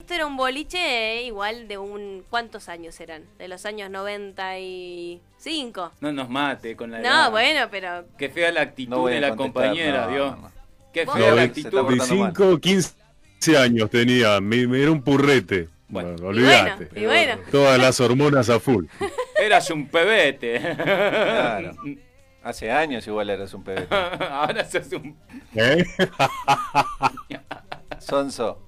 esto era un boliche eh, igual de un... ¿Cuántos años eran? De los años 95. No nos mate con la edad. No, bueno, pero... Qué fea la actitud No voy a de la contestar, compañera, no, Dios. no, no. Qué Vos- fea No, la de- actitud. de cortando mal. 5 15 años tenía, me, me era un purrete. Y Bueno. Bueno, bueno, olvídate. y bueno. Todas las hormonas a full. Eras un pebete. Claro. Hace años igual eras un pebete. Ahora sos un ¿eh? Sonso.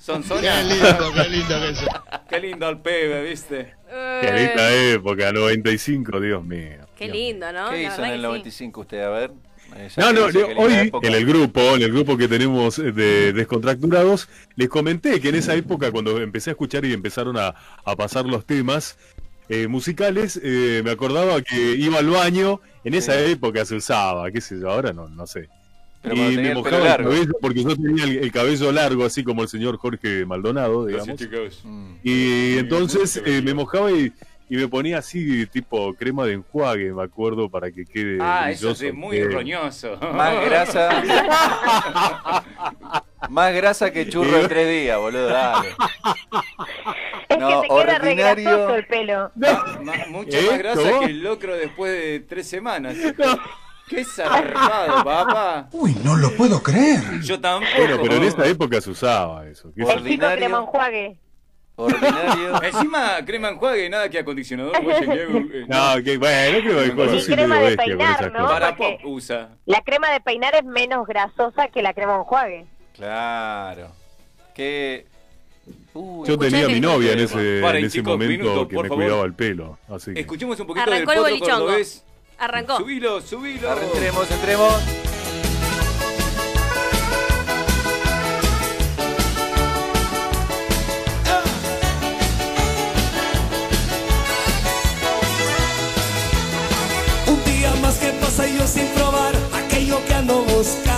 sonsona. Qué lindo, qué lindo que eso. Qué lindo el pibe, ¿viste? Qué Eh, linda época, 95, Dios mío. Qué Dios lindo, ¿no? ¿Qué La hizo verdad en el que sí. 95 usted? A ver. Eh, ya que No, no, dice le- que linda hoy época. en el grupo, en el grupo que tenemos eh, de descontracturados, les comenté que en esa época cuando empecé a escuchar y empezaron a, a pasar los temas eh, musicales, eh, me acordaba que iba al baño, en esa Sí. época se usaba, qué sé yo, ahora no, no sé. Pero cuando y tenía me el pelo mojaba el largo. cabello porque yo tenía el, el cabello largo, así como el señor Jorge Maldonado, digamos. chicos. Mm. Y entonces Qué bonito. eh, me mojaba y, y me ponía así tipo crema de enjuague, me acuerdo, para que quede... Ah, eso brilloso Eh. es muy el pelo. roñoso. Más grasa. más grasa que churro en tres días, boludo. Dale. Es No, que se queda re ordinario. grasoso el pelo. Ma- ma- mucho ¿Eh? más grasa ¿Cómo? que el locro después de tres semanas. Qué zarpado, papá. Uy, no lo puedo creer. Yo tampoco. Bueno, pero en esa época se usaba eso. ¿qué sé yo? El chico que le Ordinario. manjuague. Ordinario. Encima, crema enjuague, nada que acondicionador. vos, Yengu, eh, No, que bueno, creo que Bueno, bueno, y sí crema digo de bestia con peinar, esas ¿no? cosas. Para porque- pop usa. La crema de peinar es menos grasosa que la crema enjuague. Claro. Que. Uy, Yo tenía a mi Escuchá novia en que- ese, Para, en y ese chicos, momento minuto, que por me favor. cuidaba el pelo. Así que- Escuchemos un poquito Arrancó el del potro bolichongo. cordobés. Arrancó. Subilo, subilo. Arre, entremos, entremos. Un día más que pasa y yo sin probar aquello que ando buscando.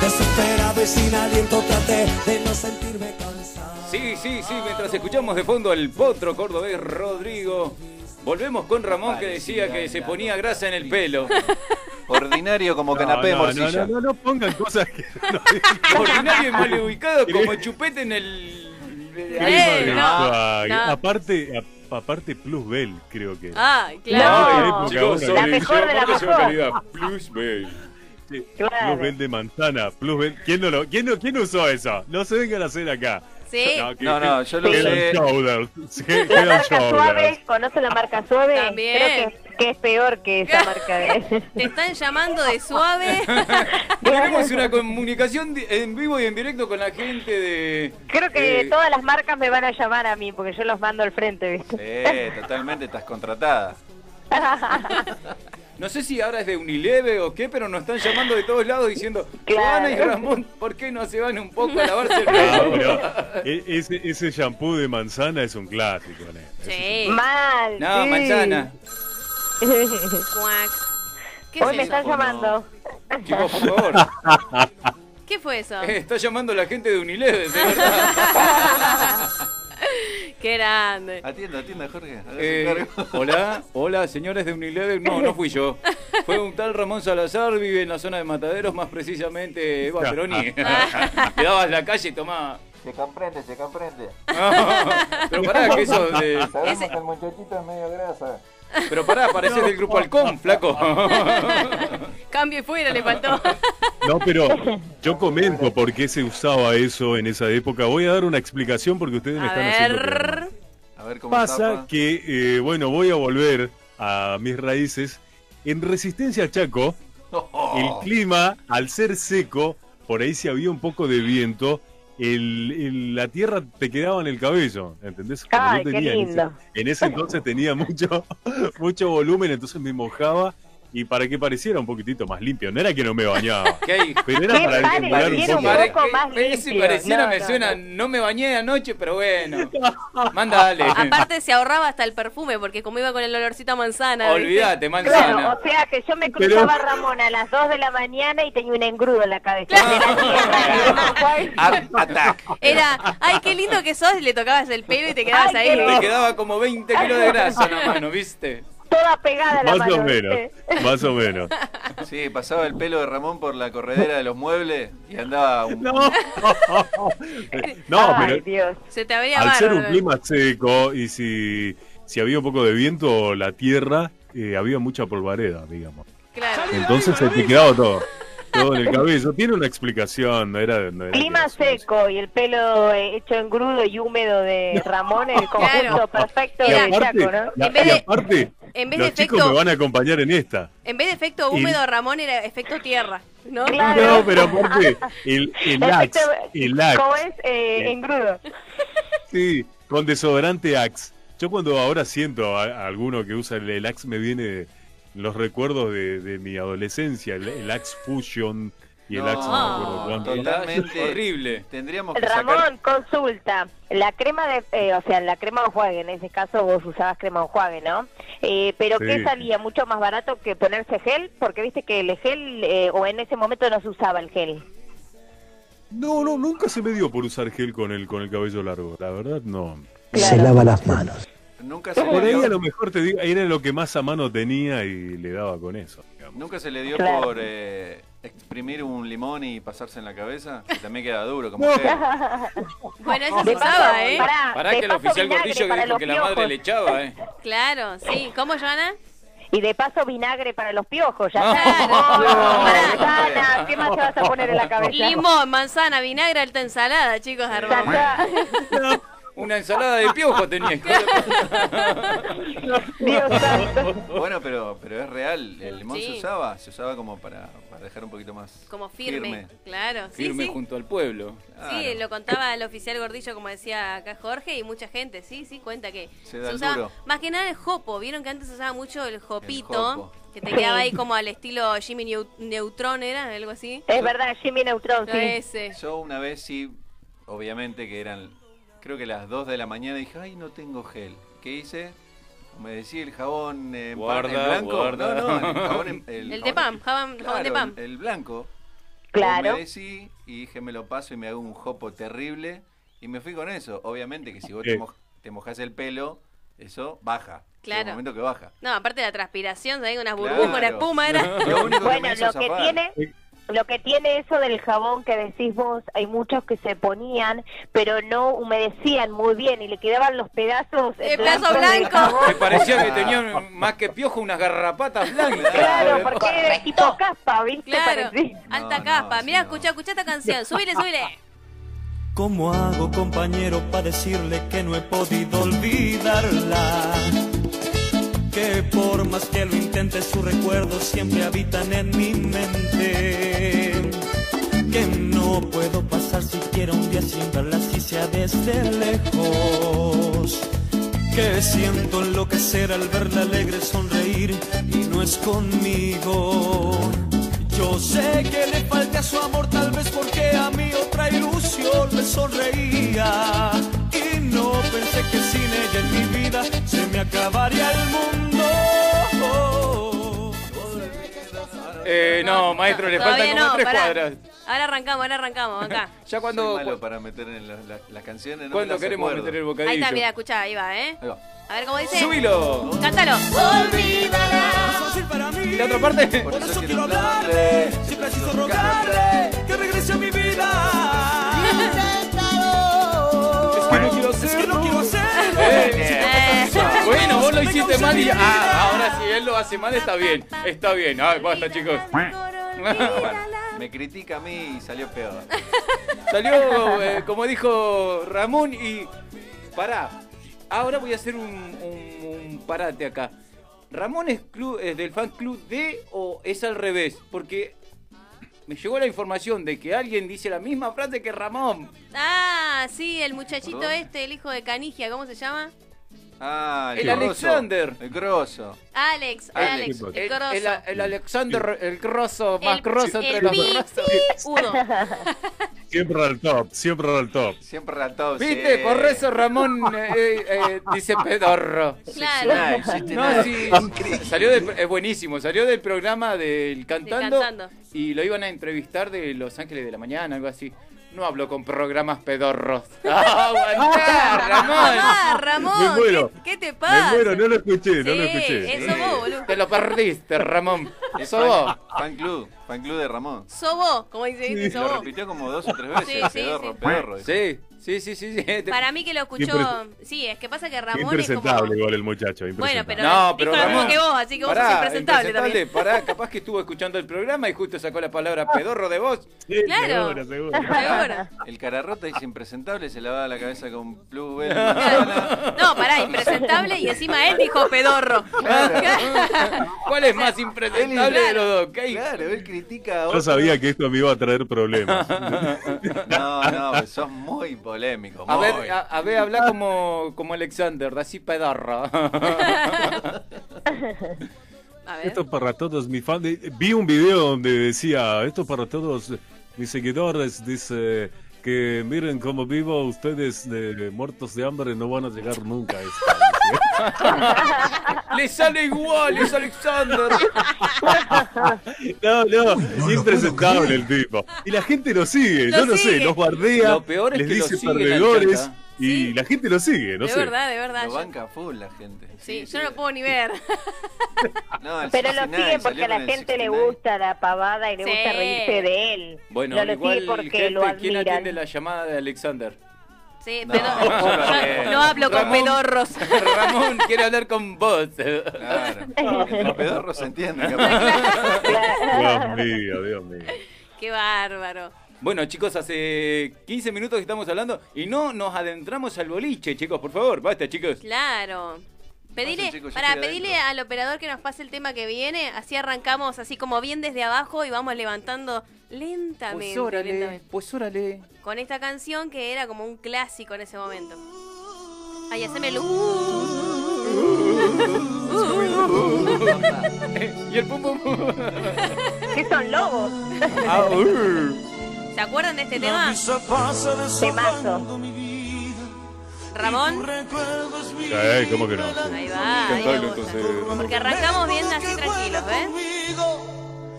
Desesperado y sin aliento traté de no sentirme cansado. Sí, sí, sí, mientras escuchamos de fondo al potro cordobés Rodrigo. Volvemos con Ramón que decía que se ponía grasa en el pelo. Ordinario como canapé de no, no, morcilla. no, no, no pongan cosas que no Ordinario y mal ubicado como chupete en el. Eh, digan. no, Ah, no. Aparte, a- aparte Plus Bell, creo que. Ah, No. claro. Era época, Chicos, una soy La que- mejor de la Marcos mejor. Seguridad, Plus Bay. Sí, Claro. Plus Bell de manzana, Plus Bell. ¿Quién, no lo- quién, no- quién usó eso? No se vengan a hacer acá. Sí. que- No, no, yo lo Head usé. and Shoulders. Sí, La Head and marca Shoulders. suave, ¿conoce la marca suave? También. Creo que, que es peor que esa marca. de- Te están llamando de suave. Tenemos una comunicación di- en vivo y en directo con la gente de. Creo que eh, todas las marcas me van a llamar a mí porque yo los mando al frente, ¿viste? Sí, Eh, totalmente estás contratada. No sé si ahora es de Unileve o qué, pero nos están llamando de todos lados diciendo: Claro. Juana y Ramón, ¿por qué no se van un poco a lavarse el Ah, pelo? pero e- ese, ese shampoo de manzana es un clásico, ¿no? Sí. Mal. No, sí. manzana. Cuac. ¿Qué, Hoy es me eso? están llamando. Chicos, por favor. ¿Qué fue eso? Eh, está llamando la gente de Unilever, de verdad. Qué grande. Atienda, atienda, Jorge. hágase Eh, cargo. hola, hola, señores de Unilever. No, no fui yo. Fue un tal Ramón Salazar, vive en la zona de Mataderos, más precisamente eh, Eva Peroni. Te dabas la calle y tomaba. Se comprende, se comprende. Pero pará, que eso de- Sabemos que el muchachito es medio grasa. Pero pará, pareces del grupo Halcón, flaco. Cambio y fuera le faltó. No, pero yo comento por qué se usaba eso en esa época. Voy a dar una explicación porque ustedes A me están haciendo. preguntas. ver. A ver cómo Pasa tapa. que, eh, bueno, voy a volver a mis raíces. En Resistencia a Chaco, Oh. el clima, al ser seco, por ahí si había un poco de viento, el- el- la tierra te quedaba en el cabello, ¿entendés? Como Ay, qué en ese- lindo. En ese, entonces tenía mucho, mucho volumen, entonces me mojaba y para que pareciera un poquitito más limpio. No era que no me bañaba, ¿Qué hay? pero era Qué para padre, disimular un quiero poco. un poco más que- ese limpio. pareciera No, me no, suena, no. me bañé anoche, pero bueno. Mándale. Aparte se ahorraba hasta el perfume porque como iba con el olorcito a manzana. ¿viste? Olvídate, Claro, manzana. o sea que yo me Pero- cruzaba a Ramón a las 2 de la mañana y tenía un engrudo en la cabeza. Era tierra, Ah. era Art attack. Era, ay, qué lindo que sos, y le tocabas el pelo y te quedabas Ay, ahí. qué Te quedaba como 20 kilos de grasa en la mano, ¿viste? toda pegada la Más mano. o menos, ¿viste? más o menos. Sí, pasaba el pelo de Ramón por la corredera de los muebles y andaba un... No, no, Ay, pero Dios. Se te habría al ser un bárbaro. clima seco y si, si había un poco de viento, la tierra, eh, había mucha polvareda, digamos. Claro. Entonces se te quedaba todo, todo en el cabello. Tiene una explicación, no era... no era Clima que era- seco y el pelo eh, hecho en grudo y húmedo de Ramón, el conjunto Claro. perfecto Ah, Mira, Y de aparte, Chaco, ¿no? la- En vez y de- aparte, en vez de los chicos efecto- me van a acompañar en esta. En vez de efecto Y- húmedo, Ramón era efecto tierra, ¿no? Claro. No, pero aparte, el, el axe, el axe, ¿Cómo es? Eh, en grudo. sí, con desodorante axe. Yo cuando ahora siento a, a alguno que usa el, el axe me viene los recuerdos de, de mi adolescencia, el, el axe fusion y el No, axe no me acuerdo cuánto. total. Totalmente. horrible. Tendríamos que sacar... Ramón, consulta. La crema de, eh, o sea, la crema de enjuague, en ese caso vos usabas crema de enjuague, ¿no? Eh, pero Sí. ¿qué salía? ¿Mucho más barato que ponerse gel? Porque viste que el gel, eh, o en ese momento no se usaba el gel. No, no, nunca se me dio por usar gel con el, con el cabello largo, la verdad no. Claro. Nunca se Por le ahí a dio, lo mejor te digo, era lo que más a mano tenía y le daba con eso. digamos. nunca se le dio Claro. por eh, exprimir un limón y pasarse en la cabeza. Que también queda duro, como gel. Bueno, eso se De paso, usaba, ¿eh? pará, Pará de que el paso oficial vinagre Gordillo que para dijo que los la madre piojos. le echaba, ¿eh? Claro, sí. ¿Cómo, Joana? Y de paso vinagre para los piojos, ya No. está. No, no, pará, no. Dana, ¿qué más te vas a poner en la cabeza? Limón, manzana, vinagre, alta ensalada, chicos de Ya Ramón. está. Una ensalada de piojo tenía. hijo de- Dios santo. Bueno, pero, pero es real. El limón Sí. se usaba, se usaba como para, para dejar un poquito más Como firme, claro. Sí, Firme sí. junto al pueblo. Sí, Claro. lo contaba el oficial Gordillo, como decía acá Jorge, y mucha gente, sí, sí, cuenta que Se da el usaba, duro. más que nada el jopo, vieron que antes se usaba mucho el jopito, jopo. que te quedaba ahí como al estilo Jimmy Neu- Neutron, ¿era? Algo así. Es verdad, Jimmy Neutron, Yo sí. ese. Yo una vez sí, obviamente que eran, creo que las 2 de la mañana, dije, ay, no tengo gel. ¿Qué hice? Me decía el jabón eh, en, par- en Guarda, blanco. guarda. No, no, el jabón en- el El jabón- de Pam, jabón, jabón de Claro, Pam. El, el blanco. Claro. Me decí y dije, me lo paso y me hago un jopo terrible. Y me fui con eso. Obviamente que si vos Eh. te, moj- te mojás el pelo, eso baja. Claro. En el momento que baja. No, aparte de la transpiración, ¿sabés? Unas burbujas, una Claro. espuma, ¿era? Lo único que Bueno, me hizo lo que zafar. tiene lo que tiene eso del jabón que decís vos, hay muchos que se ponían, pero no humedecían muy bien y le quedaban los pedazos El eh, plazo blancos del blanco. jabón. Me parecía que tenía más que piojo unas garrapatas blancas. Claro, porque era tipo caspa, ¿viste? Claro, Parecía. alta No, capa. no, sí, Mirá, no. escuchá, escuchá esta canción. Subile, subile. ¿Cómo hago, compañero, para decirle que no he podido olvidarla? Que por más que lo intente, sus recuerdos siempre habitan en mi mente. Que no puedo pasar siquiera un día sin verla, si sea desde lejos. Que siento enloquecer al verla alegre sonreír y no es conmigo. Yo sé que le falté a su amor tal vez porque a mí otra ilusión me sonreía. Y no pensé que sin ella en mi vida se me acabaría el mundo. Eh, no, maestro, le faltan Todavía como no, tres pará. cuadras. Ahora arrancamos, ahora arrancamos, acá. Ya Soy cuando, malo para meter en la- la- las canciones. No cuando me las queremos acuerdo. meter el bocadillo. Ahí está, mirá, escuchá, ahí va, ¿eh? Ahí va. A ver cómo dice. ¡Súbilo! Cántalo. ¿Y la otra parte? Por Por eso eso quiero quiero hablarle, hablarle, siempre preciso rogarle que regrese a mi vida. Es que no quiero hacerlo, es que no quiero hacerlo. Eh, Bueno, vos lo hiciste mal y. Ah, ahora si él lo hace mal, está bien. Está bien. Ah, basta, chicos. Me critica a mí y salió peor. Salió, eh, como dijo Ramón, y. Pará. Ahora voy a hacer un, un- un parate acá. ¿Ramón es, club, es del fan club de o es al revés? Porque me llegó la información de que alguien dice la misma frase que Ramón. Ah, sí, el muchachito ¿Perdón? este, el hijo de Canigia, ¿cómo se llama? Ah, El grosso, Alexander. El grosso. Alex, Ah, Alex, Alex, el El, grosso. el- el Alexander, el grosso, más El- grosso el entre los pi- grosos. Udo. Siempre al top, siempre al top. Siempre ratado. ¿Viste? sí. Por eso Ramón eh, eh, eh, dice pedorro. Claro. No, sí, salió del- es buenísimo, salió del programa del cantando, Cantando. y lo iban a entrevistar de Los Ángeles de la Mañana, algo así. No hablo con programas pedorros. Ah, ¡Aguantá, Ramón! Mamá, Ah, Ramón, Me muero. ¿qué, qué te Me pasa? muero, no lo escuché, no lo Sí, escuché. Eso vos, boludo. Te lo perdiste, Ramón. Es Eso vos. fan, fan club, fan club de Ramón. Sobó, como dice, dice Sí. sobó. Lo repitió como dos o tres veces. Sí, sí, pedorro, sí. pedorro. Sí, sí, sí, sí. sí. Te- Para mí que lo escuchó. Impres- Sí, es que pasa que Qué Ramón es Impresentable como. igual el muchacho. Bueno, impresentable. pero, No, pero dijo lo mismo Ramón, que vos, así que vos Pará, sos impresentable también. impresentable, Pará, capaz que estuvo escuchando el programa y justo sacó la palabra pedorro de vos. Sí, claro. seguro, seguro. Seguro. El cararrota dice impresentable, se lavaba la cabeza con plug No, pará, impresentable y encima él dijo pedorro. ¿Cuál es más impresentable de los dos? ¿Qué hay? Claro, él critica a Yo otro. sabía que esto me iba a traer problemas. No, no, pero sos muy polémico. A muy. ver, a, a ver, habla como, como Alexander, así pedorro. A ver. Esto es para todos mis fans. de- Vi un video donde decía, esto es para todos mis seguidores, dice que miren cómo vivo, ustedes eh, muertos de hambre no van a llegar nunca a esto. le sale igual, es Alexander. No, no, lo impresentable puedo el tipo. Y la gente lo sigue, Lo yo no sé, sigue. los bardea, Lo peor es les que lo dice siguen, perdedores Alcanta. y Sí. la gente lo sigue, no de sé. verdad, de verdad. Lo yo- banca full la gente. sí, yo no lo puedo ni ver. No, el Pero lo 69, siguen porque salió a la con el gente le 69. gusta la pavada y le Sí. gusta reírse de él. Bueno, no lo igual, sigue porque gente, lo ¿quién atiende admiran. la llamada de Alexander? Sí, No, pero yo lo no, veo. no hablo con Ramón. pedorros. Ramón quiere hablar con vos. Claro. Los pedorros se entienden. capaz. Dios mío, Dios mío. Qué bárbaro. Bueno, chicos, hace 15 minutos que estamos hablando y no nos adentramos al boliche, chicos, por favor, basta, chicos. Claro. Pasen, Pedile, chicos, yo para estoy pedirle al operador que nos pase el tema que viene, así arrancamos así como bien desde abajo y vamos levantando lentamente, lentamente. pues órale. Con esta canción que era como un clásico en ese momento. Ay, haceme el... Uh. y el pum pum. pum. Que son lobos. Ah, uh. ¿Se acuerdan de este tema? Temazo. Ramón. Eh, ¿Cómo que no? Ahí va. ahí me gusta. Porque arrancamos bien así tranquilos, ¿eh? ¿ves?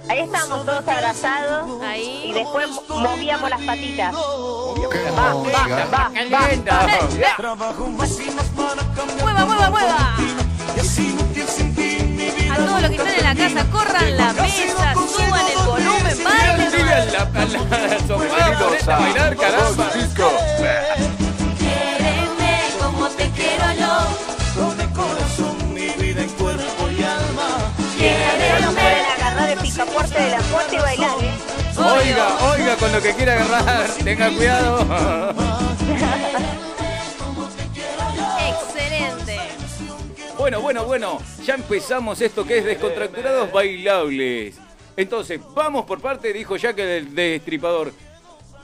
Ahí estábamos todos abrazados y Ahí. después movíamos las patitas. música. ¡Qué lindo! ¡Mueva, mueva, mueva! A todos los que están en la casa, corran la mesa, suban el volumen, bailen. Sigue al- al- al sofá, ponete a bailar, caramba. Quéreme como te quiero yo. Yo me voy a agarrar el picaporte de la puerta y bailar, ¿eh? Oiga, oiga, con lo que quiera agarrar, tenga cuidado. Excelente. Bueno, bueno, bueno, ya empezamos esto que es Descontracturados Bailables. Entonces, vamos por parte, dijo Jack el destripador.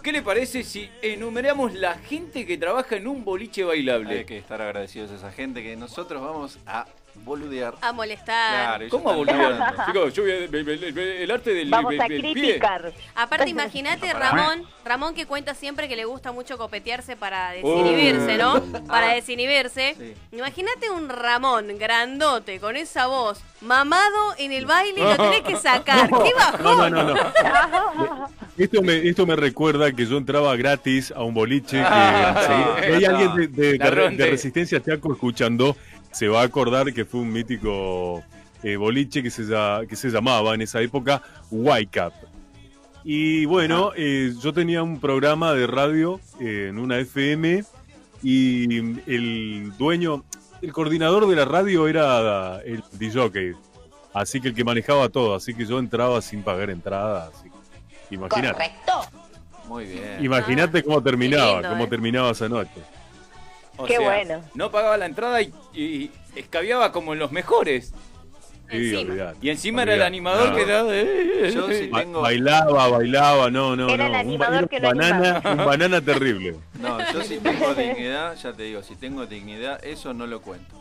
¿Qué le parece si enumeramos la gente que trabaja en un boliche Hay bailable? que estar agradecidos a esa gente que nosotros vamos a boludear. A molestar. Claro, ellos ¿Cómo a están laburando. Chicos, yo voy a- el- el- el arte del, Vamos del- a del pie. criticar. Aparte, imagínate Pará. Ramón, Ramón que cuenta siempre que le gusta mucho copetearse Uh. para Oh. desinhibirse, ¿no? Ah. Para desinhibirse. Sí. Imagínate un Ramón grandote con esa voz, mamado en el baile y lo tenés que sacar. ¡Qué bajón! No, no, no, no. Esto me, esto me recuerda que yo entraba gratis a un boliche que Ah, sí, sí. si hay Ah, alguien de, de- la de- ronde. de Resistencia Chaco escuchando, se va a acordar que fue un mítico eh, boliche que se, lla- que se llamaba en esa época Whitecap. Y Ah. bueno, eh, yo tenía un programa de radio eh, en una FM y el dueño, el coordinador de la radio era el DJ, así que el que manejaba todo, así que yo entraba sin pagar entrada, así que imagínate. Muy bien. Imagínate cómo terminaba, Qué lindo, cómo eh. terminaba esa noche. O Qué bueno. No pagaba la entrada y, y escabiaba como los mejores. Sí, Encima. olvidate. Y encima era el Olvidate. animador No. que eh, daba. Yo sí Ba- tengo. Bailaba, bailaba, no, no, Era no. Un, el ba- animador era que un no banana, un banana terrible. No, yo sí tengo dignidad, ya te digo, si tengo dignidad, eso no lo cuento.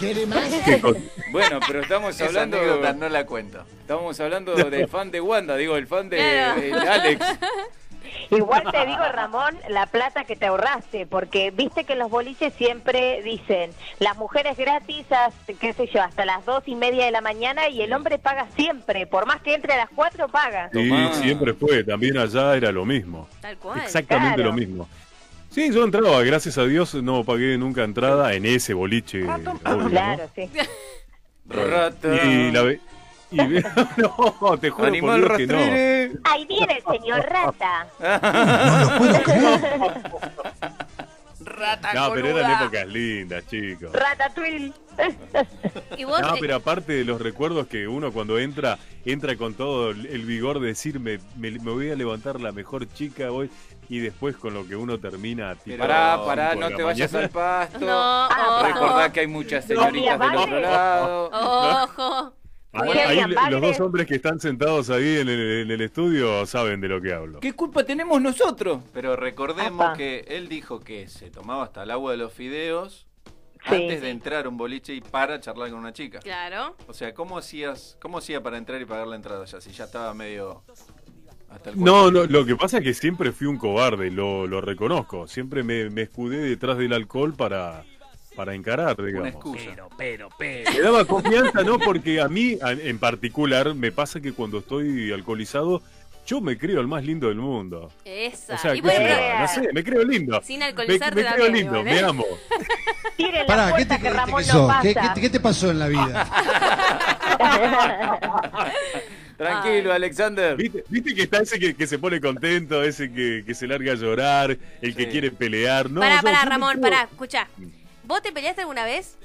Qué cosa. Bueno, pero estamos Esa hablando. anécdota no la cuento. Estamos hablando del fan de Wanda, digo, el fan de, Claro. de Alex. Igual te digo, Ramón, la plata que te ahorraste, porque viste que los boliches siempre dicen, las mujeres gratis, hasta, qué sé yo, hasta las dos y media de la mañana y el hombre paga siempre, por más que entre a las cuatro paga. Sí, Tomá. siempre fue, también allá era lo mismo. Tal cual. Exactamente claro. lo mismo. Sí, yo entraba, gracias a Dios no pagué nunca entrada en ese boliche. obvio, ¿no? Claro, sí. Rata. Y la ve- y ve- no, te juro Animal por Dios que no. rastrere. Ahí viene el señor Rata. No lo puedo creer. No, pero eran épocas lindas, chicos. Ratatouille. Y vos, No, eh, pero aparte de los recuerdos que uno cuando entra, entra con todo el el vigor de decir, me, me- me voy a levantar la mejor chica hoy, y después con lo que uno termina. tipo, Pará, cinco pará, de no la te vayas mañana. al pasto. no, ojo. Recordá que hay muchas señoritas del otro lado. Oh. Ojo. Ahora, Bien, ahí bien, le- vale. los dos hombres que están sentados ahí en el, en el estudio saben de lo que hablo. ¿Qué culpa tenemos nosotros? Pero recordemos Apa. que él dijo que se tomaba hasta el agua de los fideos Sí. antes de entrar a un boliche y para charlar con una chica. Claro. O sea, ¿cómo hacías, cómo hacía para entrar y pagar la entrada ya? Si ya estaba medio hasta el No, no, lo que pasa es que siempre fui un cobarde, lo, lo reconozco. Siempre me, me escudé detrás del alcohol para, para encarar, una digamos. excusa. Me daba confianza, ¿no? Porque a mí, a- en particular, me pasa que cuando estoy alcoholizado, yo me creo el más lindo del mundo. Esa. O sea, y qué bueno, sé yo, pero- no sé, me creo lindo. Sin Me, alcoholizarte me creo también, lindo, igual, me ¿eh? amo. Tiren la Pará, ¿qué puerta te que creíste Ramón que no sos? pasa. ¿Qué, qué te- qué te pasó en la vida? Tranquilo, Alexander. ¿Viste, viste que está ese que, que se pone contento, ese que, que se larga a llorar, el que Sí. quiere pelear? No, pará, yo- pará, yo me Ramón, creo- pará, escucha. ¿Vos te peleaste alguna vez?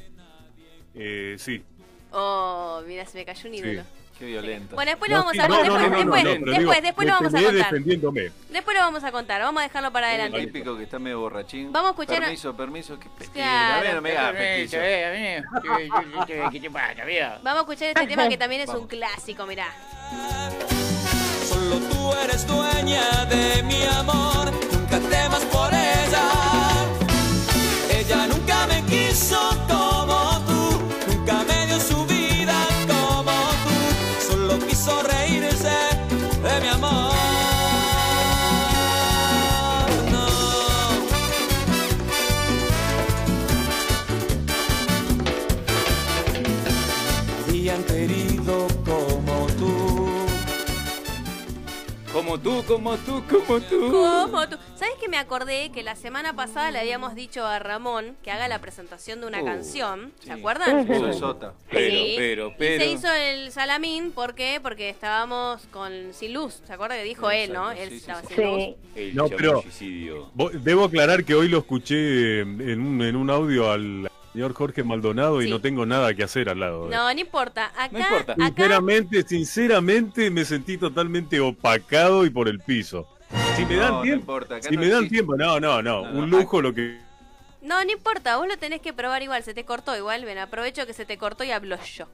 Eh, sí. Oh, mira, se me cayó un ídolo. Qué violento. Bueno, después No, lo vamos sí, a no, contar. no, Después, no, no, después, no, pero después, digo, este después lo me vamos a peleé contar. defendiéndome. Después lo vamos a contar. Vamos a dejarlo para El adelante. típico que está medio borrachín. Vamos a escuchar a- Permiso, permiso. Que petiza. Claro. eh. A ver, no me hagas petiza. Vamos a escuchar este tema que también es un clásico, mirá. Solo tú eres dueña de mi amor, nunca temas por ella. Ella nunca me quiso como tú, nunca me dio su vida como tú, solo quiso reírse de mi amor. No. Nadie han querido como tú. Como tú, como tú, como tú. ¿Cómo tú? ¿Sabes que me acordé que la semana pasada le habíamos dicho a Ramón que haga la presentación de una Uh, canción? sí. ¿Se acuerdan? Eso es sota. Pero, Sí. pero, Y pero. se hizo el salamín, ¿por qué? Porque estábamos con sin luz, ¿se acuerda que dijo él, no? Exacto, Él sí, estaba sí, sin luz. Sí. El No, pero- chamullicidio. Vo- Debo aclarar que hoy lo escuché eh, en un, en un audio al señor Jorge Maldonado y Sí. no tengo nada que hacer al lado. de él. No, no importa. Acá, No importa. acá Sinceramente, sinceramente me sentí totalmente opacado y por el piso. Si me dan No, no tiempo, importa, acá si no me dan existe. tiempo, no, no, no, No, no, un lujo lo que No, no importa, vos lo tenés que probar igual, se te cortó igual, ven, aprovecho que se te cortó y hablo yo.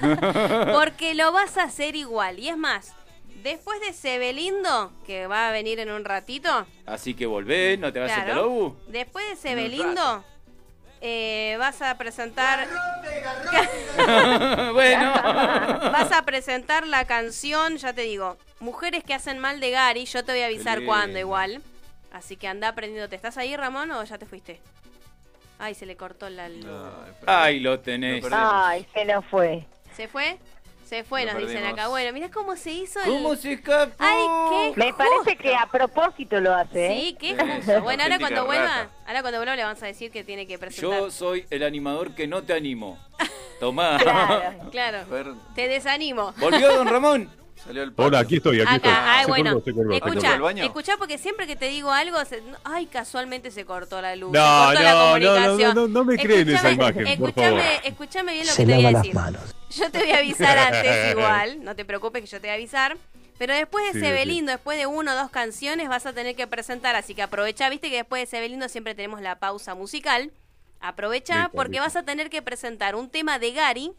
Porque lo vas a hacer igual. Y es más, después de Sebelindo, que va a venir en un ratito, Así que volvé, no te vas a Claro. aceptar Lobu. después de Sebelindo, eh, vas a presentar... Ah, bueno. Vas a presentar la canción, ya te digo, Mujeres que hacen mal de Gary, yo te voy a avisar Qué cuándo lindo. igual. Así que anda aprendiéndote. ¿Estás ahí, Ramón, o ya te fuiste? Ay, se le cortó la luz. Ay, pero- Ahí lo tenés. Lo perdí. Ay, se nos fue. ¿Se fue? Se fue, Lo nos dicen perdimos. acá. Bueno, mirá cómo se hizo el... ¿Cómo se escapó? Ay, qué Me parece que a propósito lo hace. ¿eh? Sí, qué Sí, justo. Bueno, ahora auténtica cuando vuelva, rata. ahora cuando vuelva le vamos a decir que tiene que presentar. Yo soy el animador que no te animo. Tomá. Claro. Claro. A ver, Te desanimo. ¿Volvió don Ramón? salió el Hola, aquí estoy, aquí estoy. Acá, ay, Se bueno. colgó, se colgó, se colgó. Escucha, ¿Al baño? escucha porque siempre que te digo algo, se- ay, casualmente se cortó la luz, se No, cortó la no, no, no, comunicación. no, no me creen esa Escuchame, imagen, por favor. escuchame, escuchame bien lo que te voy a decir. Yo te voy a avisar antes igual, no te preocupes que yo te voy a avisar. Pero después de Sí, sí. Sebelindo, después de uno o dos canciones, vas a tener que presentar. Así que aprovecha, viste que después de Sebelindo siempre tenemos la pausa musical. Aprovecha Listo, porque listo. vas a tener que presentar un tema de Gary,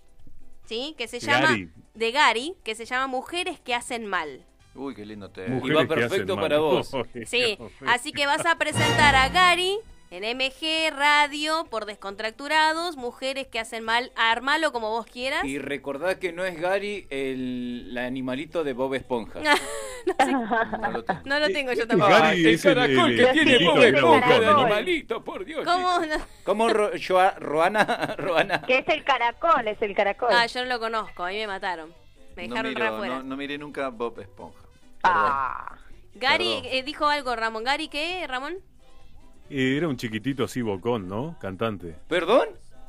¿sí? Que se llama. Gary. De Gary, que se llama Mujeres que hacen mal. Uy, qué lindo te. Mujeres Iba que hacen perfecto mal. para vos. Sí, así que vas a presentar a Gary en MG Radio por Descontracturados, Mujeres que hacen mal, armalo ¿Ah? como vos quieras. Y recordad que no es Gary el, el animalito de Bob Esponja. No lo tengo. No lo tengo yo Gary tampoco. Ah, es el- el- que el tiene, grito pobre, que era pobre bocón, ¿no? animal. animalito, por Dios. ¿Cómo? chicos. No. ¿Cómo Ro- Joa- Roana? Roana. Que es el caracol, es el caracol. Ah, yo no lo conozco, a mí me mataron. Me No, dejaron miro- re afuera. no, no miré nunca Bob Esponja. Ah. Gary Perdón. eh, dijo algo, Ramón. ¿Gary qué, Ramón? Eh, Era un chiquitito así bocón, ¿no? Cantante. ¿Perdón?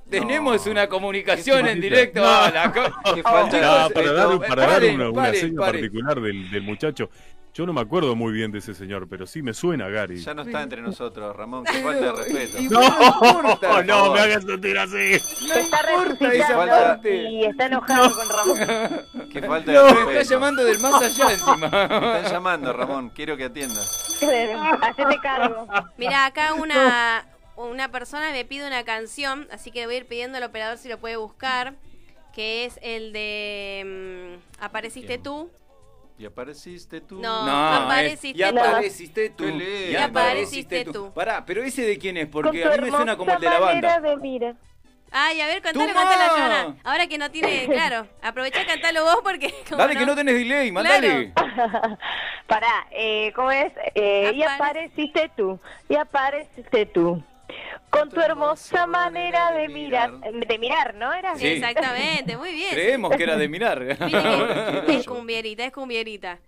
Tenemos una comunicación en directo. No. Ah, la co- Qué Ah, falta de Chicos, para eh, dar, no, para dar paren, una, una paren, seña paren. particular del, del muchacho. Yo no me acuerdo muy bien de ese señor, pero sí me suena Gary. Ya no está entre nosotros, Ramón. Qué falta de respeto. Y- y- No, importa, Oh, no, por favor. me hagas sentir así. Está importa esa resucitando parte. y está enojado con Ramón. Qué falta de No, me respeto. está llamando del más allá Me encima. están llamando, Ramón. Quiero que atiendas. Hacete cargo. Ah, Mira, acá una, una persona me pide una canción, así que voy a ir pidiendo al operador si lo puede buscar, que es el de mm, Apareciste ¿Quién? tú. Y apareciste tú. No. No, es, apareciste y apareciste tú. Qué lindo. Y apareciste tú. Pará, pero ese de quién es, porque a mí me suena como el de la manera banda. de mira. Ay, a ver, cantalo, ¡Toma! cantalo, Joana. Ahora que no tiene, claro, aprovechá, cantalo vos porque... como Dale que no tenés delay, mandale. Pará, eh, ¿cómo es? Eh, y apareciste tú, y apareciste tú. Con tu hermosa manera de mirar, de mirar, ¿no? Era Sí. Exactamente, muy bien. Creemos que era de mirar. Miren, es cumbierita, es cumbierita.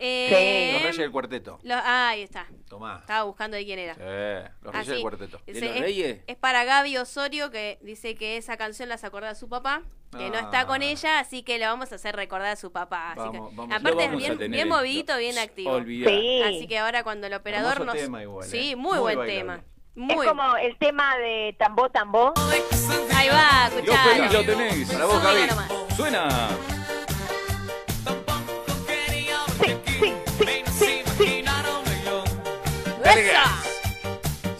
Eh, Los Reyes del Cuarteto. lo- ah, ahí está. Tomá. Estaba buscando de quién era. Sí, los Reyes Así. del Cuarteto. Dice, ¿De los es, Reyes? es para Gaby Osorio, que dice que esa canción la sacó a su papá, que no está con Ah. ella, así que la vamos a hacer recordar a su papá. Así Vamos, que- vamos, Lo aparte es vamos a bien, tener bien en- movidito, bien activo. Olvidá. Sí. Así que ahora cuando el operador Hermoso nos... tema igual, sí, eh. muy, Muy buen bailable. tema. Es Muy... como el tema de tambó, tambó. Ahí va, Lo, tenés, lo escuchalo. tenés. Para vos, Suena Gaby. nomás. Suena. Dale gas.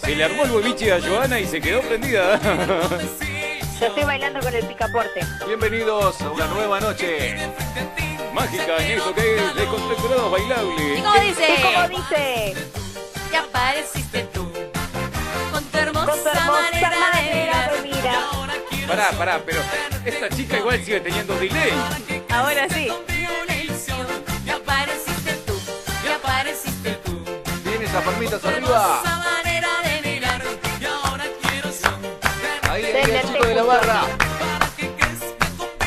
Se le armó el boliche a Joana y se quedó prendida. Yo estoy bailando con el picaporte. Bienvenidos a una nueva noche. Mágica en esto que es descontracturado ¿Y bailable. cómo dice? ¿Y cómo dice? Que apareciste tú con tu hermosa, Con tu hermosa manera, de manera de mirar. mirar. Pará, pará, pero esta chica igual sigue teniendo delay. Ahora sí. Que apareciste tú, que apareciste tú. Tiene esas palmitas arriba. Hermosa manera de mirar. Ahí viene el chico de la barra.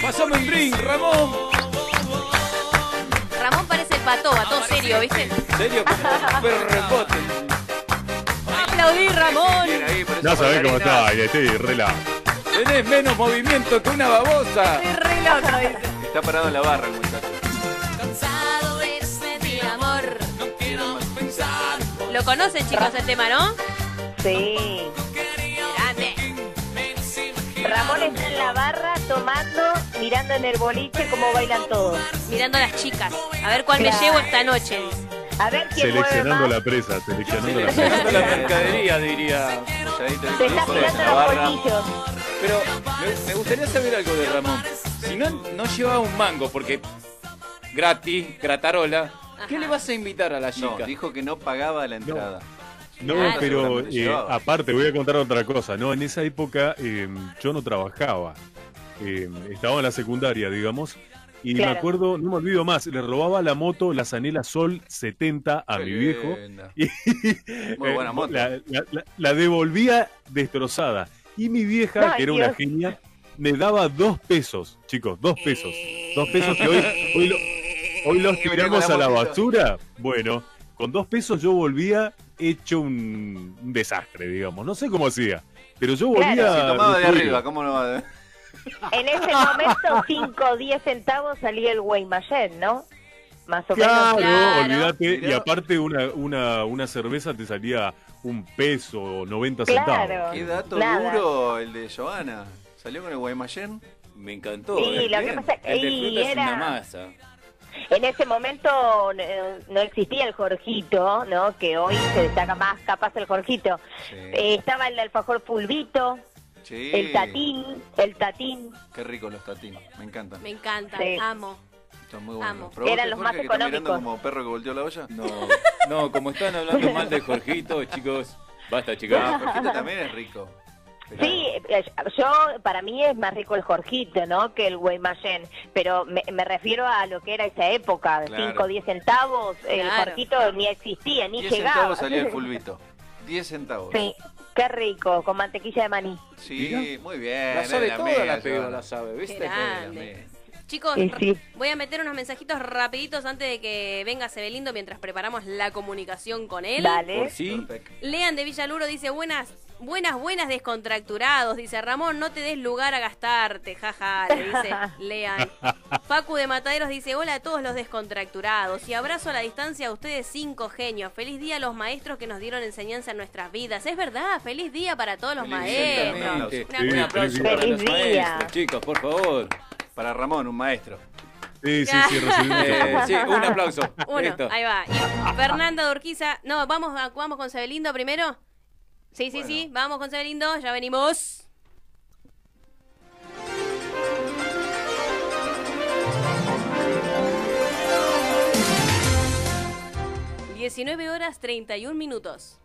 Pasame un drink, Ramón. Ramón parece el patoba, todo serio, ¿viste? Serio como un perro rebote. Aplaudí, Ramón. Bien ahí, por Ya esas sabés cómo bailarinas. está, y estoy rela. Tenés menos movimiento que una babosa. Estoy re loco, dice. Está parado en la barra el muchacho. Cansado eres de mi amor. Lo conocen, chicos, el tema, ¿no? Sí. Grande. Ramón está en la barra tomando, mirando en el boliche cómo bailan todos. Mirando a las chicas. A ver cuál me Claro. llevo esta noche. dice. A ver quién mueve Seleccionando más. la presa, seleccionando la presa. Seleccionando la mercadería, diría. Calladito el Se está chico de mirando la los barra. bolillos. Pero me, me gustaría saber algo de Ramón. Si no, no llevaba un mango, porque gratis, gratarola, ¿qué Ajá. le vas a invitar a la No, chica? dijo que no pagaba la entrada. No, Claro. pero Seguramente eh, llevaba. aparte voy a contar otra cosa, ¿no? En esa época eh, yo no trabajaba, Eh, estaba en la secundaria, digamos, y Claro. me acuerdo, no me olvido más, le robaba la moto, la Zanela Sol 70 a Qué mi viejo, linda. y Muy buena eh, moto. La, la- la- la devolvía destrozada, y mi vieja, Ay, que era una Dios. genia, me daba dos pesos, chicos, dos pesos, dos pesos que hoy, hoy lo- Hoy los Y venía tiramos con la a la motito. basura. Bueno, con dos pesos yo volvía hecho un, un desastre, digamos. No sé cómo hacía, pero yo volvía. Claro. Ah, Si tomaba de destruido. arriba, ¿cómo no va? En ese momento, 5 o 10 centavos salía el Guaymallén, ¿no? Más o Claro, menos. Claro. olvídate. Y Mirá. aparte, una, una, una cerveza te salía un peso o 90 Claro. centavos. Qué dato Nada. duro el de Joana. Salió con el Guaymallén. Me encantó. Sí, ¿eh? lo que Bien. pasa que- El de y fruta es era- una masa. En ese momento eh, no existía el Jorgito, ¿no? Que hoy se destaca más capaz el Jorgito. Sí. Eh, estaba el alfajor pulvito, Sí. el tatín, el tatín. Qué rico los tatines. Me encantan. Me encanta, Sí. amo. Están muy buenos. Amo. ¿Probaste, Eran los Jorge, más que está mirando económicos. como perro que volteó la olla? No, no, como están hablando mal de Jorgito, chicos, basta, chicos. Ah, Jorgito también es rico. Sí, eh, yo para mí es más rico el Jorgito, ¿no? Que el Guaymallén, pero me, me refiero a lo que era esa época, Claro. 5 10 centavos, el Claro. Jorgito ni existía, ni 10 llegaba. centavos salía el fulbito. 10 centavos. Sí, qué rico, con mantequilla de maní. Sí, muy bien. La sabe era toda la mía, pegó, yo. la sabe, ¿viste? Era. Era mía. Chicos, Sí, sí. voy a meter unos mensajitos rapiditos antes de que venga Sebelindo mientras preparamos la comunicación con él. Dale. Por sí. Perfecto. Lean de Villaluro dice, buenas, buenas, buenas descontracturados. Dice, Ramón, no te des lugar a gastarte, jaja, le dice Lean. Facu de Mataderos dice, hola a todos los descontracturados y abrazo a la distancia a ustedes cinco genios. Feliz día a los maestros que nos dieron enseñanza en nuestras vidas. Es verdad, feliz día para todos los Feliz día también. maestros. Exactamente. Una- Un aplauso para Feliz los día. maestros, chicos, por favor. Para Ramón, un maestro. Sí, sí, sí, recibimos. Eh, sí, un aplauso. Uno, Listo. ahí va. Y Fernanda Dorquiza. No, vamos, a- vamos con Sabelindo primero. Sí, sí, sí, vamos con Sabelindo, ya venimos. ...19 horas 31 minutos.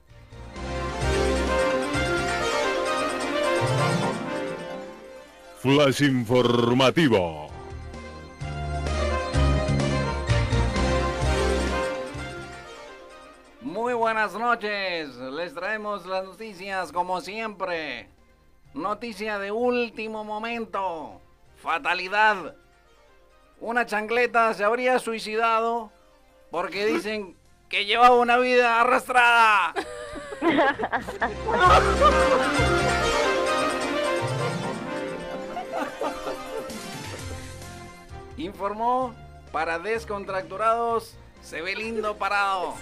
Flash informativo. Muy buenas noches, les traemos las noticias como siempre. Noticia de último momento. Fatalidad. Una chancleta se habría suicidado porque dicen que llevaba una vida arrastrada. Informó para descontracturados, se ve lindo parado.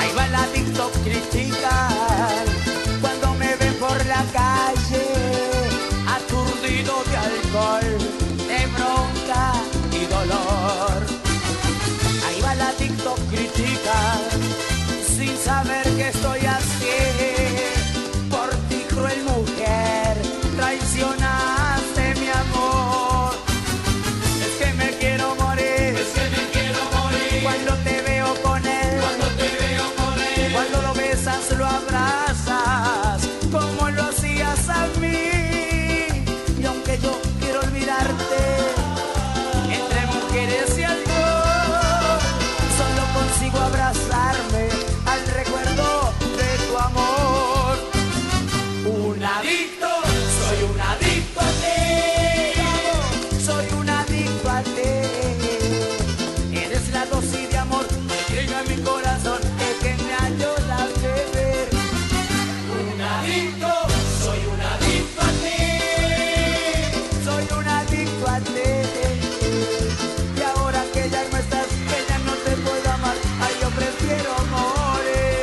Ahí va la TikTok critica cuando me ven por la calle, aturdido de alcohol, de bronca y dolor. Ahí va la TikTok critica sin saber que estoy así. Por ti cruel mujer, traicionaste mi amor. Es que me quiero morir, es que me quiero morir cuando te veo con él. Cuando lo besas, lo abrazas, como lo hacías a mí. Y aunque yo quiero olvidarte, entre mujeres y alcohol, solo consigo abrazarme al recuerdo de tu amor. Un adicto, soy un adicto a ti. Soy un adicto a ti. Eres la dosis de amor que llega a mi corazón y que me ayuda a beber. Un adicto, soy un adicto a ti. Soy un adicto a ti. Y ahora que ya no estás, que ya no te puedo amar, ay, yo prefiero morir.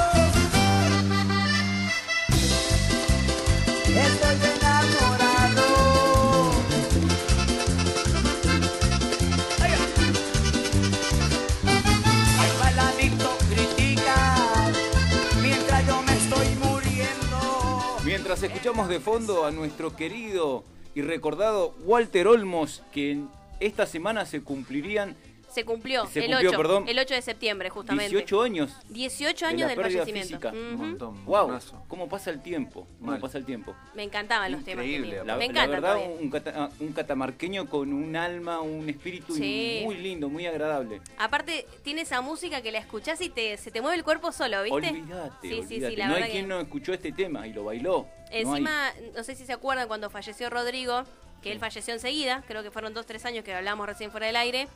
¡Vamos! Estoy enamorado. Ahí va la adicto critica, mientras yo me estoy muriendo. Mientras escuchamos de fondo a nuestro querido y recordado Walter Olmos, que en esta semana se cumplirían Se cumplió, Se el, cumplió, 8, perdón. el 8 de septiembre, justamente. 18 años. 18 de años la del pérdida fallecimiento. física. Ujú. Un montón, Wow, montonazo. cómo pasa el tiempo, cómo Mal. pasa el tiempo. Me encantaban los temas. que Increíble, tenía. La- Me la encantan verdad, todavía. un, cata- un catamarqueño con un alma, un espíritu Sí. muy lindo, muy agradable. Aparte, tiene esa música que la escuchás y te, se te mueve el cuerpo solo, ¿viste? sí, Olvídate, sí, olvídate. sí, la no hay verdad que... quien no escuchó este tema y lo bailó. No hay. Encima, no, sé si se acuerdan cuando falleció Rodrigo, que él falleció enseguida, creo que fueron dos, tres años que hablábamos recién fuera del aire,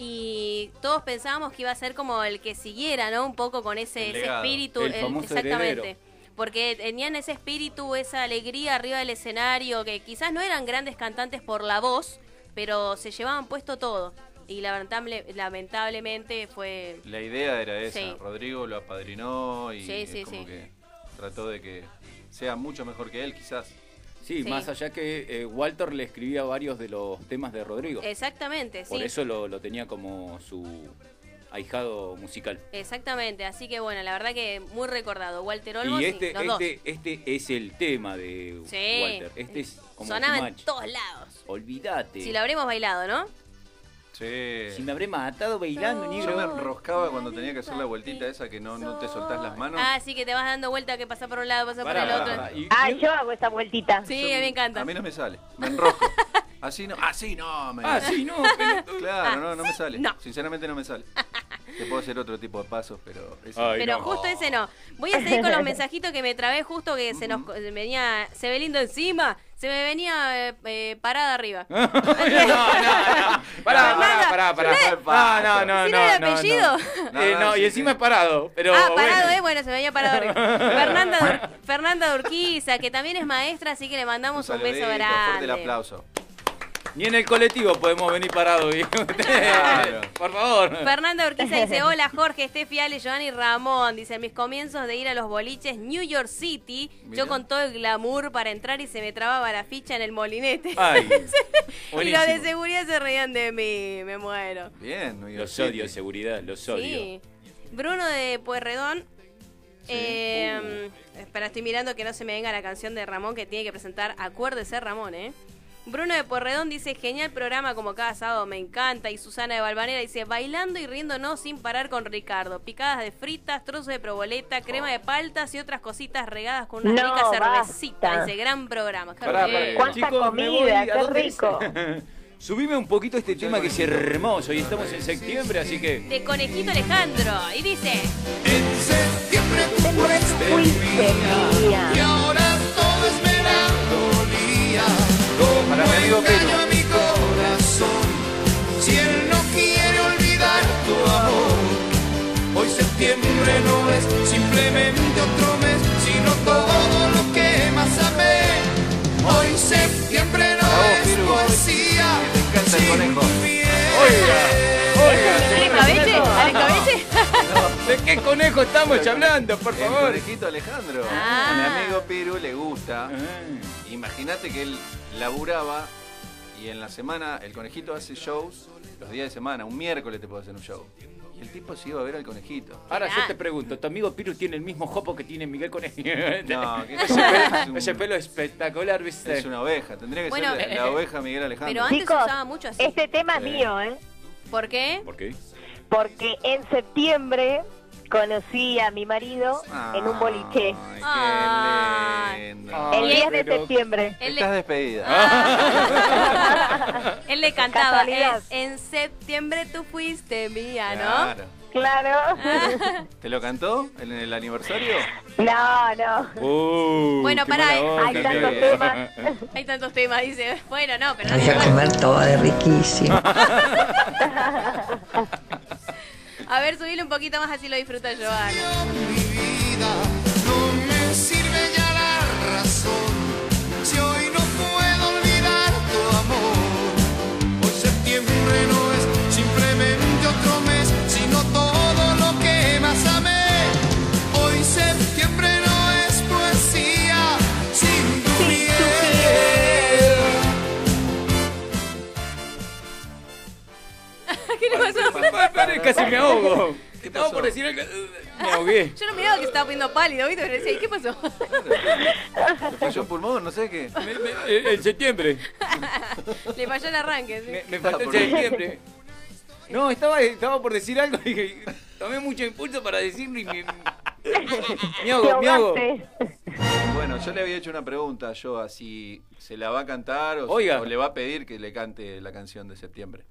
y todos pensábamos que iba a ser como el que siguiera, ¿no? Un poco con ese, El ese legado, espíritu, el famoso exactamente. heredero. Porque tenían ese espíritu, esa alegría arriba del escenario, que quizás no eran grandes cantantes por la voz, pero se llevaban puesto todo. Y lamentable, lamentablemente fue... La idea era esa. Sí. Rodrigo lo apadrinó y Sí, es sí, como sí. que trató de que sea mucho mejor que él, quizás. Sí, Sí. más allá que eh, Walter le escribía varios de los temas de Rodrigo. Exactamente, Eh, sí. Por eso lo, lo tenía como su ahijado musical. Exactamente, así que bueno, la verdad que muy recordado. Walter Olmos y y este, los dos. este, este es el tema de Sí. Walter. Este es como Sonaba too en much. todos lados. Olvídate. Si lo habremos bailado, ¿no? Sí. Si me habré matado bailando, Yo me negro. enroscaba cuando tenía que hacer la vueltita esa que no, no te soltás las manos. Ah, sí, que te vas dando vuelta, que pasa por un lado, pasa Pará, por el otro. pará, y- Ah, yo hago esa vueltita. Sí, a mí me encanta. A mí no me sale, me enrosco. Así no, así no, me Así Ah, no, pelotudo. Claro, no, no me sale. Ah, no. Sinceramente no me sale. Te puedo hacer otro tipo de pasos, pero... ese- Ay, Pero no. justo ese no. Voy a seguir con los mensajitos que me trabé justo que se nos se venía se ve lindo encima, se me venía eh, eh, parada arriba. no, no, no. Pará, Fernanda, pará, pará, pará. No, no, no, ¿Sí no. no era el no, apellido? No, Eh, no, sí, y encima es parado. Pero ah, parado, bueno. eh, bueno, se me venía parado arriba. Fernanda, Dur- Fernanda Urquiza, que también es maestra, así que le mandamos un, beso saludito, Fuerte el grande. aplauso. Ni en el colectivo podemos venir parado, viejo. Por favor. Fernanda Urquiza dice, hola Jorge, Estefi, Ale, Joan y Ramón. Dice, mis comienzos de ir a los boliches New York City, Mira. yo con todo el glamour para entrar y se me trababa la ficha en el molinete. Ah, Ay, y los de buenísimo. seguridad se reían de mí, me muero. Bien, New York Los City. odio de seguridad, los odio. Sí. Bruno de Puerredón. eh, Espera, estoy mirando que no se me venga la canción de Ramón que tiene que presentar. Acuérdese, Ramón, ¿eh? Bruno de Puerredón dice: genial programa como cada sábado, me encanta. Y Susana de Valvanera dice: bailando y riéndonos sin parar con Ricardo. Picadas de fritas, trozos de proboleta, crema de paltas y otras cositas regadas con una No, rica basta. cervecita. Dice: gran programa. Pará, Qué pará. bien. ¿Cuánta Chicos, me voy, comida? ¿a ¡Qué dónde? rico! Subime un poquito este tema que es hermoso y estamos en septiembre, así que. De Conejito Alejandro. Y dice: Después fuiste mía. Para mi amigo Pedro. Me encanta el conejo. Eh, ¿Ale Cabeche? ¿Ale Cabeche? ¿De qué conejo estamos hablando, por El favor? conejito Alejandro. Ah. A mi amigo Piru le gusta. Ah, Imagínate que él laburaba y en la semana el conejito hace shows los días de semana, un miércoles te puede hacer un show. Y el tipo se iba a ver al conejito. Ahora yo te pregunto, ¿tu amigo Piru tiene el mismo jopo que tiene Miguel Conejo? No, que Ese pelo- es, un- Ese pelo espectacular, ¿viste? es una oveja, tendría que Bueno, ser la, la oveja Miguel Ah. Alejandro. Pero antes se Chicos, usaba mucho así. Este tema es Sí. mío, ¿eh? ¿Por qué? ¿Por qué? Porque en septiembre conocí a mi marido en un boliche. Ay, Ay. qué lindo. Ay. El 10 de pero- septiembre. Él Estás le, despedida. Ah. él le cantaba, Casualidad. en, en septiembre tú fuiste mía, ¿no? Claro. Claro. ¿Te lo cantó en el aniversario? No, no. Uh, Bueno, qué pará, mala eh. onda, Hay qué tantos bien. temas. Hay tantos temas, dice. Bueno, no, pero no Voy se a puede. comer todo de riquísimo. A ver, subile un poquito más así lo disfruta Joana. ¿Qué le pasó? Ay, pará, Casi me ahogo. Estaba pasó? por decir algo. Me ahogué. Yo no miraba que se estaba poniendo pálido, ¿viste? Pero decía, ¿y qué pasó? ¿Te falló un pulmón? No sé qué. Me- me- eh, En septiembre. Le falló el arranque. Me, ¿sí? me faltó el septiembre. No, estaba, estaba por decir algo y- y tomé mucho impulso para decirlo y me. Me Te ahogo, me ahogo. ahogaste. Bueno, yo le había hecho una pregunta yo a si se la va a cantar o, si- Oiga. o le va a pedir que le cante la canción de septiembre.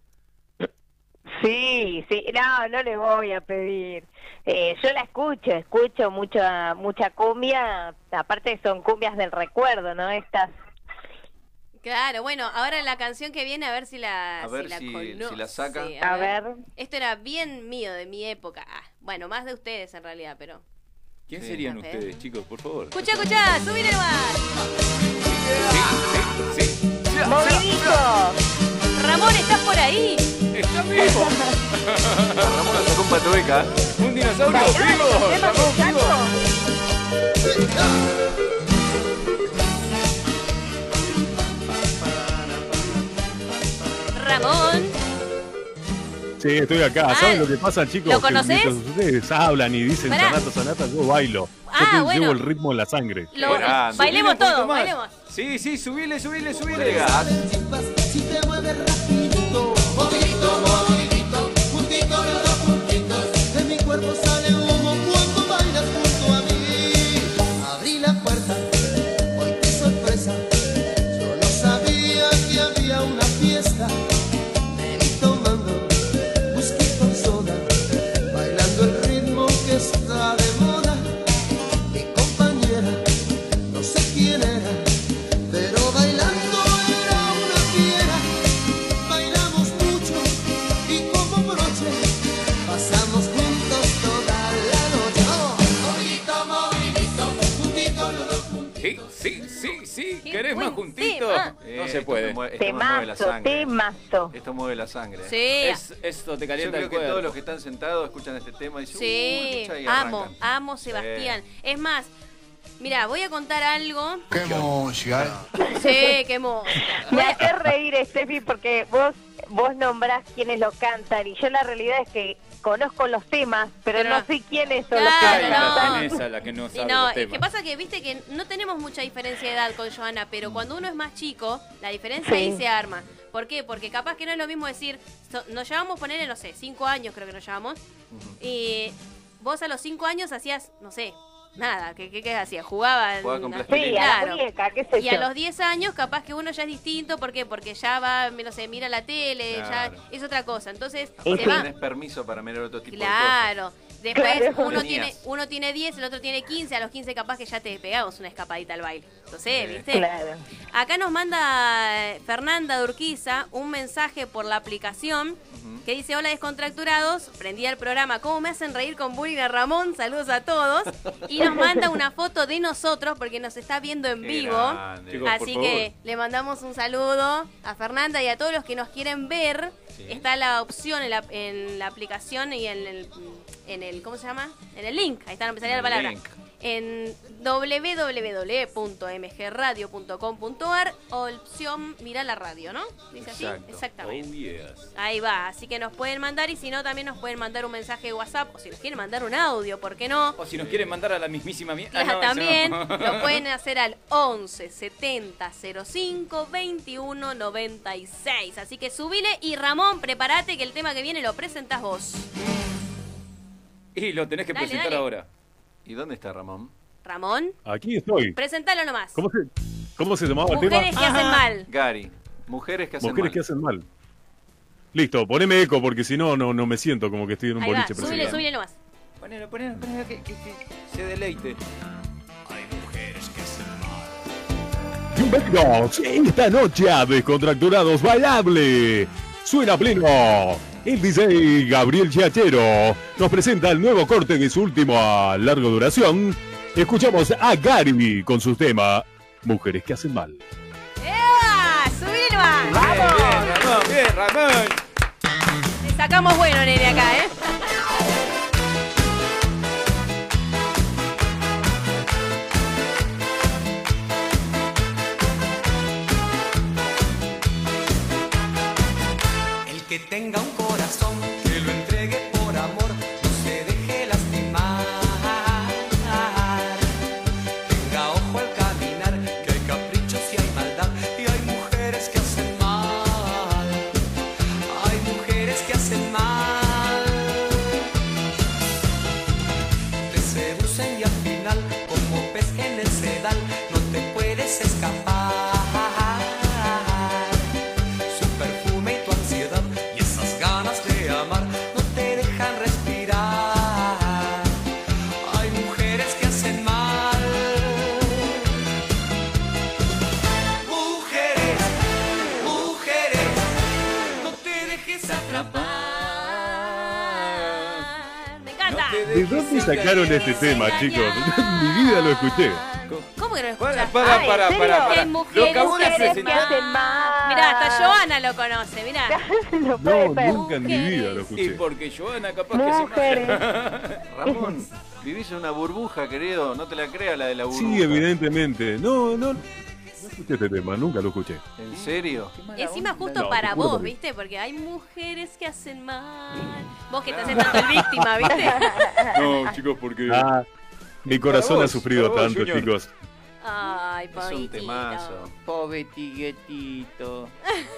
Sí, sí, no, no le voy a pedir. Eh, yo la escucho, escucho mucha mucha cumbia, aparte son cumbias del recuerdo, ¿no? Estas Claro, bueno, ahora la canción que viene, a ver si la, A ver si- conoce. si la saca. A ver. Esto era bien mío, de mi época. Ah, bueno, más de ustedes en realidad, pero. ¿Quién Sí. serían Ok. ustedes, chicos? Por favor. Escucha, escucha, subile nomás. Movidito. Ramón, ¿estás por ahí? ¡Está vivo! Ramón la sacó un patueca. ¡Un dinosaurio vivo! Bailá, ¡Ramón tema vivo! Ramón. Sí, estoy acá. Ah, ¿Saben lo que pasa, chicos? ¿lo Que conocés? mientras ustedes hablan y dicen Pará. sonata, sonata, yo bailo. Yo Ah, te- bueno. llevo el ritmo en la sangre. Lo- Grande. bailemos Subile un todo, poquito más. bailemos. Sí, sí, subile, subile, subile. Gas. Oh, Sí, sí, sí, sí. Qué ¿Querés más buen juntito? tema. Eh, no se puede. Esto me mue- esto me mueve la Temazo, sangre. temazo. Esto mueve la sangre. Sí. Es- esto te Yo calienta creo el que cuerpo. todos los que están sentados escuchan este tema y dicen, "Uy, Sí, mucha", y amo, Ah, arrancan. amo Sebastián. Es más, mira, voy a contar algo. Qué música. Sí, qué música. Me hace reír, Steffi, porque vos, vos nombrás quienes lo cantan y yo la realidad es que conozco los temas, pero, Pero- no sé quiénes son los Claro, que Ay, Ah, no. cantan. la tenesa, la que no Sí, sabe no, los es que temas. pasa que viste que no tenemos mucha diferencia de edad con Joana, pero cuando uno es más chico, la diferencia Sí. ahí se arma. ¿Por qué? Porque capaz que no es lo mismo decir, so- nos llevamos, ponerle, no sé, cinco años creo que nos llevamos, y vos a los cinco años hacías, no sé, nada, ¿qué, qué, qué hacías? Jugabas. Jugaba con a- plastilina. Sí, a Claro. la muñeca, qué sé Y yo. a los 10 años capaz que uno ya es distinto, ¿por qué? Porque ya va, no sé, mira la tele, Claro. ya es otra cosa. Entonces, Aparte se va. tenés permiso para mirar otro tipo de cosas. Claro. Después Claro. uno Tenías. tiene uno tiene 10, el otro tiene 15, a los 15 capaz que ya te pegamos una escapadita al baile. Entonces, Sí. ¿viste? Claro. Acá nos manda eh, Fernanda Durquiza un mensaje por la aplicación que dice, hola descontracturados, prendí el programa, ¿cómo me hacen reír con Bullying a Ramón? Saludos a todos. Y nos manda una foto de nosotros porque nos está viendo en Qué vivo. grande. Chicos, por Así favor. que le mandamos un saludo a Fernanda y a todos los que nos quieren ver. Sí. Está la opción en la, en la aplicación y en el, en el- ¿cómo se llama? En el link, ahí está, no me salía En la el palabra. link. En www.mgradio.com.ar, opción mira la radio, ¿no? Dice así, Exacto. exactamente. Oh, yes. Ahí va, así que nos pueden mandar y si no también nos pueden mandar un mensaje de WhatsApp o si nos quieren mandar un audio, ¿por qué no? O si nos quieren mandar a la mismísima mierda. Claro, también lo pueden hacer al 11 70 05 21 96. Así que subile y Ramón, prepárate que el tema que viene lo presentás vos. Y lo tenés que Dale, presentar dale. ahora. ¿Y dónde está Ramón? Ramón, Aquí estoy. presentalo nomás. ¿Cómo se, cómo se llamaba el tema? Mujeres que hacen mal. Gary. Mujeres que hacen Mujeres mal. que hacen mal. Listo, poneme eco porque si no, no, no me siento como que estoy en un Ahí va, boliche subile, presidente. subile nomás. Ponelo, ponelo, ponelo, que, que- que se deleite. Bienvenidos esta noche a Descontracturados Bailable. Suena pleno. El DJ Gabriel Giachero nos presenta el nuevo corte de su última larga duración. Escuchamos a Gary con su tema Mujeres que hacen mal. ¡Ea! ah! ¡Subile nomás! Bien, Ramón, bien, Ramón. Le sacamos bueno, nene, acá, ¿eh? El que tenga un corazón que lo entregue por amor, no se deje lastimar. Tenga ojo al caminar, que hay caprichos y hay maldad, y hay mujeres que hacen mal. Hay mujeres que hacen mal. Te seducen y al final, como pez en el sedal, no te puedes escapar su perfume y tu ansiedad y esas ganas de amar. ¿De dónde sacaron este tema, chicos? Mi vida lo escuché. ¿Cómo que no lo Para, escuchás? para, para, para, para. Ah, Hay mujeres Lo acabó de que presentar. hacen mal. Mirá, hasta Joana lo conoce, mirá. No puede No, ser. nunca en mi vida lo Y escuché. porque Joana capaz que se Mujeres. Ramón, vivís en una burbuja, querido. No te la creas la de la burbuja. Sí, evidentemente. No, no. No escuché este tema, nunca lo escuché. ¿En serio? Encima justo No, para te juro vos, que- ¿viste? Porque hay mujeres que hacen mal. Vos que estás entrando el víctima, ¿viste? No, chicos, porque. Ah, mi corazón Para ha vos, sufrido para vos, tanto, Junior. chicos. Ay, Es un pobrecito. temazo. Pobre tiguetito.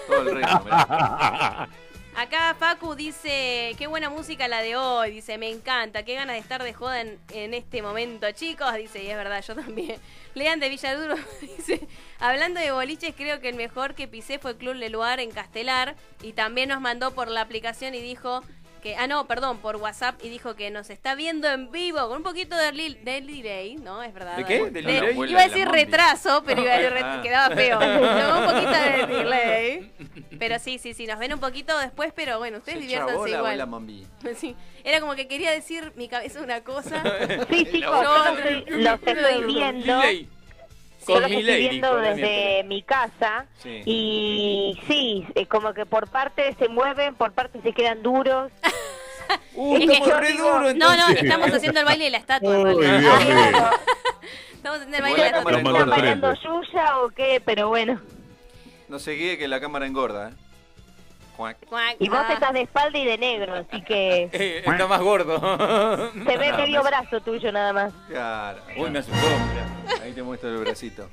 Todo el ritmo. mirá. Acá Facu dice, qué buena música la de hoy, dice, me encanta, qué ganas de estar de joda en, en este momento, chicos, dice, y es verdad, yo también. Lean de Villaduro dice, hablando de boliches, creo que el mejor que pisé fue Club Leluar en Castelar, y también nos mandó por la aplicación y dijo que, ah, no, perdón, por WhatsApp, y dijo que nos está viendo en vivo, con un poquito de, li- de delay, ¿no? Es verdad. ¿De qué? Dani. ¿De De- delay? Iba a decir Abuela de la retraso, pero iba a decir ret- Ah. quedaba feo. Con un poquito de delay. Pero sí, sí, sí, nos ven un poquito después, pero bueno, ustedes Se chavó diviértanse la abuela igual. Mambi. Sí. Era como que quería decir mi cabeza una cosa. Sí, chicos, yo los estoy- los estoy viendo. Delay. Yo Con los estoy delay, viendo dijo la desde mi casa Sí. y sí, eh, como que por parte se mueven, por parte se quedan duros. Uh, Es que estamos yo re digo- No, duro, no, entonces. estamos haciendo el baile de la estatua. Uy, hermano. Dios mío. Estamos haciendo el baile de la Buena cámara estatua. Nos mandó ¿Están engorda. al eh. frente. bailando Yuya o qué? Pero bueno. No se guíe que la cámara engorda. ¿eh? Cuac. Cuac, Y vos cuac. estás de espalda y de negro, así que Eh, está más gordo. se ve medio brazo tuyo nada más. Claro. Uy, me asustó. Ahí te muestro el bracito.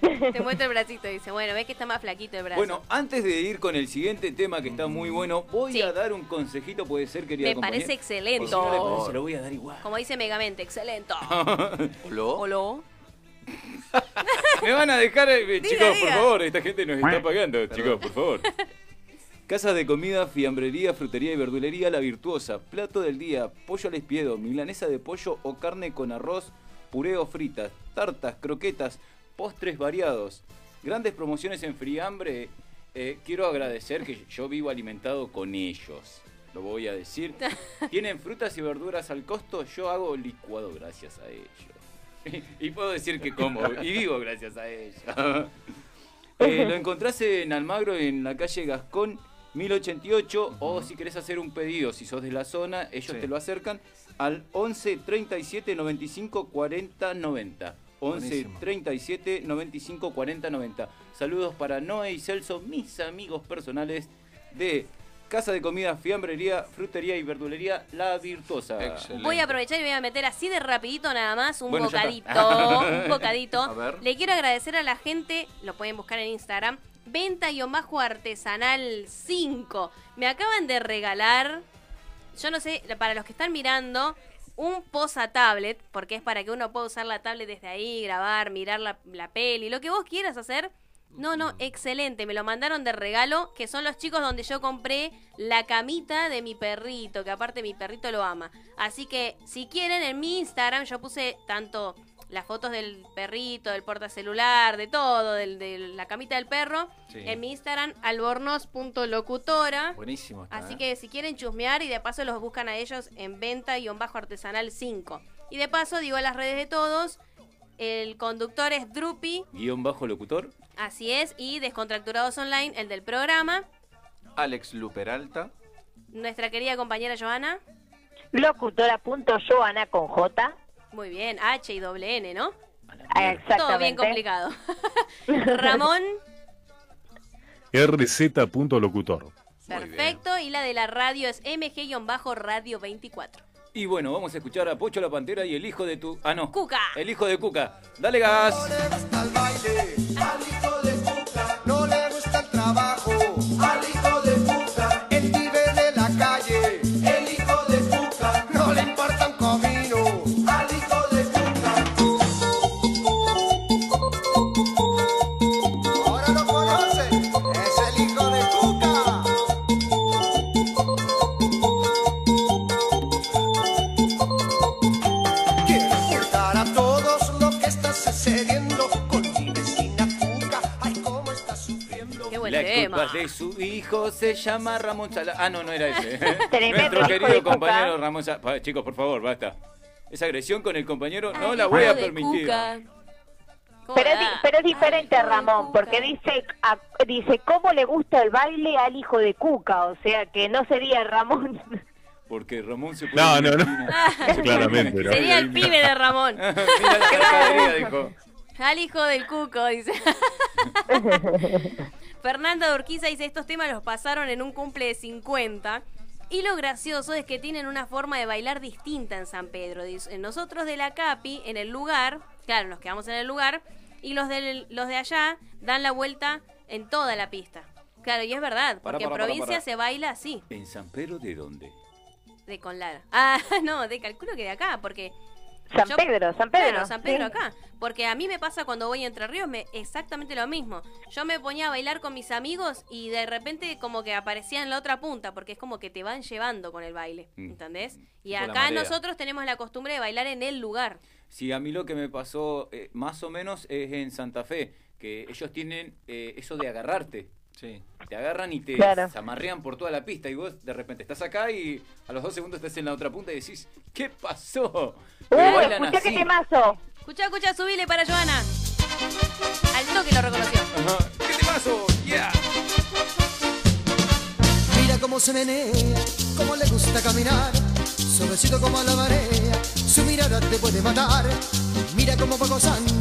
Te muestra el bracito y dice, bueno, ves que está más flaquito el brazo. Bueno, antes de ir con el siguiente tema que está muy bueno, voy Sí. a dar un consejito, puede ser, querida Me compañera. parece excelente. Porque si no le parece, se lo voy a dar igual. Como dice Megamente, excelente. ¿Oló? Hola. Me van a dejar, eh, chicos, por diga. favor, esta gente nos está pagando, chicos, por favor. Casa de comida, fiambrería, frutería y verdulería La Virtuosa. Plato del día, pollo al espiedo, milanesa de pollo o carne con arroz, puré o fritas, tartas, croquetas, postres variados. Grandes promociones en Friambre. Eh, quiero agradecer que yo vivo alimentado con ellos. Lo voy a decir. Tienen frutas y verduras al costo. Yo hago licuado gracias a ellos. Y puedo decir que como y vivo gracias a ellos. Eh, lo encontrás en Almagro, en la calle Gascón 1088. O si querés hacer un pedido, si sos de la zona, ellos Sí. te lo acercan al 11 37 95 40 90. 11 Buenísimo. 37 95 40 90. Saludos para Noé y Celso, mis amigos personales de Casa de Comida, Fiambrería, Frutería y Verdulería La Virtuosa. Excelente. Voy a aprovechar y voy a meter así de rapidito nada más un Bueno, ya bocadito, está. un A bocadito. ver. Le quiero agradecer a la gente, lo pueden buscar en Instagram, Venta y Omajo Artesanal 5. Me acaban de regalar, yo no sé, para los que están mirando, un posa tablet, porque es para que uno pueda usar la tablet desde ahí, grabar, mirar la, la peli, lo que vos quieras hacer. No, no, excelente, me lo mandaron de regalo, que son los chicos donde yo compré la camita de mi perrito, que aparte mi perrito lo ama. Así que si quieren, en mi Instagram yo puse tanto las fotos del perrito, del portacelular, de todo, del- de la camita del perro, Sí. en mi Instagram albornoz.locutora. Buenísimo. está, Así ¿eh? que si quieren chusmear y de paso los buscan a ellos en venta y bajo artesanal 5. Y de paso digo las redes de todos, el conductor es Drupi, Guión bajo locutor. así es, y Descontracturados Online, el del programa, Alex Luperalta. nuestra querida compañera Joana, Locutora.joana con J. muy bien, H y doble N, ¿no? Exactamente. Todo bien complicado. Ramón, RZ.locutor. Muy bien. perfecto, y la de la radio es MG-radio 24. Y bueno, vamos a escuchar a Pocho la Pantera y el hijo de tu... Ah, no. Cuca. El hijo de Cuca. Dale gas. al baile, al hijo de puta, no le gusta el trabajo, al hijo de puta, el vive de la calle, el hijo de puta, no le importa un comino, al hijo de puta. Ahora lo conoce, es el hijo de puta. Quiero contar a todos lo que está sucediendo con mi vecina buen La tema. culpa de su hijo se llama Ramón Sala. Ah, no, no era ese. Tremendo Nuestro hijo de querido Cuca. compañero Ramón Sala. Pa, chicos, por favor, basta. Esa agresión con el compañero no Ay, la voy a de permitir. Cuca. Pero es, di- pero es diferente, Ramón, porque dice, a- dice cómo le gusta el baile al hijo de Cuca, o sea que no sería Ramón. Porque Ramón se puede. No, ir a no, la no. esquina. Claramente, ¿no? Sería el pibe de Ramón. Mira la carcadería, dijo. Al hijo del cuco, dice. Fernanda de Urquiza dice, estos temas los pasaron en un cumple de 50. Y lo gracioso es que tienen una forma de bailar distinta en San Pedro. Dice, nosotros de la Capi, en el lugar, claro, nos quedamos en el lugar, y los de, los de allá dan la vuelta en toda la pista. Claro, y es verdad, Pará, porque en pará, pará, provincia pará. se baila así, ¿En San Pedro de dónde? de con Lara. Ah, no, de calculo que de acá, porque San Yo- Pedro, San Pedro. Claro, San Pedro sí. acá. Porque a mí me pasa cuando voy a Entre Ríos me, exactamente lo mismo. Yo me ponía a bailar con mis amigos y de repente como que aparecía en la otra punta, porque es como que te van llevando con el baile, Mm. ¿entendés? Y Tipo la acá marea. nosotros tenemos la costumbre de bailar en el lugar. Sí, a mí lo que me pasó eh, más o menos es en Santa Fe, que ellos tienen eh, eso de agarrarte. Sí. Te agarran y te Claro. zamarrean por toda la pista y vos de repente estás acá y a los dos segundos estás en la otra punta y decís, ¿qué pasó? Uh, Pero bailan escuchá que así. temazo. Escucha, escucha, subile para Joana. Al toque lo reconoció. Ajá. ¿Qué te pasó? Yeah. Mira cómo se menea, cómo le gusta caminar, suavecito como la marea, su mirada te puede matar. Mira cómo va gozando,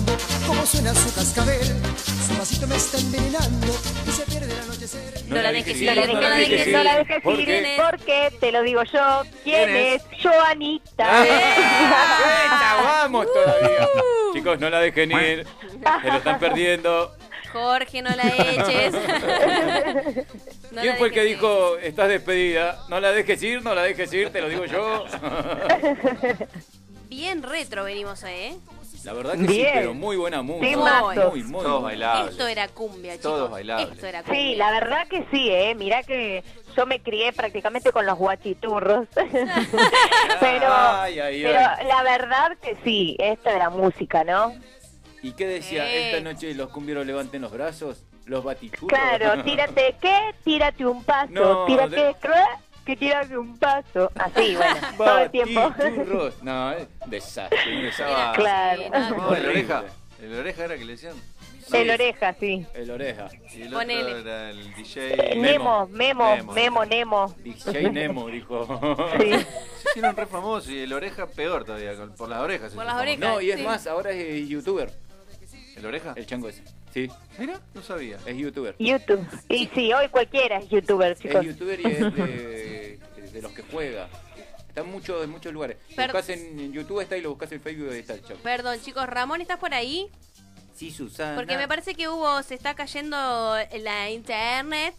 cómo suena su cascabel, su vasito me está envenenando y se pierde el anochecer. No la dejes ir, No la no la dejes dejes ir, ir. no la dejes ¿Por ir, qué? porque te lo digo yo. ¿Quién, ¿Quién es? Ah. es? Joanita. ¡Esta, vamos todavía! Uh. Chicos, no la dejen ir, se lo están perdiendo. Jorge, no la eches. No ¿Quién la fue el que dejes ir. dijo, estás despedida? No la dejes ir, no la dejes ir, te lo digo yo. Bien retro venimos, ¿eh? La verdad que sí, Bien. pero muy buena música. Temazo. Muy, muy, Todos muy. bailables. Esto era cumbia, chicos. Todos bailables. Esto era cumbia. Sí, la verdad que sí, ¿eh? Mirá que yo me crié prácticamente con los guachiturros. pero, Ay, ay, pero ay. la verdad que sí, esto era música, ¿no? ¿Y qué decía? Eh. Esta noche los cumbieros levanten los brazos, los batichurros. Claro, tírate qué, tírate un paso, No, tírate de- crué, que tírate un paso. Así, bueno, todo el tiempo. Batichurros. No, eh, desastre, un desastre. Era- Claro. sí, no, No, el oreja. El oreja era que le decían. El oreja, sí. El oreja. Y el Ponele. otro era el DJ. Nemo, Nemo, Memo, Memo, Memo. Nemo. DJ Nemo dijo. Sí. Se hicieron re famosos y el oreja peor todavía, con- por las orejas. se Por hizo las famoso. orejas. No, y es Sí. más, ahora es youtuber, ¿El oreja? el chango ese. Sí, Mira, no sabía. es youtuber. YouTube. Y sí, hoy cualquiera es youtuber, chicos. Es youtuber y es de, de los que juega. Está en muchos, en muchos lugares. Lo Per- buscas en en YouTube está y lo buscas en Facebook y está el chango. Perdón, chicos, Ramón, ¿estás por ahí? Sí, Susana. Porque me parece que Hugo se está cayendo la internet.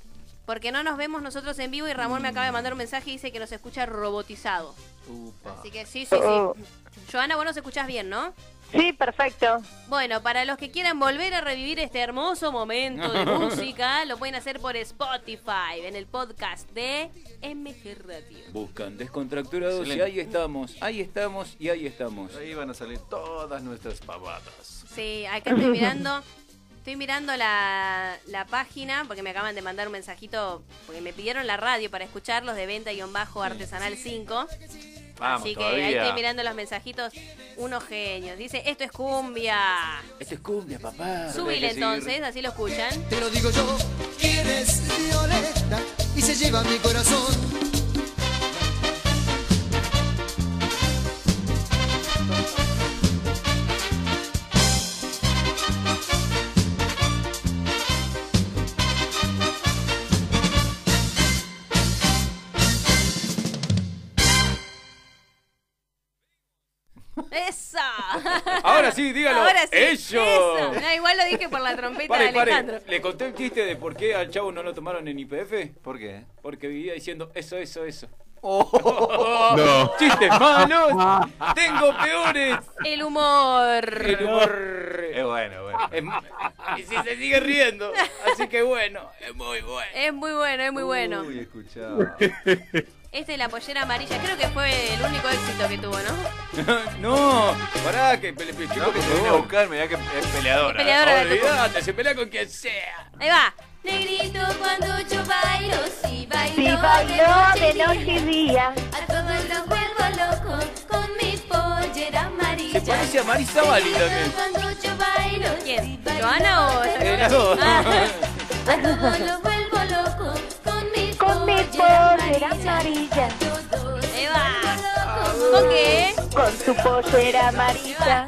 Porque no nos vemos nosotros en vivo y Ramón me acaba de mandar un mensaje y dice que nos escucha robotizado. Eh. Upa. Así que sí, sí, Oh, sí. Joana, vos nos escuchás bien, ¿no? sí, perfecto. Bueno, para los que quieran volver a revivir este hermoso momento de música, lo pueden hacer por Spotify, en el podcast de MG Radio. Buscan descontracturados Excelente. y ahí estamos, ahí estamos y ahí estamos. Ahí van a salir todas nuestras pavadas. Sí, acá estoy mirando. Estoy mirando la, la página porque me acaban de mandar un mensajito porque me pidieron la radio para escucharlos de venta-bajo artesanal 5. Vamos, así que todavía. ahí estoy mirando los mensajitos. Unos genios. Dice, esto es cumbia. Esto es cumbia, papá. Súbile seguir. entonces, así lo escuchan. Te lo digo yo, quién es Violeta y se lleva mi corazón. ¡Esa! Ahora sí, dígalo. Ahora sí. ¡Ello! eso. No, igual lo dije por la trompeta Pare, de pare. Alejandro. Le conté el chiste de por qué al chavo no lo tomaron en IPF. ¿Por qué? Porque vivía diciendo eso, eso, eso. Oh. No. ¡Chistes malos! ¡Tengo peores! El humor. El humor Es bueno, bueno. es- Y si se sigue riendo. Así que bueno, es muy bueno. Es muy bueno, es muy bueno. Uy, escuchá. Esta es la pollera amarilla. Creo que fue el único éxito que tuvo, ¿no? No, pará, que pele No, que se viene a buscar, mirá que es peleadora. Es peleadora. Olvídate, se pelea con quien sea. Ahí va. Negrito cuando yo bailo, si bailo, Si bailó de noche y día. A todos los vuelvo loco con mi pollera amarilla. Se parece a Marisa Bali también. Cuando yo bailo, si bailo ¿Joana o- de Era vos. Ah. A todos los vuelvo loco con mi Con mi pollera pollera amarilla. ¿Con qué? Con su pollera amarilla.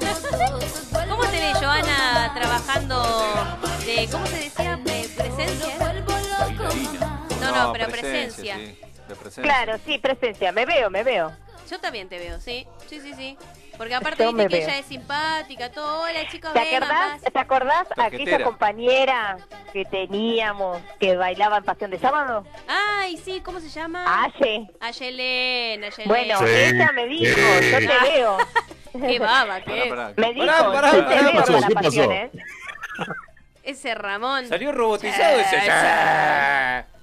¿Cómo te ve Joana trabajando de, ¿cómo se decía? Pre- presencia. era? Bailarina. No, no, pero presencia. sí, de presencia. Claro, sí, presencia. Me veo, me veo. Yo también te veo, sí. Sí, sí, sí. Porque aparte Yo viste me que veo. ella es simpática, todo. Hola, chicos, ¿Te ven, mamá. acordás, ¿Te acordás Tarjetera. aquella compañera que teníamos que bailaba en Pasión de Sábado? Ay, sí, ¿cómo se llama? Aye. Ayelen, Ayelen. Ah. Bueno, Sí, ella me dijo, yo sí. te veo. Qué eh. baba, qué. Pará, pará. Eh, Me dijo, Pará, pará, yo te pará, veo pasó? con la ¿Qué pasó? pasión, ¿eh? Ese Ramón. Eh, Salió robotizado ese.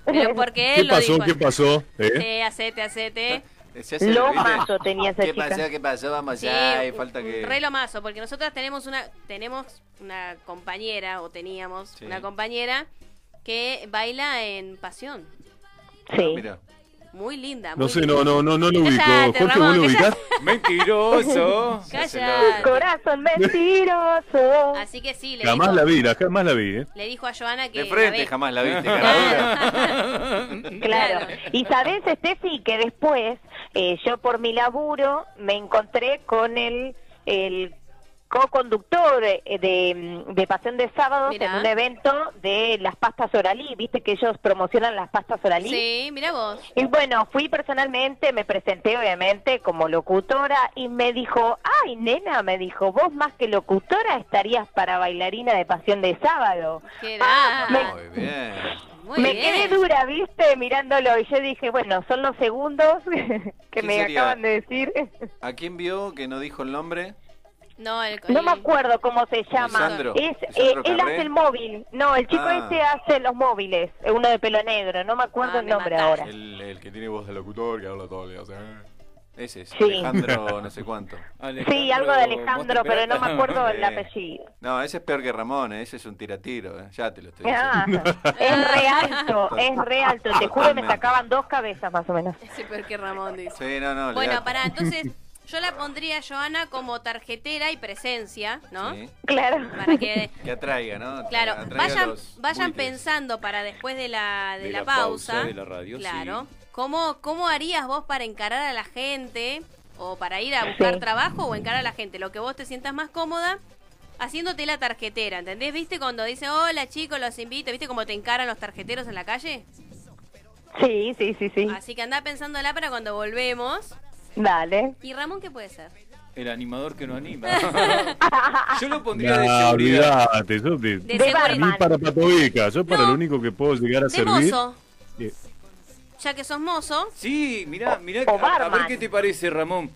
Pero porque ¿Qué él lo pasó? dijo. ¿Qué pasó? ¿Eh? Sí, acete, Ah. acete. Se hace Lo el- ¿viste? mazo tenía esa ¿Qué chica. pasó? ¿Qué pasó? Vamos Sí, allá. Ay, un- falta un que. re lomazo, porque nosotras tenemos una, tenemos una compañera, o teníamos Sí. una compañera, que baila en pasión. Sí. Mira. Muy linda. No muy sé, linda. no, no, no, no lo ubico. Cállate, Jorge, ¿vos Ramón, lo ubicás? Mentiroso. Se hace Calla. loco. Corazón mentiroso. Así que sí, le dijo, Jamás la vi, la- jamás la vi, ¿eh? le dijo a Joana que. De la frente ve. Ah, jamás la viste, caradura. Claro. Claro. Y sabes, Steffi, que después eh, yo por mi laburo me encontré con el, el co-conductor eh, de, de Pasión de Sábados Mirá. en un evento de las pastas Oralí. Viste que ellos promocionan las pastas Oralí. Sí, mira vos. Y bueno, fui personalmente, me presenté obviamente como locutora y me dijo, ay nena, me dijo, vos más que locutora estarías para bailarina de Pasión de Sábado. Qué Ah, edad. Muy bien. Muy me bien. quedé dura, viste, mirándolo y yo dije, bueno, son los segundos que ¿Quién me sería? acaban de decir. ¿A quién vio que no dijo el nombre? No, el- No el- me acuerdo cómo se llama. Lisandro. Es, Lisandro eh, él Carré. hace el móvil. No, el chico Ah. ese hace los móviles. eh, Uno de pelo negro. No me acuerdo Ah, el me nombre mataron. ahora. El, el que tiene voz de locutor, que habla todo el día. o sea, Ese es Sí. Alejandro, no sé cuánto. Sí, algo de Alejandro, pero no me acuerdo el Eh, apellido. No, ese es peor que Ramón, eh, ese es un tiratiro. eh, Ya te lo estoy diciendo. Ah, es re alto, es re alto. Te juro, me sacaban dos cabezas más o menos. Sí, pero que Ramón dice. Sí, no, no. Bueno, olvidate. pará, entonces yo la pondría a Joana como tarjetera y presencia, ¿no? Sí, Claro. Para que, Que atraiga, ¿no? claro, Atraiga vayan, los vayan buitres. pensando para después de la, de De la, la pausa, pausa, de la radio, claro, sí. ¿cómo, ¿cómo harías vos para encarar a la gente o para ir a buscar Sí. trabajo o encarar a la gente? Lo que vos te sientas más cómoda haciéndote la tarjetera, ¿entendés? ¿Viste cuando dice, hola chicos, los invito? ¿Viste cómo te encaran los tarjeteros en la calle? Sí, sí, sí, sí. Así que andá pensándola para cuando volvemos. Dale. ¿Y Ramón qué puede ser? El animador que no anima. Yo lo pondría de No, seguridad. olvidate, yo De, de- De seguridad. Para mí, para Patovica, yo para No. lo único que puedo llegar a De servir. mozo. Sí. Ya que sos mozo, Sí, mirá, mirá. O A, a ver barman. qué te parece, Ramón.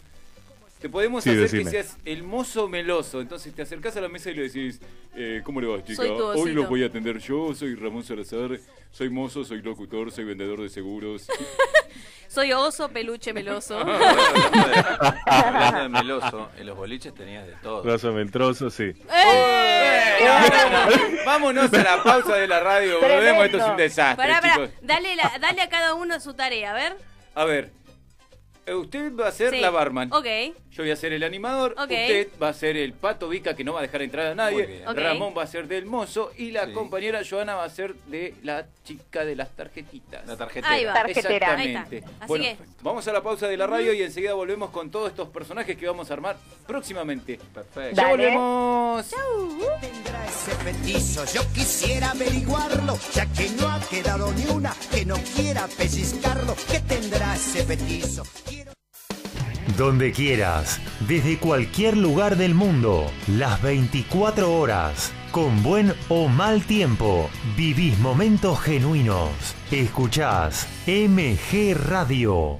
Te podemos Sí, hacer decime. que seas el mozo meloso. Entonces te acercás a la mesa y le decís, eh, ¿cómo le vas, chica? Soy tu Hoy osito. los voy a atender yo, soy Ramón Salazar, soy mozo, soy locutor, soy vendedor de seguros. soy oso, peluche, meloso. Hablando de meloso, en los boliches tenías de todo. Raza Meltroso, sí. Eh, no, no, no. Vámonos a la pausa de la radio, volvemos, esto es un desastre, Pará, pará, chicos. dale, la- dale a cada uno su tarea, a ver. A ver, eh, usted va a ser Sí. la barman. Ok. Yo voy a ser el animador, Ok. usted va a ser el pato Vica que no va a dejar entrar a Muy nadie, bien. Ok. Ramón va a ser del mozo y la Sí. compañera Joana va a ser de la chica de las tarjetitas. La Ahí tarjetera. va. Tarjetera. Exactamente. Ahí está. Así Bueno, que- vamos a la pausa de la radio y enseguida volvemos con todos estos personajes que vamos a armar próximamente. Perfecto. Ya Dale. volvemos. tendrá ese petizo? Yo quisiera averiguarlo, ya que no ha quedado ni una que no quiera pellizcarlo. ¿Qué tendrá ese petizo? Quiero- Donde quieras, desde cualquier lugar del mundo, las 24 horas, con buen o mal tiempo, vivís momentos genuinos. Escuchás MG Radio.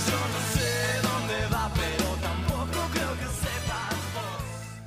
Yo no sé dónde va, pero tampoco creo que sepas vos.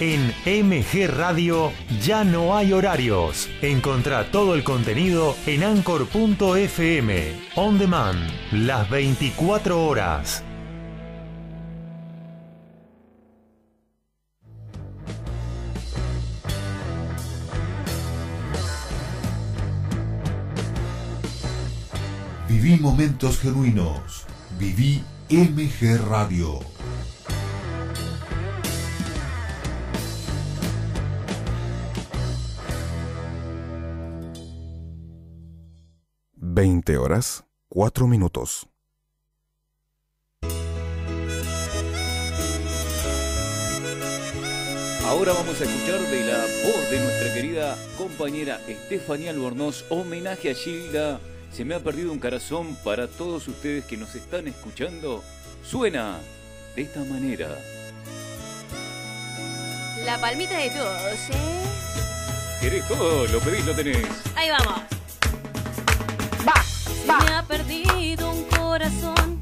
En MG Radio ya no hay horarios. Encontrá todo el contenido en anchor.fm. On demand, las 24 horas. Viví momentos genuinos. Viví MG Radio. Veinte horas, cuatro minutos. Ahora vamos a escuchar de la voz de nuestra querida compañera Estefanía Albornoz, homenaje a Gilda. Se me ha perdido un corazón para todos ustedes que nos están escuchando. Suena de esta manera. La palmita de todos, ¿eh? ¿Querés todo? Lo pedís, lo tenés. Ahí vamos. Se me ha perdido un corazón.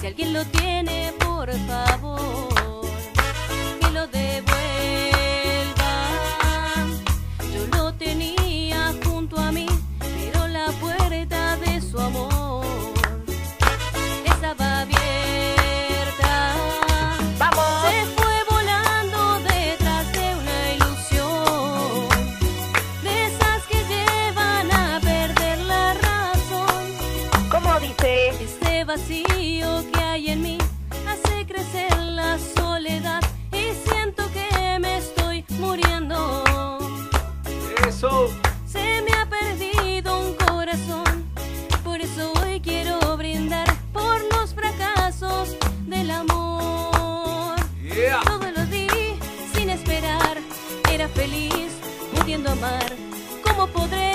Si alguien lo tiene, por favor, que lo devuelva. Yo lo tenía junto a mí, pero la puerta de su amor estaba abierta. ¡Vamos! Se fue volando detrás de una ilusión. De esas que llevan a perder la razón. ¿Cómo dice? Este vacío que hay en mí hace crecer la soledad y siento que me estoy muriendo. Eso. Se me ha perdido un corazón, por eso hoy quiero brindar por los fracasos del amor. Yeah. Todo lo di sin esperar, era feliz pudiendo amar. ¿Cómo podré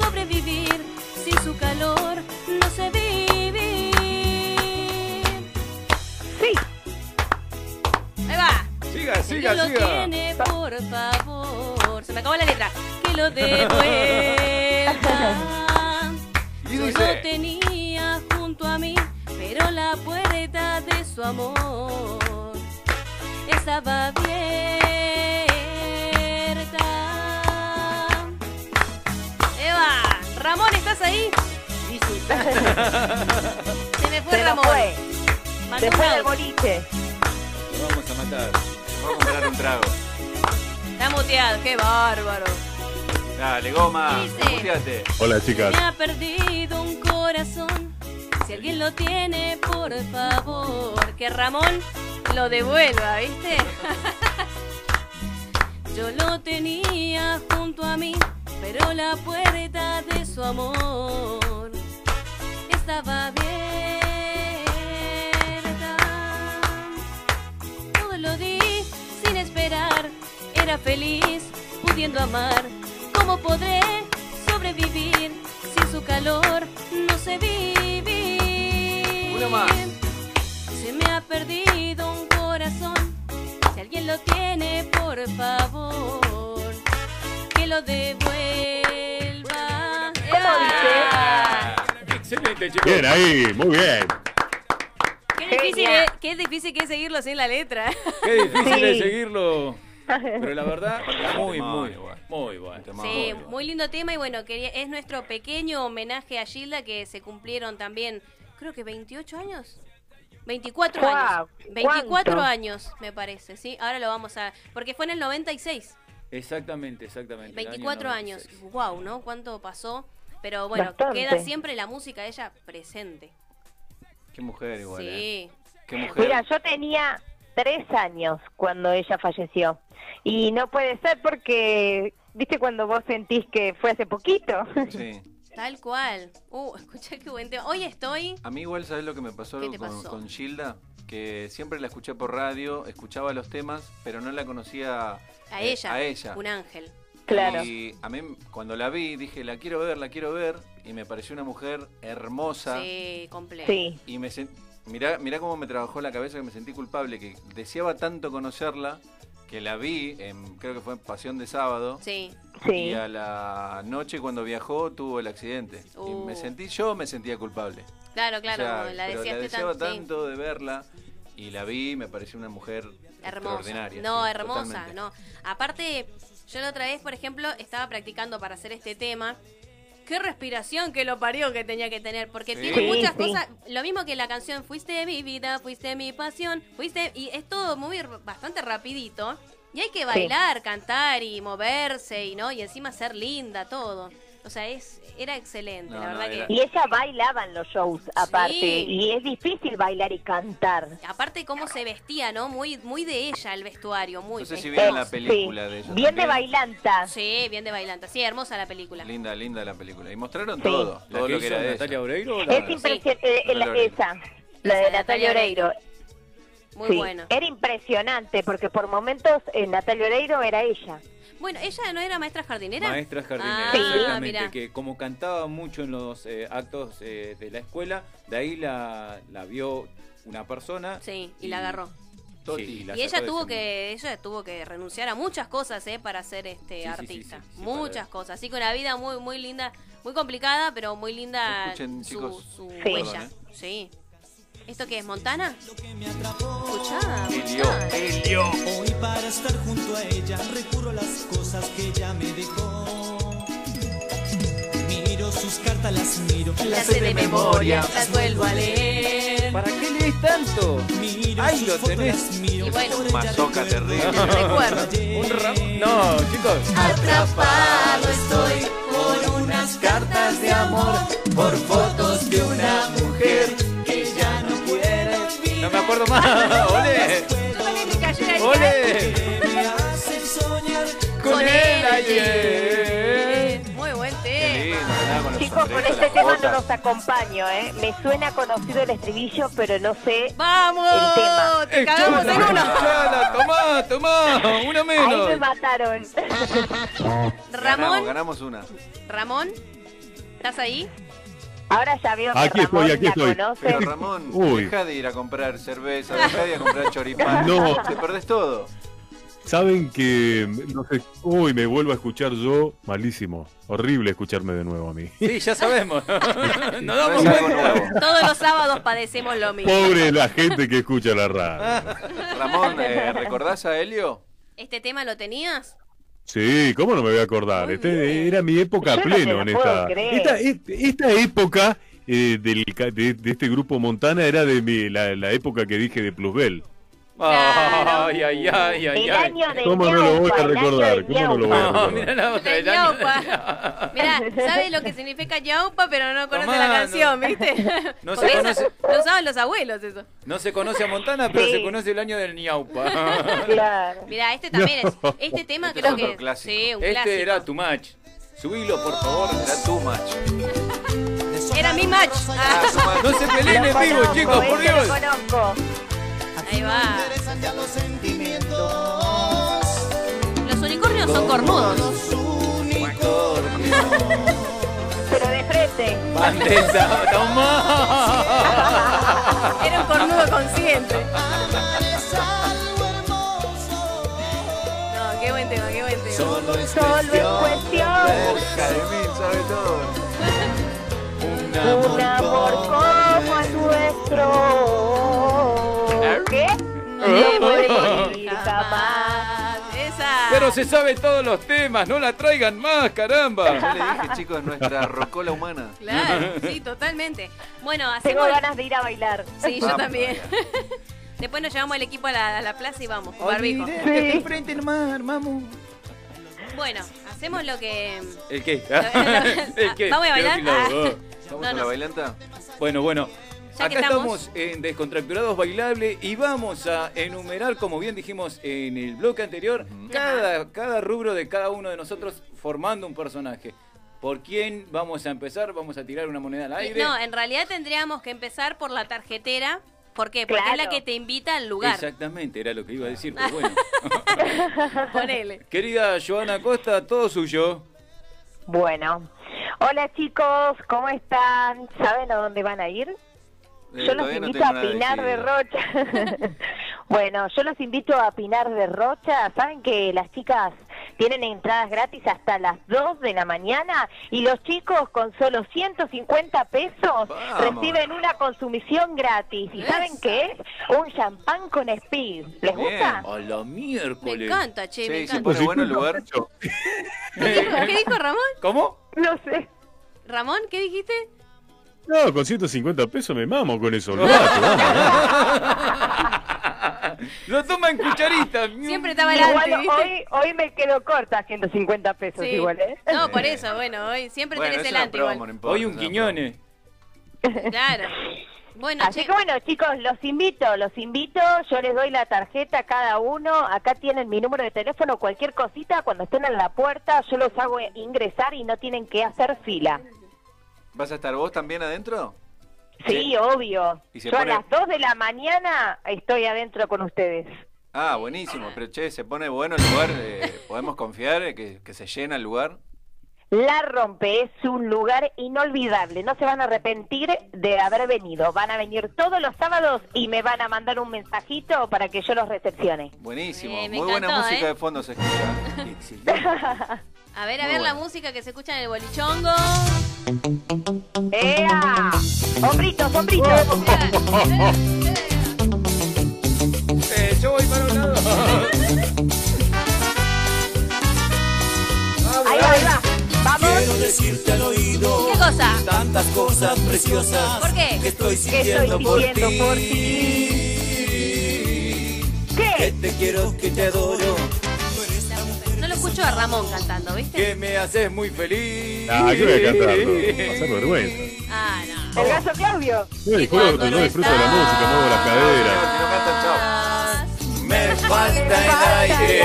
sobrevivir si su calor no sé vivir? Ahí va. Siga, Que lo tiene, por favor. Se me acabó la letra. Que lo devuelva. Y Yo dice- lo tenía junto a mí, pero la puerta de su amor estaba abierta. Eva, Ramón, ¿estás ahí? Sí, sí. Se me fue Se nos Ramón. fue. Manda un Después del audio. boliche. Lo vamos a matar. Nos vamos a dar un trago. Está muteado, qué bárbaro. Dale, goma. Muteate. Hola, chicas. Me ha perdido un corazón. Si alguien lo tiene, por favor, que Ramón lo devuelva, ¿viste? Yo lo tenía junto a mí, pero la puerta de su amor estaba abierta. Todo lo di sin esperar, era feliz pudiendo amar. ¿Cómo podré sobrevivir sin su calor? No sé vivir. Una más. Se me ha perdido un corazón. Si alguien lo tiene, por favor, que lo devuelva. Ah, Excelente, chicos. Bien, ahí, muy bien. Qué difícil, es, qué difícil que es seguirlo sin la letra. Qué difícil Sí. es seguirlo. Pero la verdad, muy, muy, muy bueno. Sí, muy lindo tema y bueno, quería- es nuestro pequeño homenaje a Gilda que se cumplieron también, creo que 28 años. 24 Guau, años. 24 ¿cuánto? años, me parece, ¿sí? Ahora lo vamos a... Porque fue en el 96. Exactamente, exactamente. el año 24 años. 96. Wow, ¿no? ¿Cuánto pasó? Pero bueno, Bastante. queda siempre la música de ella presente. Qué mujer igual, ¿eh? Sí. Qué mujer. Mira, yo tenía tres años cuando ella falleció. Y no puede ser porque, viste, cuando vos sentís que fue hace poquito. Sí. Tal cual. Uh, escucha qué buen tema. Hoy estoy... A mí igual, ¿sabes lo que me pasó, ¿Qué te con, pasó? con Gilda? Que siempre la escuché por radio, escuchaba los temas, pero no la conocía A eh, ella. A ella. Un ángel. Y a mí, cuando la vi, dije, la quiero ver, la quiero ver. Y me pareció una mujer hermosa. Sí, completo. Sí. Y me sent... mirá, mirá cómo me trabajó la cabeza que me sentí culpable, que deseaba tanto conocerla, que la vi, en, creo que fue en Pasión de Sábado. Sí. Y a la noche cuando viajó tuvo el accidente. Y me Uh. sentí, yo me sentía culpable. Claro, O claro, sea, como la pero deseaste deseaba tanto, sí. tanto de verla y la vi, me pareció una mujer Hermosa. extraordinaria. No, sí, hermosa, totalmente. no. Aparte, yo la otra vez, por ejemplo, estaba practicando para hacer este tema. Qué respiración que lo parió que tenía que tener, porque Sí. tiene Sí, muchas sí. cosas. Lo mismo que la canción Fuiste mi vida, fuiste mi pasión, fuiste. Y es todo muy r- bastante rapidito. Y hay que bailar, cantar y moverse y no, y encima ser linda, todo. O sea, es, era excelente, No, la no, verdad que. Y ella bailaba en los shows aparte. Sí. Y es difícil bailar y cantar. Aparte cómo se vestía, ¿no? Muy, muy de ella el vestuario, muy. No sé si hermoso. vieron la película de ella. también. bailanta. Sí, bien de bailanta. Sí, hermosa la película. Linda, linda la película. Y mostraron Sí. todo, ¿La todo que lo que hizo era de Natalia ella. Oreiro? Es impresionante. eh, Natalia la- Oreiro. esa, la de Natalia Oreiro. Muy Sí, buena. Era impresionante porque por momentos eh, Natalia Oreiro era ella. Bueno, ella no era maestra jardinera. Maestra jardinera, Ah, exactamente, mirá. que como cantaba mucho en los eh, actos eh, de la escuela, de ahí la, la vio una persona. Sí, y la agarró. Toti, la y sacó ella de tuvo ese mundo. que ella tuvo que renunciar a muchas cosas eh, para ser este Sí, sí, artista sí, sí, sí, muchas para- cosas así que una vida muy muy linda muy complicada pero muy linda Escuchen, su, chicos. eh. su Sí. huella sí esto qué es Montana escuchá Elio, Elio. Hoy para estar junto a ella recurro a las cosas que ella me dejó. Miro sus cartas, las miro, Las sé de memoria, las vuelvo a leer. ¿Para qué lees tanto? Miro Ahí sus lo fotos, tenés. las miro, por ella Mazoca terrible. Un ram- No, chicos. Atrapado estoy por unas cartas de amor, por fotos de una mujer que ya no quiero olvidar. No me acuerdo más. ¡Ole! ¡Ole! Me hace soñar Con él ayer. Muy buen Qué tema. lindo, ¿verdad? Con los Chicos, con sombreros, este las tema no botas. los acompaño, ¿eh? Me suena conocido el estribillo, pero no sé el tema. ¡Vamos! ¡Te cagamos en Chala, uno! chala, Tomá, tomá, una Ahí menos. me mataron. Ramón. Ganamos, ganamos una. Ramón, ¿estás ahí? Ahora ya veo Aquí estoy, aquí estoy. Pero Ramón, Uy. deja de ir a comprar cerveza, deja de ir a comprar choripán. No. Te perdés todo. Saben que. no sé- uy, me vuelvo a escuchar yo malísimo. Horrible escucharme de nuevo a mí. Sí, ya sabemos. no damos No es cuenta. Todos los sábados padecemos lo mismo. Pobre la gente que escucha la radio. Ramón, eh, ¿recordás a Helio? ¿Este tema lo tenías? Sí, ¿cómo no me voy a acordar? Este era mi Yo época no te pleno la en puedo esta, creer. esta, e- esta época eh, del ca- de, de este grupo Montana era de mi- la, la época que dije de Plusbel. Ay, ay, ay, ay, El ay. año de ¿Cómo no lo voy a Ñaupa, el año recordar? de ¿Cómo no lo voy a No, recordar? mirá la otra, el año. Ñaupa. Mirá, sabe lo que significa Ñaupa, pero no conoce Tomá, la no- canción, ¿viste? no se Porque eso conoce. Lo saben los abuelos eso. No se conoce a Montana, pero Sí. se conoce el año del Ñaupa. Mirá, este también es. Este tema Este es creo otro que. clásico. Sí, un este clásico. era tu match. Subilo, por favor, era tu match. Era mi match. Ah. No se peleen en vivo, chicos, este por Dios. Ahí va. Los unicornios son cornudos. Pero de frente. Bandesa, toma. Era un cornudo consciente. No, qué buen tema, qué buen tema. Solo es cuestión de buscar en mí, sobre todo. Un amor como el nuestro. ¿Qué? No Eh. morir jamás. Esa. Pero se sabe todos los temas, no la traigan más, Yo caramba. le dije, chicos, nuestra rocola humana. Claro, sí, totalmente. Bueno, Tengo hacemos. ganas de ir a bailar. Sí, yo Vamos, también. Después nos llevamos el equipo a la, a la plaza y vamos, con barbijo. enfrente nomás, armamos. Bueno, hacemos lo que. ¿El qué? ¿El qué? ¿Vamos a bailar? Ah. ¿Vamos No, a la no. bailanta? Bueno, bueno. Ya que Acá estamos- estamos en Descontracturados Bailable y vamos a enumerar, como bien dijimos en el bloque anterior, cada, cada rubro de cada uno de nosotros formando un personaje. ¿Por quién vamos a empezar? Vamos a tirar una moneda al aire. Eh, No, en realidad tendríamos que empezar por la tarjetera. ¿Por qué? Porque es la Claro. que te invita al lugar. Exactamente, era lo que iba a decir, pero bueno. Ponele. Querida Joana Costa, todo suyo. Bueno. Hola chicos, ¿cómo están? ¿Saben a dónde van a ir? Eh, yo los todavía no invito tengo a nada Pinar de decidido. Rocha. bueno, yo los invito a Pinar de Rocha. Saben que las chicas tienen entradas gratis hasta las 2 de la mañana y los chicos con solo 150 pesos Vamos. reciben una consumición gratis. ¿Y saben qué es? Un champán con speed. ¿Les Bien. gusta? A la Ah. Me miércoles. encanta, che, me Sí, se encanta. pone bueno el lugar. ¿Qué dijo, qué dijo Ramón? ¿Cómo? No sé. ¿Ramón? ¿Qué dijiste? No, con 150 pesos me mamo con eso. olvidate, vamos. Lo toma en cucharita. Siempre estaba adelante, Igual ¿viste? hoy, hoy me quedo corta 150 pesos Sí. igual, ¿eh? No, por eso, bueno, hoy siempre Bueno, tenés es el una ante promo, igual. no importa, Hoy un es una Quiñones. Claro. Bueno, Así che, que bueno, chicos, los invito, los invito. Yo les doy la tarjeta a cada uno. Acá tienen mi número de teléfono. Cualquier cosita, cuando estén en la puerta, yo los hago ingresar y no tienen que hacer fila. ¿Vas a estar vos también adentro? Sí, obvio. Y se Yo pone- a las 2 de la mañana estoy adentro con ustedes. Ah, buenísimo. Pero che, se pone bueno el lugar. eh, ¿Podemos confiar eh, que, que se llena el lugar? La Rompe es un lugar inolvidable. No se van a arrepentir de haber venido. Van a venir todos los sábados y me van a mandar un mensajito para que yo los recepcione. Buenísimo. Eh, me Muy buena encantó, música ¿eh? de fondo se escucha. a ver, a Muy ver la bueno. música que se escucha en el bolichongo. ¡Ea! ¡Hombritos, hombritos! Eh, yo voy para un lado. Ahí va, ahí va. Vamos. Quiero decirte al oído ¿Qué cosa? tantas cosas preciosas ¿Por que estoy qué? ¿Qué estoy sintiendo por sintiendo ti. por ti? ¿Qué? Que te quiero, que te adoro. No lo escucho a Ramón cantando, ¿viste? que me haces muy feliz. Ah, yo voy a cantarlo. Pasar vergüenza. Ah, no. ¿El gato Claudio? Yo disculpo, cuando no no disfruto de la estás- música, muevo las caderas. Si no cantan, chao. Me falta el aire.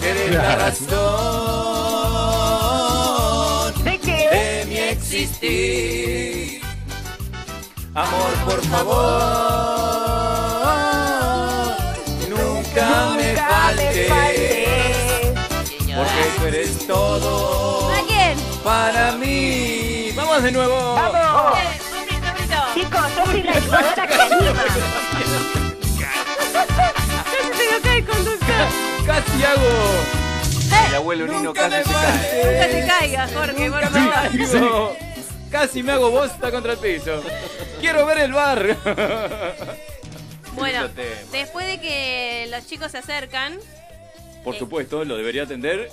Que de la razón ¿De qué? de mi existir. Amor, por favor. Nunca me Nunca me faltes. faltes. Porque tú eres todo ¿A quién? para mí. Vamos de nuevo. ¡Vamos! Eh, hombrito, hombrito. Chicos, yo soy la animadora que anima. Casi hago. El abuelo Nino Nunca casi me se cae. Nunca te caigas, Jorge, por favor. Casi hago- Casi me hago bosta contra el piso. Quiero ver el bar. Bueno, Lindo tema. después de que los chicos se acercan, Por supuesto, lo debería atender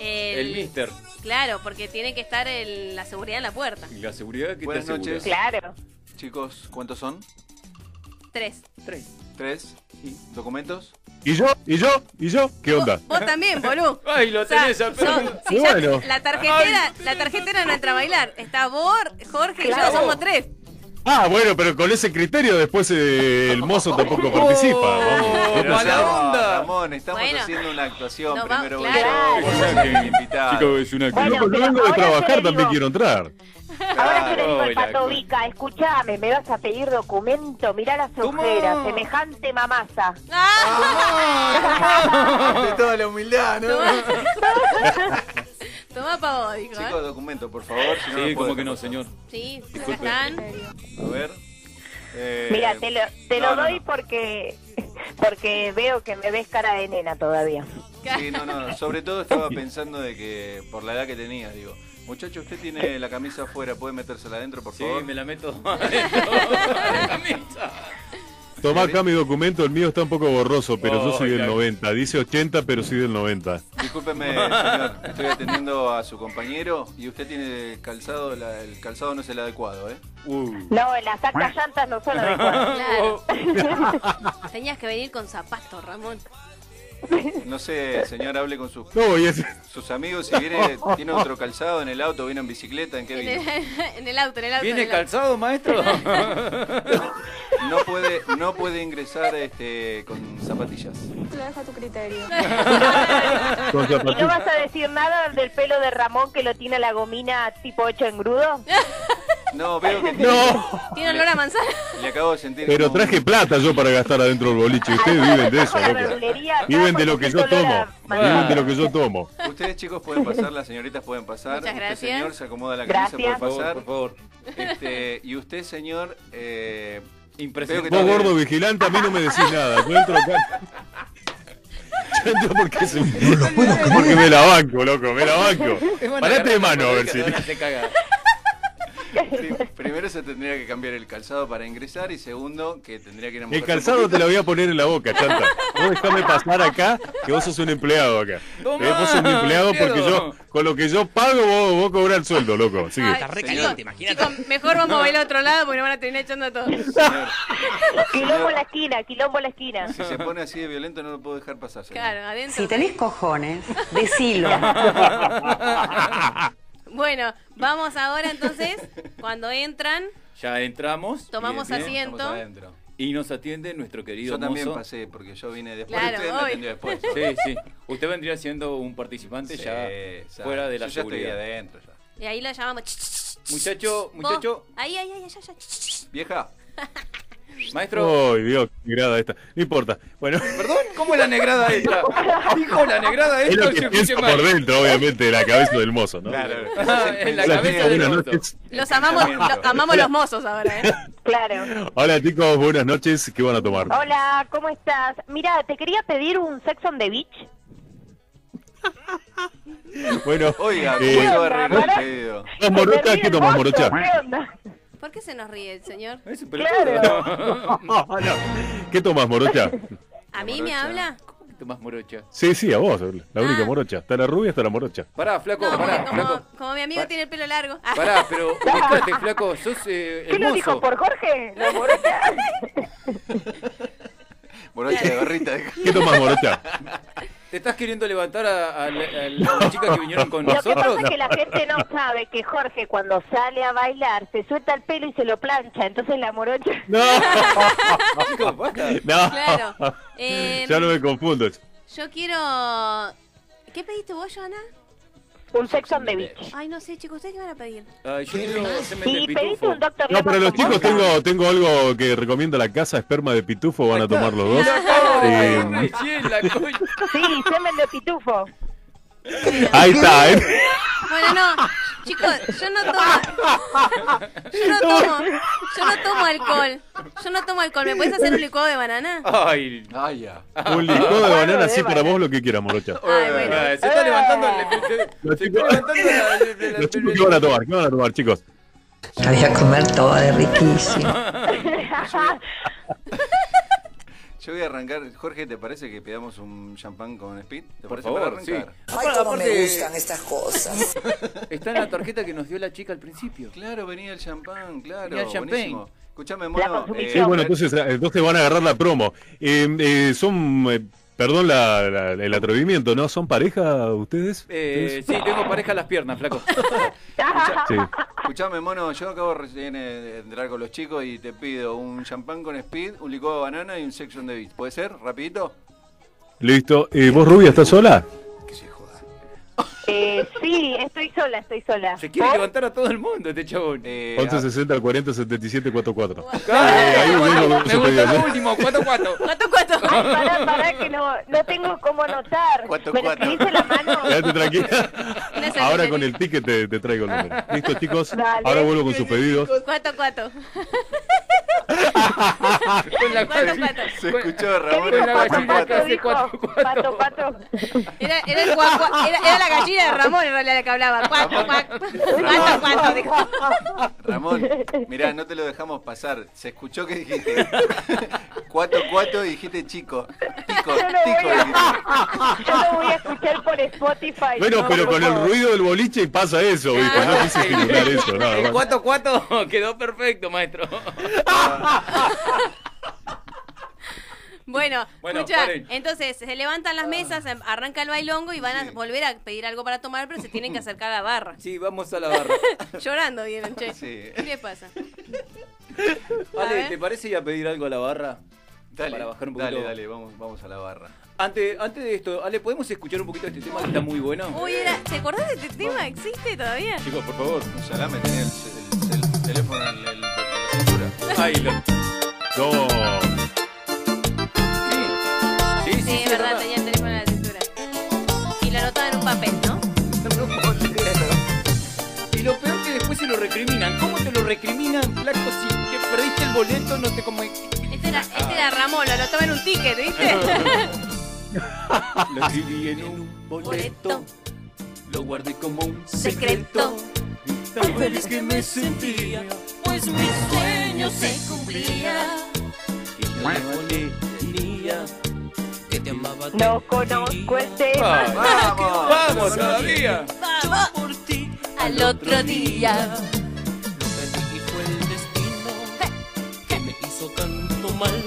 el, el mister. Claro, porque tiene que estar el- la seguridad en la puerta. Y la seguridad que Buenas te asegura. noches. Claro. Chicos, ¿cuántos son? Tres. ¿Tres? ¿Y documentos? ¿Y yo? ¿Y yo? ¿Y yo? ¿Qué onda? Vos también, bolú. Ay, lo tenés a son- si Y ya- bueno. La tarjetera, la tarjetera no entra a bailar. Está Bor, Jorge y yo, Claro. somos tres. Ah, bueno, pero con ese criterio después eh, el mozo tampoco participa. vamos. Pero, Mira, no, ya- Ramón, estamos haciendo una actuación. nos Primero vamos- voy yo, Es vos una sos el que- invitado. Chicos, es una que Bueno, yo cuando pero vengo de ahora te trabajar digo- también quiero entrar. Ahora yo le digo al Claro, pato la- Vica, escuchame, me vas a pedir documento, mirá las ojeras, semejante mamasa. Ah. Ah. Ante toda la humildad, ¿no? Tomá pa' vos, dijo. Chicos, ¿eh? documento, por favor. Si no, Sí, no como puedo. que no, señor. Sí, acá Disculpe. están. A ver. eh, Mira, te lo, te no, lo no, doy porque porque veo que me ves cara de nena todavía. Sí, no, no. Sobre todo estaba pensando de que por la edad que tenía, digo. Muchacho, usted tiene la camisa afuera, ¿puede metérsela adentro, por favor? Sí, me la meto Tomá acá mi documento, el mío está un poco borroso, pero yo soy Oh, del claro. 90. Dice 80, pero soy del 90. Discúlpeme, señor, estoy atendiendo a su compañero y usted tiene el calzado, la- el calzado no es el adecuado, ¿eh? No, las altas llantas no son adecuadas. Claro. Tenías que venir con zapatos, Ramón. No sé, señor, hable con sus, No, y es- sus amigos si viene, tiene otro calzado en el auto, viene en bicicleta, ¿en qué En viene? el, en el auto, en el auto. en el auto. calzado, maestro? No puede, no puede ingresar este, con zapatillas. Lo dejo a tu criterio. Con ¿No zapatillas. vas a decir nada del pelo de Ramón que lo tiene la gomina tipo 8 engrudo? No, veo que Tiene olor a manzana. le acabo de sentir. Pero como traje plata yo para gastar adentro del boliche. Ustedes viven de eso, loco. Viven de lo que yo tomo. Viven de lo que yo tomo. un- Ustedes chicos pueden pasar, las señoritas pueden pasar. Muchas Usted, gracias. señor, se acomoda la camisa, Gracias. puede Por favor, pasar. por favor. Este, y usted, señor, eh, veo que Vos, tiene- gordo vigilante, a mí no me decís nada. Yo entro acá. Yo entro porque, se- porque me la banco, loco, me la banco. Es buena Parate de garrafa, mano, a ver porque si. te van a hacer cagar. Pri- Primero se tendría que cambiar el calzado para ingresar y segundo que tendría que ir a El mojarse calzado un te lo poquito. voy a poner en la boca, chanta. Vos dejame pasar acá, que vos sos un empleado acá. Tomá, Eh, vos sos un empleado porque Diego. yo, con lo que yo pago, vos, vos cobrás el sueldo, loco. Sigue. Ay, chicos, chicos, mejor vamos a bailar a otro lado porque nos van a terminar echando a todos. Quilombo en la esquina, quilombo en la esquina. Si se pone así de violento no lo puedo dejar pasar. señor. Claro, adentro. Si tenés cojones, decilo. Bueno, vamos ahora entonces. Cuando entran, Ya entramos. Tomamos Bien, bien. asiento. Estamos Y nos atiende nuestro querido Yo también mozo. pasé porque yo vine después. Claro, Usted me hoy. atendió después. Sí, sí. Usted vendría siendo un participante Sí, ya ya. fuera de la Yo ya estoy seguridad. adentro ya. y ahí lo llamamos. Ch, ch, ch, ch. Muchacho, Vos, muchacho, Ahí, ahí, ahí, allá, allá. Ch, ch, ch. vieja. Maestro, Ay, Dios, qué negrada esta. No importa. Bueno, perdón, ¿cómo es la negrada esta? Dijo la negrada es esta, lo se que escucha pienso mal. por dentro, obviamente, de la cabeza del mozo, ¿no? Claro. Ah, en la Hola, cabeza chicos, del buenas mozo. noches. Los amamos, los- amamos los mozos ahora, ¿eh? Claro. Hola, chicos, buenas noches. ¿Qué van a tomar? Hola, ¿cómo estás? Mira, te quería pedir un Sex on the Beach. Bueno, Oiga, ¿cómo eh, se va a arreglar ¿vos- el pedido? ¿Vos morocha? ¿Qué tomás, morocha? ¿Por qué se nos ríe el señor? ¿Qué tomás, morocha? ¿A mí me habla? Tomás morocha. Sí, sí, a vos, la Ah. única morocha. Está la rubia, está la morocha. Pará, flaco, No, pará, porque flaco. como, como mi amigo tiene el pelo largo. Ah, Pará, pero ubicate, flaco, sos eh, el mozo. Jorge? Borracha de barrita. ¿Qué tomás, morocha? ¿Te estás queriendo levantar a, a la, a la- a las chicas que vinieron con Lo que nosotros? pasa es que la gente no sabe que Jorge cuando sale a bailar se suelta el pelo y se lo plancha, entonces la morocha... No. no. Claro. Eh, ya no me confundo. Yo quiero... ¿Qué pediste vos, Joana? Un Sex on the Beach. Ay, no sé, chicos, ¿ustedes qué van a pedir? Ay, yo quiero hacerme Y de pediste pitufo. un Dr. No, para Lemon los con chicos vodka. tengo, tengo algo que recomienda la casa, esperma de pitufo, van a tomar los dos. Eh, Recién la coña. Sí, semen de pitufo. ahí está, ¿eh? Bueno, no, chicos, yo no tomo. Yo no tomo. Yo no tomo alcohol. Yo no tomo alcohol. ¿Me puedes hacer un licuado de banana? Ay, Ah. ay, ya. Un licuado de banana, Ah, sí, para vos lo que quieras, morocha. Ay, Se Ah. está levantando el- se- Los se chicos, está levantando la- la- la- los chicos, ¿qué van a tomar? ¿Qué van a tomar, chicos? La voy a comer toda de riquísimo. Yo voy a arrancar. Jorge, ¿te parece que pidamos un champán con Speed? ¿Te Por parece favor, para sí. arrancar? Ay, cómo me gustan estas cosas. Está en la tarjeta que nos dio la chica al principio. Claro, venía el champán, claro. Venía el champagne. buenísimo. Escuchame, mono. eh, Sí, bueno, entonces, eh, entonces van a agarrar la promo. Eh, eh, son, eh, perdón la- la- el atrevimiento, ¿no? ¿Son pareja ustedes? Eh, sí, tengo pareja a las piernas, flaco. Sí. Escuchame, mono, yo acabo recién eh, de entrar con los chicos y te pido un champán con speed, un licuado de banana y un section de beats. ¿Puede ser? ¿Rapidito? Listo. Eh, ¿Vos, Rubia, estás sola? Eh, sí, estoy sola, estoy sola. Se quiere levantar a todo el mundo este chabón. Eh, ah, Ah, 1160 40 77 44. me vengo, gusta- no me se gusta podía, lo ¿no? último, cuatro, cuatro. Ay, pará, pará, que no, no tengo cómo anotar. Cuatro, ¿Me lo cuatro. escribís en la mano? Quédate tranquila. Ahora con el ticket te, te traigo el número. Listo, chicos. Dale. Ahora vuelvo con sus pedidos. Cuatro, cuatro. Con la Cuatro, cuatro. Se escuchó, Ramón. Ramón. la gallina que hace cuatro, cuatro. Era, era, el cuac, cuac, era, era la gallina de Ramón en realidad la que hablaba. Cuac, cuac. Cuatro, cuatro, dijo. Ramón, mirá, no te lo dejamos pasar. Se escuchó que dijiste 4-4 y dijiste chico. Tico, Yo lo tico. voy a- dijiste. Yo lo voy a escuchar por Spotify. Bueno, No, pero por con el favor. ruido del boliche pasa eso, ¿viste? No quise titular eso, nada El más. cuatro, cuatro quedó perfecto, maestro. Bueno, Bueno, escucha, paren. entonces se levantan las mesas, em- arranca el bailongo y van a volver a pedir algo para tomar, pero se tienen que acercar a la barra. Sí, vamos a la barra. Llorando vienen, che. Sí. ¿Qué le pasa? Ale, ¿te parece ir a pedir algo a la barra? Dale, Para bajar un poquito. dale, dale, vamos, vamos a la barra. Antes, antes de esto, Ale, ¿podemos escuchar un poquito de este tema que está muy bueno? Uy, era, ¿te acordás de este tema? ¿Existe todavía? Chicos, por favor. Un salame tenía el, el- el teléfono en, el- en la cintura. Ahí lo. No. Sí, Sí, es verdad, tenía el teléfono en la cintura. Y lo anotaba en un papel, ¿no? Y lo peor que después se lo recriminan. ¿Cómo te lo recriminan, flaco? Si te perdiste el boleto, no te como... Este era, este Ah. era Ramón, lo anotaba en un ticket, ¿viste? Lo escribí en un boleto. Lo guardé como un Secreto. Tan feliz que me sentía. Pues mi sueño se cumplía. Que yo le tenía. Que te amaba. No conozco el tema. Ah, Vamos, vamos todavía. Vamos por ti al otro día. Y fue el destino que me hizo tanto mal.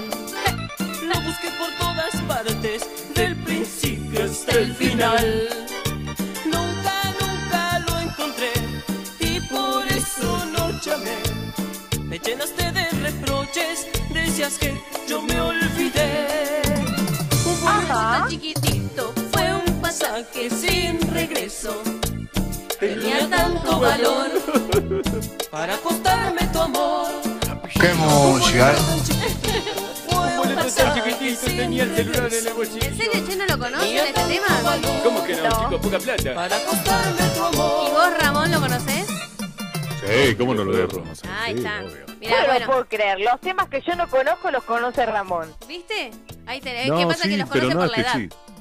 Lo busqué por todas partes, del principio hasta el final. Nunca, nunca lo encontré y por eso no llamé. Me llenaste de reproches, decías que yo me olvidé. Un vuelo tan chiquitito fue un pasaje sin regreso. Tenía tanto valor para acostarme tu amor. Qué música, ¿eh? Fue un pasaje Tenía el celular en el bolsillo. ¿En serio, che, no lo conocen este tema? ¿Cómo que no, chicos? Poca plata. ¿Y vos, Ramón, lo conocés? Sí, ¿cómo no lo dejo? Ahí está. Yo Mirá, no bueno, puedo creer. Los temas que yo no conozco los conoce Ramón. ¿viste? Ahí tenés. Eh, ¿Qué No, pasa? que sí, los pero conoce no este por es la que edad. sí.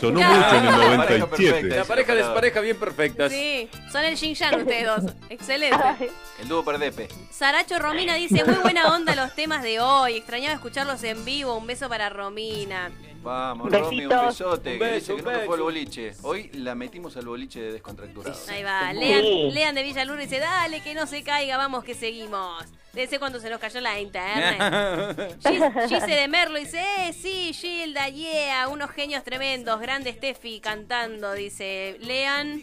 Sonó mucho en el La pareja 97. perfecta, La pareja despareja bien perfectas. Sí, son el Jin Yang ustedes dos. Excelente. El dúo perdepe. Saracho Romina dice, muy buena onda los temas de hoy. Extrañaba escucharlos en vivo. Un beso para Romina. Vamos, Besitos. Romy, un besote. Un que beso, dice que un no se beso. fue al boliche. Hoy la metimos al boliche de descontracturado. Ahí va. Lean, Lean de Villaluna dice, dale, que no se caiga, vamos que seguimos. Desde cuando se nos cayó la internet. Gis- Gise de Merlo dice, eh, sí, Gilda, yeah, unos genios tremendos, grande Steffi cantando, dice, lean.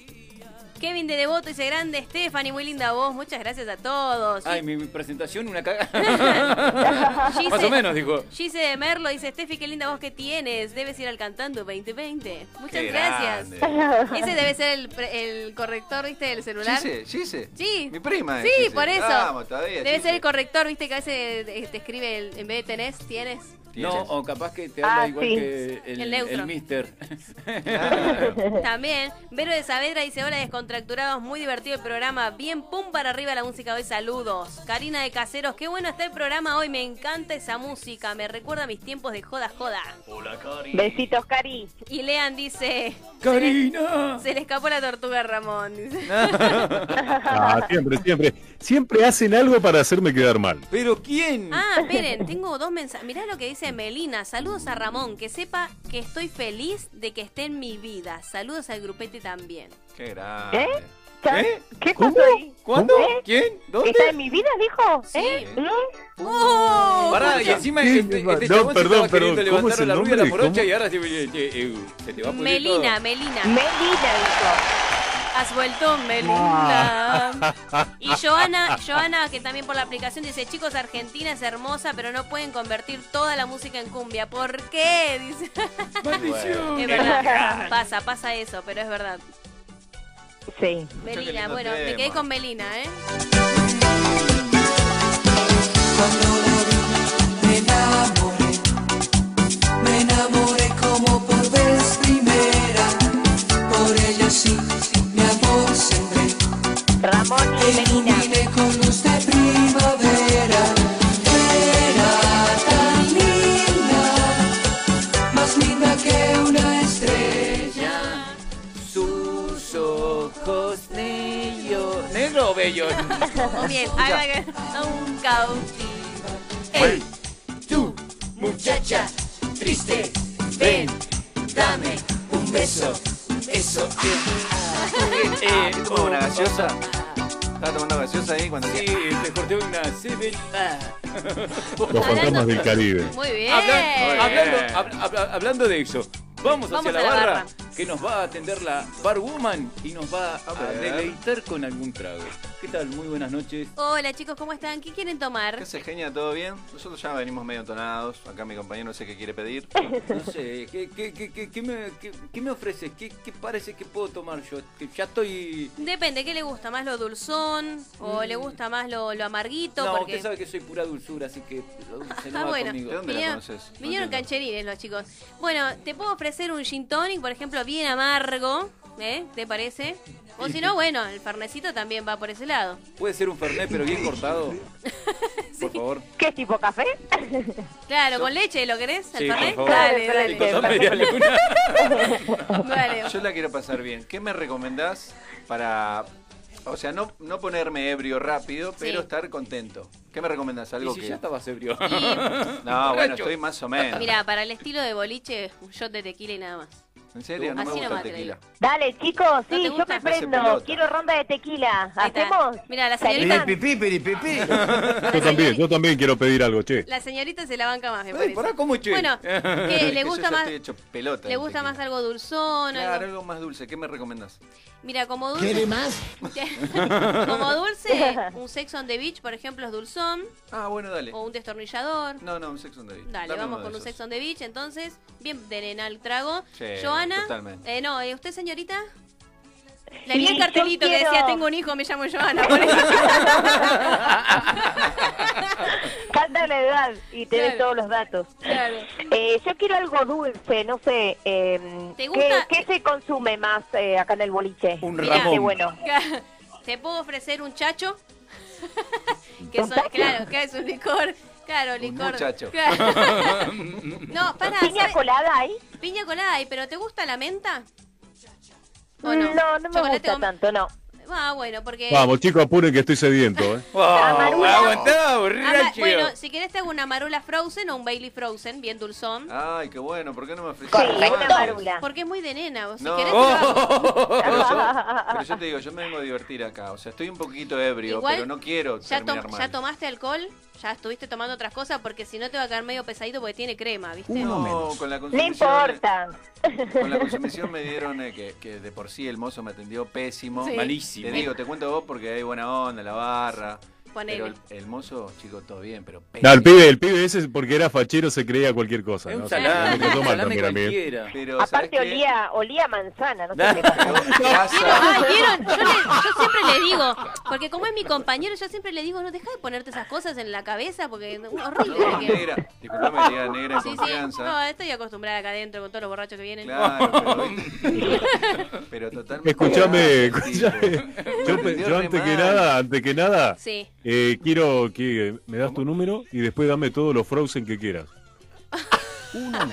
Kevin de Devoto dice, grande Stephanie, muy linda voz, muchas gracias a todos. Ay, mi mi presentación, una cagada. Gise- Más o menos, dijo. Gise de Merlo dice, Steffi, qué linda voz que tienes, debes ir al Cantando 2020. Muchas Qué gracias. grande. Ese debe ser el, pre- el corrector, viste, del celular. Gise, Gise. Sí. Mi prima es Sí, Gise. por eso. Vamos, todavía, Debe Gise. ser el corrector, viste, que a veces eh, te escribe, el- en vez de tenés, tienes. No, Tienes. o capaz que te habla Ah, igual sí. que el, El neutro. el mister. También, Vero de Saavedra dice, hola descontracturados, muy divertido el programa, bien pum para arriba la música hoy, saludos. Karina de Caseros, qué bueno está el programa hoy, me encanta. encanta esa música, me recuerda a mis tiempos de joda joda. Hola, Cari. Besitos, Cari. Y Lean dice... ¡Karina! Se le escapó la tortuga a Ramón, dice. Ah, siempre, siempre. Siempre hacen algo para hacerme quedar mal. ¿Pero quién? Ah, esperen, tengo dos mensajes. Mirá lo que dice Melina. Saludos a Ramón, que sepa que estoy feliz de que esté en mi vida. Saludos al grupete también. Qué ¿Eh? grande. ¿Qué? ¿Eh? ¿Qué pasó ahí? ¿Cuándo? ¿Eh? ¿Quién? ¿Dónde? ¿Está en mi vida, dijo? ¿Eh? ¿Mm? Pará, y Escucha. encima Sí, este, va- este no, chabón se perdón, estaba pero queriendo ¿cómo levantar es a el la rubia nombre? la morocha ¿Cómo? y ahora se, eh, eh, eh, se te va a poner Melina, todo. Melina. Melina, dijo. Has vuelto Melina. Y Joana, Johanna Joana, que también por la aplicación dice, chicos, Argentina es hermosa, pero no pueden convertir toda la música en cumbia. ¿Por qué? Dice. ¡Maldición! Es verdad. Pasa, pasa eso, pero es verdad. Sí. Melina, lindo bueno, me quedé tema. con Melina, ¿eh? Me enamoré, me enamoré como por vez primera, por ella sí, mi amor sembré. Ramón Iluminé con luz de primavera, era tan linda, más linda que una estrella. Sus ojos negros. ¿Negro o bello? Muy bien, ahora que un cauti. Ey, Muchacha triste, ven, dame un beso, eso es. Eh, ¿Tuvo una gaseosa? ¿Estaba tomando gaseosa ahí cuando Sí, te corté una Seven. Ah. Los fantasmas del Caribe. Muy bien. Hablan- hablando, hab- hab- hablando de eso, vamos, Vamos hacia a la, la barra, barra. que nos va a atender la barwoman y nos va a, ver. deleitar con algún trago. ¿Qué tal? Muy buenas noches. Hola chicos, ¿cómo están? ¿Qué quieren tomar? ¿Qué se genia? ¿Todo bien? Nosotros ya venimos medio tonados. Acá mi compañero no sé qué quiere pedir. No sé, ¿qué, qué, qué- qué- qué me, qué- qué me ofreces? ¿Qué, qué parece que puedo tomar yo? Que ya estoy... Depende, ¿qué le gusta más lo dulzón o le gusta más lo, lo amarguito? Mm. No, porque... usted sabe que soy pura dulzura, así que lo dulce no Ah, va bueno, conmigo. vinieron, vinieron cancherines los chicos. Bueno, te puedo ofrecer un gin tonic, por ejemplo, bien amargo, ¿eh? ¿Te parece? O si no, bueno, el farnecito también va por ese lado. ¿Puede ser un Fernet, pero bien cortado? Por favor. ¿Qué tipo café? Claro, con leche, ¿lo querés? ¿El Sí, por fernet? favor. Dale, Y con dale. dos media luna. Dale. Yo la quiero pasar bien. ¿Qué me recomendás para... O sea, no, no ponerme ebrio rápido, Sí. pero estar contento. ¿Qué me recomendás? Algo ¿Y si que... ya estabas ebrio? No, bueno, estoy más o menos. Mira, para el estilo de boliche, un shot de tequila y nada más. En serio, no Así me gusta nomás el te tequila. Dale, chicos, sí, yo me Me hace prendo. pelota. Quiero ronda de tequila. ¿Hacemos? Mira, la señorita- Pipí, pipí. Yo también, yo también quiero pedir algo, che. La señorita se la banca más, me Ay, parece. pará, ¿cómo che? Bueno, que Es le que yo gusta ya más, estoy hecho pelota. le del gusta más tequila. algo dulzón, algo- Claro, algo más dulce. ¿Qué me recomendás? Mira, como dulce. más? como dulce, un sex on the beach, por ejemplo, es dulzón. Ah, bueno, dale. O un destornillador. No, no, un sex on the beach. Oh. Dale, Dame vamos uno con de un esos. sex on the beach, entonces. Bien denena el trago. Sí, Joana. totalmente. eh, no, ¿y usted, señorita? Le Y vi el yo cartelito que quiero- decía, tengo un hijo, me llamo Joana. por eso. Falta la edad y te Claro. doy todos los datos. Claro. Eh, yo quiero algo dulce, no sé. eh, ¿Te ¿qué- gusta? ¿qué, se consume más eh, acá en el boliche? Un Qué Ramón. bueno. ¿Te puedo ofrecer un chacho? que ¿Un son- chacho? claro, que es un licor. Claro, licor. muchacho. Claro. no, para. ¿Piña colada ahí? Piña colada hay, pero ¿te gusta la menta? ¿O no? No, Mm, no, me Chocolate gusta con- tanto, no. Ah, bueno, porque. Vamos, chicos, apuren que estoy sediento, Oh, ¿eh? Amarula. aguantá, Ah, borracho. bueno, si querés te hago una marula frozen o un Bailey frozen, bien dulzón. Ay, qué bueno, ¿por qué no me ofreciste? Sí, antes? una marula. Porque es muy de nena, vos. Si No. Oh. querés te lo hago. Pero yo, pero yo te digo, yo me vengo a divertir acá. O sea, estoy un poquito ebrio, Igual, pero no quiero Ya, terminar tom- mal. ya tomaste alcohol, ya estuviste tomando otras cosas, porque si no te va a quedar medio pesadito porque tiene crema, Uh. ¿viste? no, con la No consumición, importa. Con la consumición me dieron eh, que, que de por sí el mozo me atendió pésimo. Sí. Malísimo. Te digo, te cuento vos porque hay buena onda, la barra. Ponele. Pero el, el mozo, chico, todo bien, pero pésimo. No, el pibe, el pibe ese porque era fachero se creía cualquier cosa. Es ¿no? un Se salame, empezó un mal salame también a mí. cualquiera. Pero, ¿sabes Aparte qué? olía, olía a manzana, no sé qué ¿Qué pasa? Ah, ¿vieron? Yo, le- yo siempre le digo, porque como es mi compañero, yo siempre le digo, no deja de ponerte esas cosas en la cabeza, porque es horrible. No, que- negra. Disculpame, tía negra en Sí, sí, confianza. no, estoy acostumbrada acá adentro con todos los borrachos que vienen. Claro, pero, pero totalmente. Escuchame, Ah, sí, escuchame. Me Yo, atendió yo re antes que mal. nada, antes que nada, Sí. Eh, quiero que me das tu número y después dame todos los Frozen que quieras. Mira,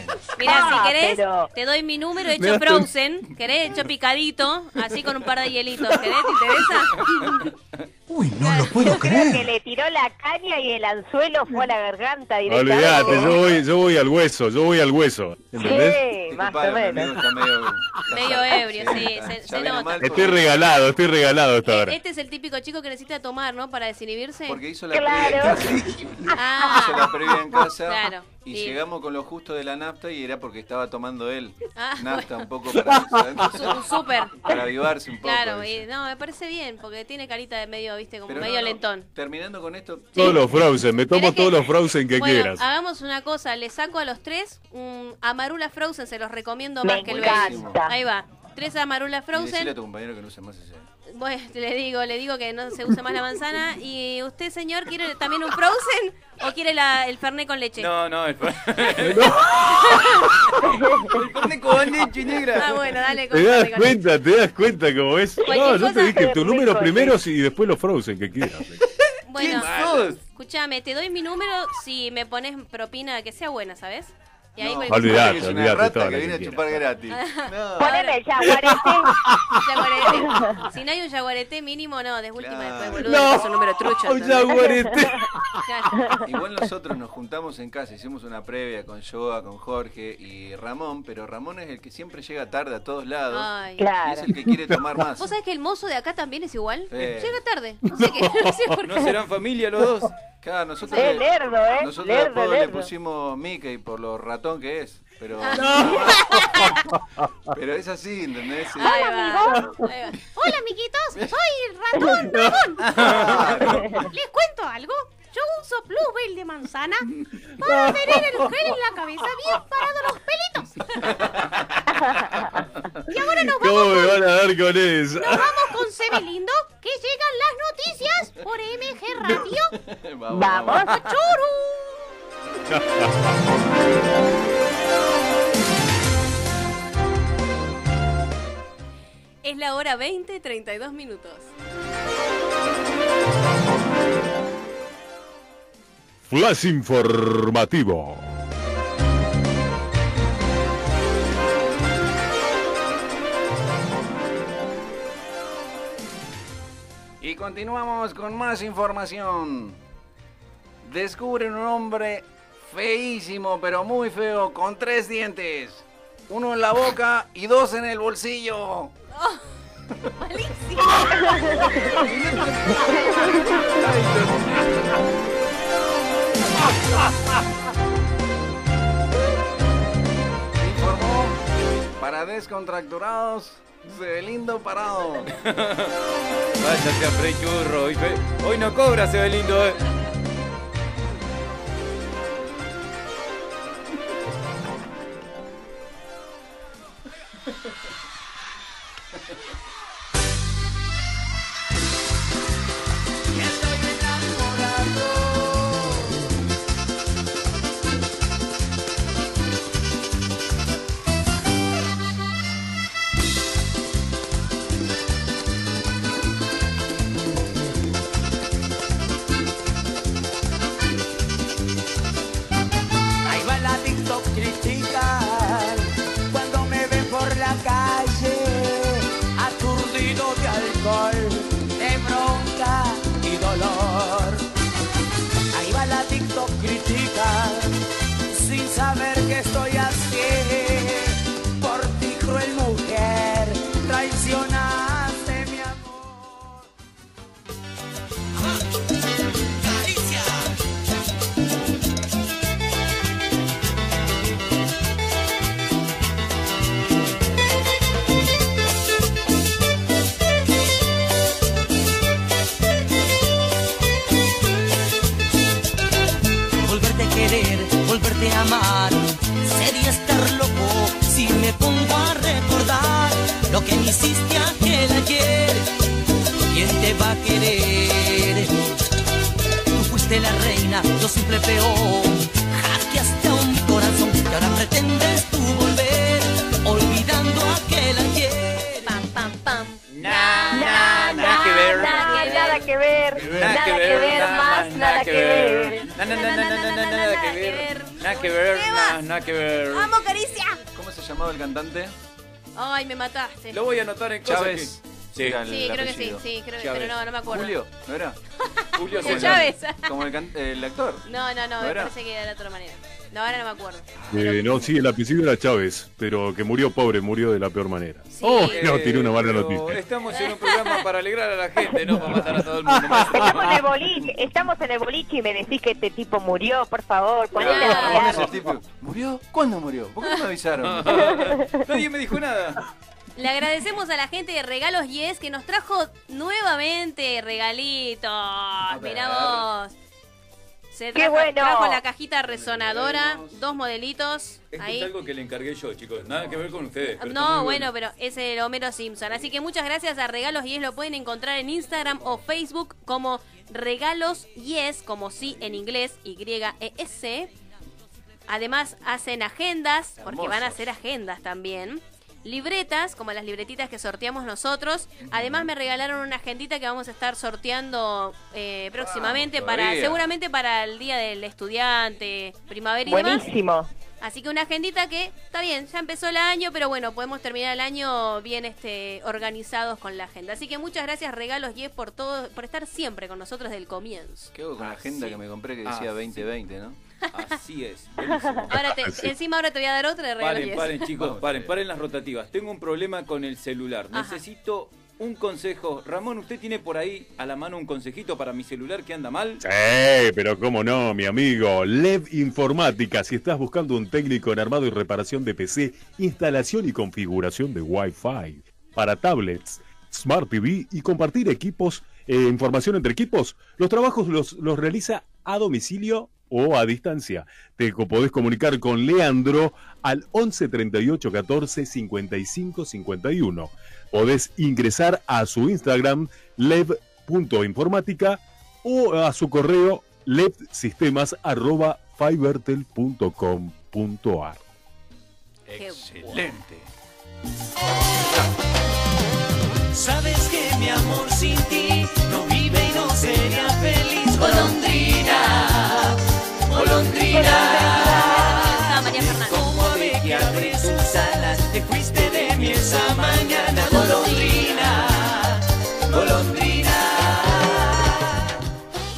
Ah, si querés, pero- te doy mi número Me hecho das tu- Frozen. ¿Querés? Hecho picadito, así con un par de hielitos. ¿Querés? ¿Te interesa? No lo puedo creer. que le tiró la caña y el anzuelo fue a la garganta directamente. Olvídate, yo voy, yo voy al hueso, yo voy al hueso. ¿Entendés? Este Sí, más o menos. Medio ebrio, sí. Se, se nota. Estoy regalado, estoy regalado hasta ahora. Este es el típico chico que necesita tomar, ¿no? Para desinhibirse. Porque hizo la Claro. previa Ah. Hizo la previa en casa Claro. y Sí. llegamos con lo justo de la nafta y era porque estaba tomando él. Ah, nafta un poco Su- para, un súper. para avivarse un poco. Claro, dice. y, no, me parece bien, porque tiene carita de medio, viste, como Pero no, medio no, lentón. Terminando con esto, Todos los Frozen, me tomo ¿Querés que- todos los Frozen que bueno, ah, quieras. hagamos una cosa, le saco a los tres un Amarula Frozen, se los recomiendo Me más que el encanta. beso. Ahí va. Tres Amarula y decile a Frozen. tu compañero que no use más ese. Bueno, le digo, le digo que no se usa más la manzana. ¿Y usted, señor, quiere también un Frozen o quiere la- el Fernet con leche? No, no, el El Fernet con leche negra. Ah, bueno, dale con ¿Te das Fernet con leche. cuenta? ¿Te das cuenta cómo es? No, Cualquier yo te cosa- dije tu número primero y después los Frozen que quieras. Bueno, sos? escúchame, te doy mi número si me pones propina que sea buena, ¿sabes? Y ahí cualquier- Olvidate, Es una olvidate todo rata lo que que viene a quieras. chupar gratis. Poneme el jaguarete. Jaguarete. Si no hay un jaguarete mínimo, no, de última después, boludo. No. es un número trucho. Un entonces. jaguarete. Claro. Igual nosotros nos juntamos en casa, hicimos una previa con Joa, con Jorge y Ramón, pero Ramón es el que siempre llega tarde a todos lados. Ay. Y es el que quiere tomar más. ¿Vos sabés que el mozo de acá también es igual? Sí. Llega tarde. No sé qué. No sé por ¿No qué. serán familia los dos? Claro, nosotros, Eh, este le, lerdo, eh, nosotros lerdo, le apodo lerdo. le pusimos Mickey por lo ratón que es, pero... pero es así, ¿entendés? Sí. Ahí va. Ahí va. Hola, amiguitos. Soy ratón dragón. Les cuento algo. Yo uso Bluebell de manzana para tener el gel en la cabeza bien parado los pelitos. Y ahora nos ¿Cómo vamos me van a dar con eso? Nos vamos con Sebelindo, que llegan las noticias por MG Radio. Vamos. ¡Churu! Es la hora 20, 32 minutos. Flash informativo. Y continuamos con más información. Descubren un hombre feísimo, pero muy feo, con tres dientes. Uno en la boca y dos en el bolsillo. Para descontracturados, Sebelindo Parado. Váyase a Frey Churro. Hoy, fe- hoy no cobra, se ve lindo. eh. Ahí va la TikTok criticar cuando me ven por la calle, aturdido de alcohol, de bronca y dolor. Ahí va la TikTok criticar sin saber que estoy así. Por ti cruel mujer, traicionaste mi amor. Volverte a querer, volverte a amar. Sería estar loco si me pongo a recordar lo que me hiciste aquel ayer. ¿Quién te va a querer? Tú fuiste la reina, yo simple peón. Hackeaste a un corazón que ahora pretendes tú volver, olvidando aquel ayer. Pam, pam, pam. Nada que ver. Nada que ver, nada que ver, Na, na, na, na, na, na, na, na, nada que ver. Nada que ver, na- nada que ver. ¡Vamos, caricia! ¿Cómo se llamaba el cantante? Ay, me mataste. Lo voy a anotar en cosas Chávez. Era el Sí, creo que sí, apellido. sí, creo que, Chávez. pero no, no me acuerdo. Julio, ¿no era? Julio Sí, César. Chávez. Como el, can- el actor. No, no, no, ¿No me era? parece que era de otra manera. No, ahora no me acuerdo. Eh, no, sí, el apellido era Chávez, pero que murió pobre, murió de la peor manera. Sí. Oh, no, Eh, tiene una mala pero noticia. Estamos en un programa para alegrar a la gente, no para matar a todo el mundo. Estamos en el boliche, estamos en el boliche y me decís que este tipo murió, por favor, ponete a ¿Cuándo bailar. es el tipo? ¿Murió? ¿Cuándo murió? ¿Por qué no me avisaron? Nadie me dijo nada. Le agradecemos a la gente de Regalos Yes que nos trajo nuevamente regalitos. Mirá vos. Se ¡Qué trajo, bueno! trajo la cajita resonadora, dos modelitos. Esto ahí. es algo que le encargué yo, chicos. Nada que ver con ustedes. pero está No, muy bueno, pero es el Homero Simpson. Así que muchas gracias a Regalos Yes. Lo pueden encontrar en Instagram o Facebook como Regalos Yes, como sí en inglés, Y-E-S. Además, hacen agendas, porque van a Hermosos. hacer agendas también. Libretas, como las libretitas que sorteamos nosotros. Además, me regalaron una agendita que vamos a estar sorteando eh, próximamente, para todavía. seguramente para el Día del Estudiante, primavera y demás. Buenísimo. Así que una agendita que está bien, ya empezó el año, pero bueno, podemos terminar el año bien este, organizados con la agenda. Así que muchas gracias, Regalos Yes, por todo, por estar siempre con nosotros desde el comienzo. ¿Qué hago con la agenda que me compré que Ah, decía sí. 2020, no? Así es. Ahora te- encima ahora te voy a dar otra de Regalos Paren, Yes. paren, chicos, paren, paren las rotativas. Tengo un problema con el celular. Ajá. Necesito un consejo. Ramón, ¿usted tiene por ahí a la mano un consejito para mi celular que anda mal? Sí, Eh, pero cómo no, mi amigo. Lev Informática, si estás buscando un técnico en armado y reparación de PC, instalación y configuración de Wi-Fi para tablets, Smart TV y compartir equipos, eh, información entre equipos, los trabajos los, los realiza a domicilio o a distancia. Te co- podés comunicar con Leandro al 11 38 14 55 51. Podés ingresar a su Instagram E lev.informática o a su correo lepsistemas.fivertel.com.ar. Excelente. Sabes que mi amor sin ti no vive y no sería feliz. Golondrina, golondrina. Ah, María Como ave que abre sus alas, te fuiste de mí esa mañana. Golondrina, golondrina.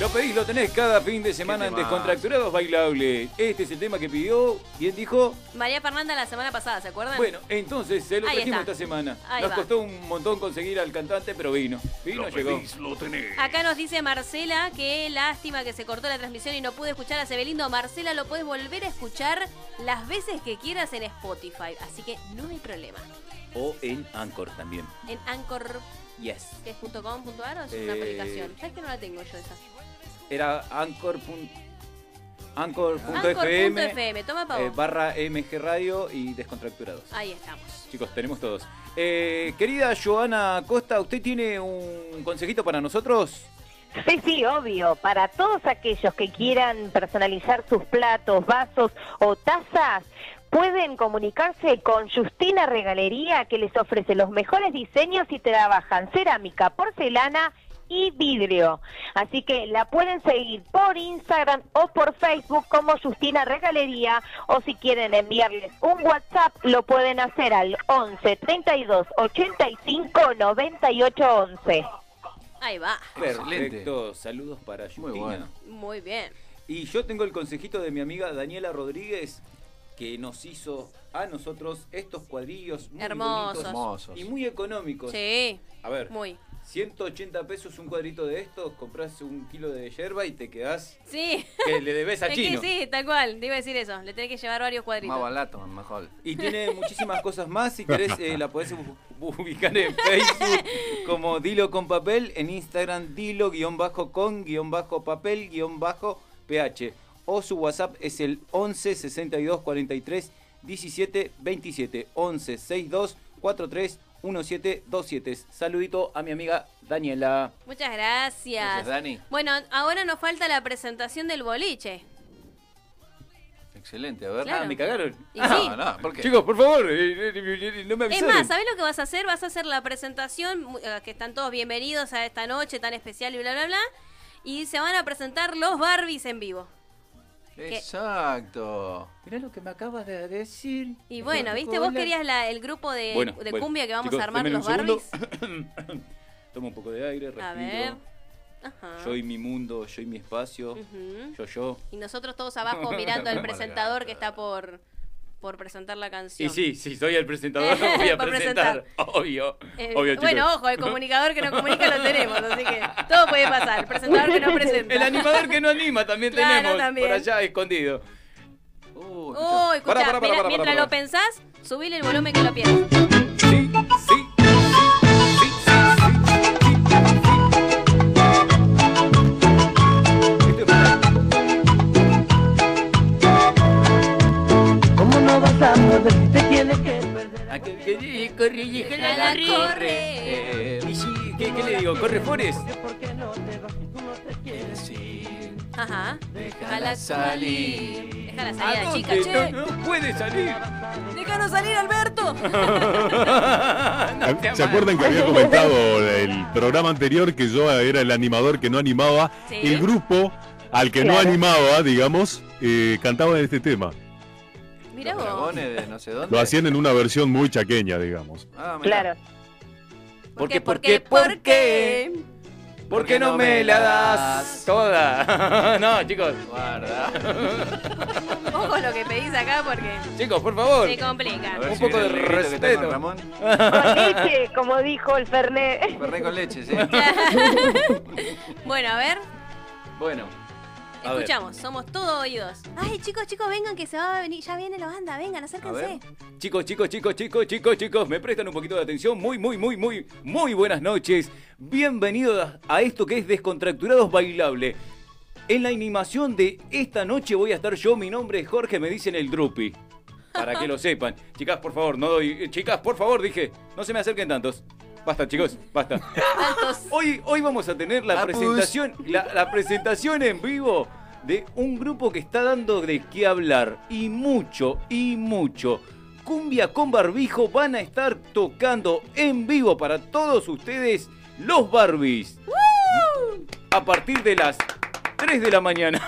Lo pedís, lo tenés cada fin de semana en Descontracturados Bailables. Este es el tema que pidió y él dijo, María Fernanda la semana pasada, ¿se acuerdan? bueno, entonces se lo Ahí trajimos está. esta semana. Ahí Nos va. costó un montón conseguir al cantante, pero vino. Vino, llegó. Acá nos dice Marcela que lástima que se cortó la transmisión y no pude escuchar a Sebelindo. Marcela, lo puedes volver a escuchar las veces que quieras en Spotify, así que no hay problema. O en Anchor también. En Anchor, Yes. que es punto .com, punto .ar, o es una Eh, aplicación. ¿Sabes que no la tengo yo esa? Era Anchor. pun- Anchor.fm Anchor.fm, toma pa' eh, vos. barra MG Radio y Descontracturados. Ahí estamos. Chicos, tenemos todos. Eh, querida Joana Costa, ¿usted tiene un consejito para nosotros? Sí, sí, obvio. Para todos aquellos que quieran personalizar sus platos, vasos o tazas, pueden comunicarse con Justina Regalería, que les ofrece los mejores diseños y trabajan cerámica, porcelana y vidrio. Así que la pueden seguir por Instagram o por Facebook como Justina Regalería o si quieren enviarles un WhatsApp lo pueden hacer al 11 32 85 98 11. Ahí va. Perfecto. Saludos para Justina. Muy bien. Y yo tengo el consejito de mi amiga Daniela Rodríguez, que nos hizo a nosotros estos cuadrillos muy Hermosos. bonitos Hermosos. y muy económicos. Sí. A ver, Muy. 180 pesos un cuadrito de estos, compras un kilo de yerba y te quedás Sí. que le debes a Es que Chino. sí, tal cual. Te iba a decir eso. Le tenés que llevar varios cuadritos. Más barato, mejor. Y tiene muchísimas cosas más. Si querés, eh, la podés bu- bu- ubicar en Facebook como Dilo con Papel, en Instagram Dilo guión bajo con guión bajo papel guión bajo PH. O su WhatsApp es el 11 62 43 17 27 11 62 43 17 27. Saludito a mi amiga Daniela. Muchas gracias. Gracias, Dani. Bueno, ahora nos falta la presentación del boliche. Excelente, a ver. Claro. Ah, me cagaron. Y Ah, sí. no, no, ¿por qué? Chicos, por favor, eh, eh, eh, no me Es avisaron. más, ¿sabes lo que vas a hacer? Vas a hacer la presentación, mu- eh, que están todos bienvenidos a esta noche tan especial y bla, bla, bla. Y se van a presentar los Barbies en vivo. Que- Exacto. Mirá lo que me acabas de decir. Y bueno, ¿viste? Vos Hola. querías la- el grupo de, Bueno, de bueno, cumbia que vamos chicos, a armar denme los un segundo. Barbies. Tomo un poco de aire, respiro. A ver. Ajá. Yo y mi mundo, yo y mi espacio. Ujú. Yo, yo. Y nosotros todos abajo mirando al Mala presentador que está por, por presentar la canción. Y sí, sí, soy el presentador, lo voy a Por presentar. presentar. Obvio. Eh, obvio, chicos. bueno, ojo, el comunicador que no comunica lo tenemos, así que todo puede pasar. El presentador que no presenta. El animador que no anima también Claro, tenemos también. por allá escondido. Uh, Uy, escuchá. escuchá, Pará, pará, mira, pará, pará, mientras pará. lo pensás, subile el volumen que lo pierdas. ¿Cómo no vas a poder si te tienes que perder? ¿A qué querés? Corre, y Déjala correr. Eh, y sí, ¿qué, qué le digo? ¿Corre, Forest? Ajá. Déjala salir. Déjala ¿A salir a la chica, dónde? che. Ah, No, no puede salir. Déjanos salir, Alberto. te Ah, ¿Se acuerdan que había comentado el programa anterior que yo era el animador que no animaba? Sí. El grupo al que no Claro. animaba, digamos, eh, cantaba este tema. Mirá vos. Dragones de no sé dónde. Lo hacían en una versión muy chaqueña, digamos. Ah, mirá. Claro. Porque, porque, porque. ¿Por qué no me la das toda? no, chicos. Ojo lo que pedís acá porque chicos, por favor. se complica. Un poco de respeto. Ramón. Con leche, como dijo el Fernet. Ferré con leche, sí. Bueno, a ver, bueno. a ver. escuchamos. Somos todo oídos. Ay, chicos, chicos, vengan que se va a venir. Ya viene la banda, vengan, acérquense. Chicos, chicos, chicos, chicos, chicos, chicos, me prestan un poquito de atención. Muy, muy, muy, muy, muy buenas noches. Bienvenidos a esto que es Descontracturados Bailable. En la animación de esta noche voy a estar yo. Mi nombre es Jorge, me dicen el Drupi. Para que lo sepan. Chicas, por favor, no doy. eh, Chicas, por favor, dije. No se me acerquen tantos. Basta, chicos, basta. Hoy, hoy vamos a tener la Papus. presentación, la, la presentación en vivo de un grupo que está dando de qué hablar. Y mucho, y mucho. Cumbia con barbijo van a estar tocando en vivo para todos ustedes los Barbies. A partir de las 3 de la mañana.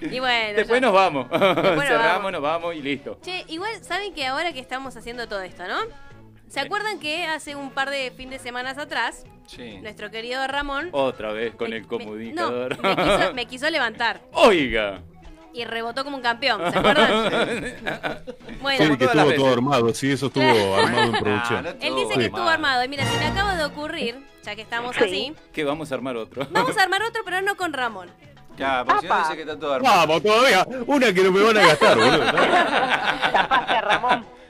Y bueno. Después ya- nos vamos. nos Cerramos, vamos. nos vamos y listo. Che, igual saben que ahora que estamos haciendo todo esto, ¿no? ¿Se acuerdan que hace un par de fin de semanas atrás, Sí. nuestro querido Ramón Otra vez con el me- no, comunicador. me quiso, me quiso levantar Oiga. y rebotó como un campeón, ¿se acuerdan? Bueno, Sí, que Todas las estuvo veces. todo armado, sí, eso estuvo armado en No, producción. no él dice que estuvo armado. Y mira, se me acaba de ocurrir, ya que estamos así, Que vamos a armar otro. vamos a armar otro, pero no con Ramón. Ah, Ya, porque si no dice que está todo armado. Vamos, todavía. Una que no me van a gastar, boludo.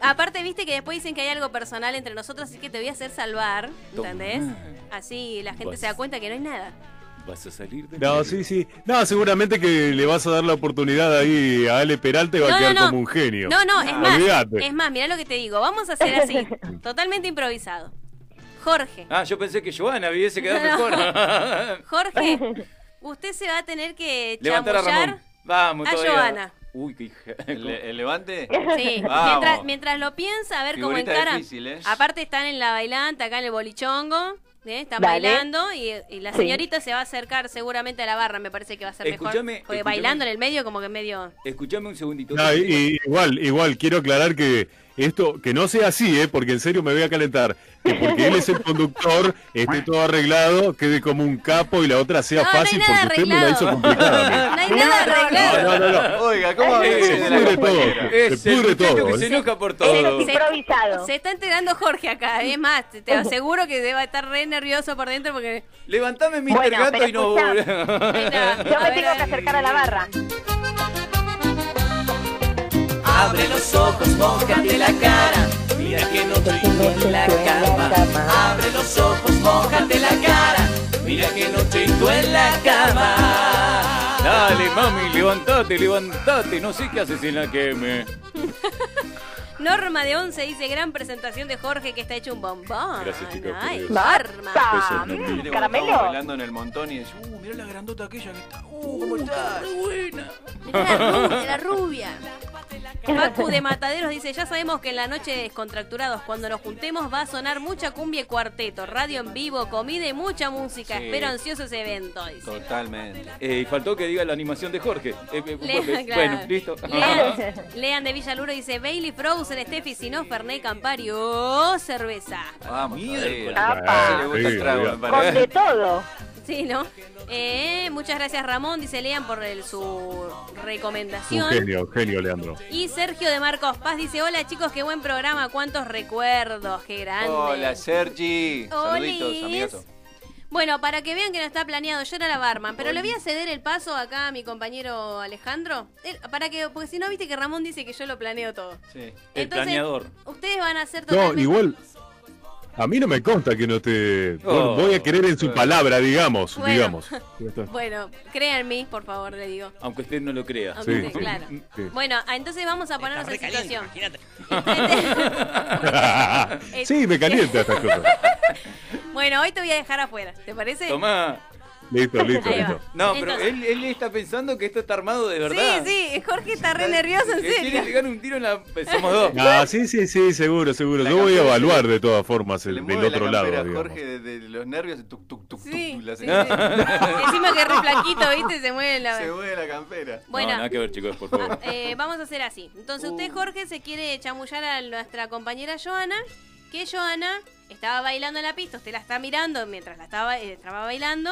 Aparte, viste que después dicen que hay algo personal entre nosotros, así que te voy a hacer salvar, ¿entendés? Así la gente Vas. se da cuenta que no hay nada. Vas a salir de No, sí, sí. No, seguramente que le vas a dar la oportunidad ahí a Ale Peralta y va No, a quedar no, no. como un genio. No, no, es más. Olvídate. Es más, mirá lo que te digo. Vamos a hacer así, totalmente improvisado. Jorge, Ah, yo pensé que Joana hubiese quedado No. mejor. Jorge, usted se va a tener que Levantar a Ramón. chamullar. Vamos, a todavía. Joana. Uy, qué hija. ¿El, levante? Sí, mientras, mientras lo piensa, a ver cómo Figurita encara. difícil, ¿eh? Aparte están en la bailanta, acá en el bolichongo, ¿eh? están Dale. bailando y, y la Sí. señorita se va a acercar seguramente a la barra, me parece que va a ser Escuchame, mejor. Porque escuchame. bailando en el medio como que medio... Escuchame un segundito. No, y- y igual, igual, quiero aclarar que esto, que no sea así, ¿eh? porque en serio me voy a calentar. Que porque él es el conductor, esté todo arreglado, quede como un capo y la otra sea No, no hay fácil nada porque usted me la hizo arreglado. complicada. No hay nada arreglado. No, no, no. Oiga, ¿cómo Eh, hablas se de la pudre compañera? todo, se Es el pudre muchacho todo, que ¿eh? se enoja por todo. Se- Se está enterando Jorge acá, es más, te, te aseguro que debe estar re nervioso por dentro porque... Levantame, Mr. Bueno, Gato, pero y no... Yo me tengo que acercar a la barra. Abre los ojos, mojate la cara. Mira que no tengo en la cama. Abre los ojos, mojate la cara. Mira que no tengo en la cama. Dale, mami, levantate, levantate. No sé qué haces en la queme. Norma de 11 dice, gran presentación de Jorge que está hecho un bombón. Gracias, chicos, por Ay, eso. Norma. Besos, mi Mire, vida. cuando estamos bailando en el montón y decís, uh, mirá la grandota aquella que está. Uh, ¿cómo está? Mirá la rubia, la rubia. Facu de Mataderos dice, ya sabemos que en la noche de descontracturados, cuando nos juntemos, va a sonar mucha cumbia y cuarteto, radio en vivo, comida y mucha música. Sí. Espero ansioso ese evento. dice. Totalmente. Eh, y faltó que diga la animación de Jorge. Eh, eh, Lea- bueno, claro. Bueno, listo. Lean, Lean de Villaluro dice, Bailey Frozen, Steffi, si no, Ferné Campari o cerveza. Vamos, miércoles. Apa. Sí, le gusta el trago, me parece. Con de todo. Sí, ¿no? Eh, muchas gracias Ramón, dice Lean, por el- su Un recomendación. genio, un genio, Leandro. Y Sergio de Marcos Paz dice, hola chicos, qué buen programa, cuántos recuerdos, qué grande. Hola, Sergi. Saluditos, Olis. amigazo. Bueno, para que vean que no está planeado, yo era la barman, pero le voy a ceder el paso acá a mi compañero Alejandro, Él- para que, porque si no, viste que Ramón dice que yo lo planeo todo. Sí. El planeador. Ustedes van a hacer No, totalmente... igual. A mí no me consta que no te. Oh, voy a querer en su bueno. palabra, digamos. Bueno. digamos. Bueno, créanme, por favor, le digo. Aunque usted no lo crea. Aunque usted- claro. Sí. Bueno, ah, entonces vamos a ponernos en situación. sí, me calienta estas cosas. Bueno, hoy te voy a dejar afuera, ¿te parece? Tomá. Listo, listo, Ahí va. listo. No, pero Entonces- él, él está pensando que esto está armado de Sí, verdad. sí, Jorge está re nervioso, en Le Quiere serio. llegar un tiro en la. Somos dos. Ah, sí, sí, sí, seguro, seguro. Yo voy a evaluar de todas formas el- del mueve la otro lado, campera, digamos. Jorge, de, de los nervios, tuc, tuc, tuc, Sí, tuc, la sí, señora. sí. Encima que es re flaquito, ¿viste? Se mueve la... Se mueve la campera. Bueno. No, nada que ver, chicos, por favor. Eh, vamos a hacer así. Entonces Uh. usted, Jorge, se quiere chamullar a nuestra compañera Joana, que Joana estaba bailando en la pista, usted la está mirando mientras la estaba, eh, estaba bailando,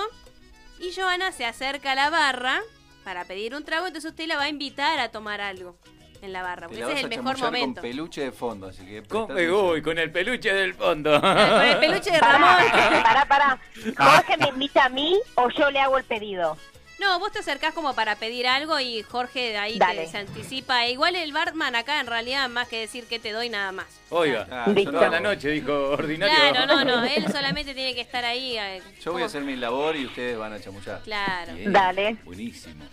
y Joana se acerca a la barra para pedir un trago, entonces usted la va a invitar a tomar algo en la barra, Te porque la ese es vas el a mejor chamullar momento. Con peluche de fondo, así que. Con- prestá atención. uy, con el peluche del fondo. Con el peluche de Ramón. Pará, pará. Ah. ¿Jorge me invita a mí o yo le hago el pedido? No, vos te acercás como para pedir algo y Jorge de ahí Dale. te se anticipa. E igual el barman acá en realidad más que decir que te doy nada más. Oiga, Ah, Listo. toda la noche dijo ordinario. Claro, no, no, él solamente tiene que estar ahí. eh, Yo voy a hacer mi labor y ustedes van a chamullar. Claro. Bien, Dale. Buenísimo.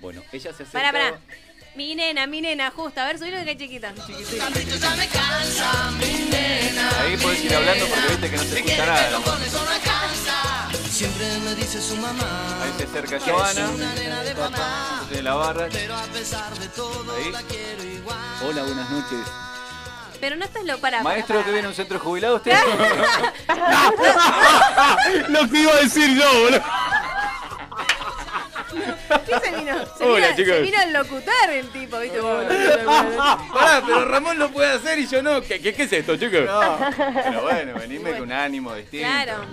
Bueno, ella se acerca. Pará, pará. Mi nena, mi nena, justo. A ver, subilo que es chiquita. Ahí podés ir hablando porque viste que no se escucha nada. Siempre me dice su mamá. Ahí se acerca que es una Joana. nena de mamá. De la barra. Pero a pesar de todo, Ahí. la quiero igual. Hola, buenas noches. Pero no estás lo para. Maestro que viene a un centro jubilado, usted. ¡Ah! Lo que iba a decir yo, boludo. ¿Qué se vino? Se, Hola, vino, chicos. se vino a locutar el tipo, ¿viste? Pará, pero Ramón lo puede hacer y yo no. ¿Qué, qué- qué es esto, chicos? No. Pero bueno, venime Bueno. con un ánimo distinto. claro.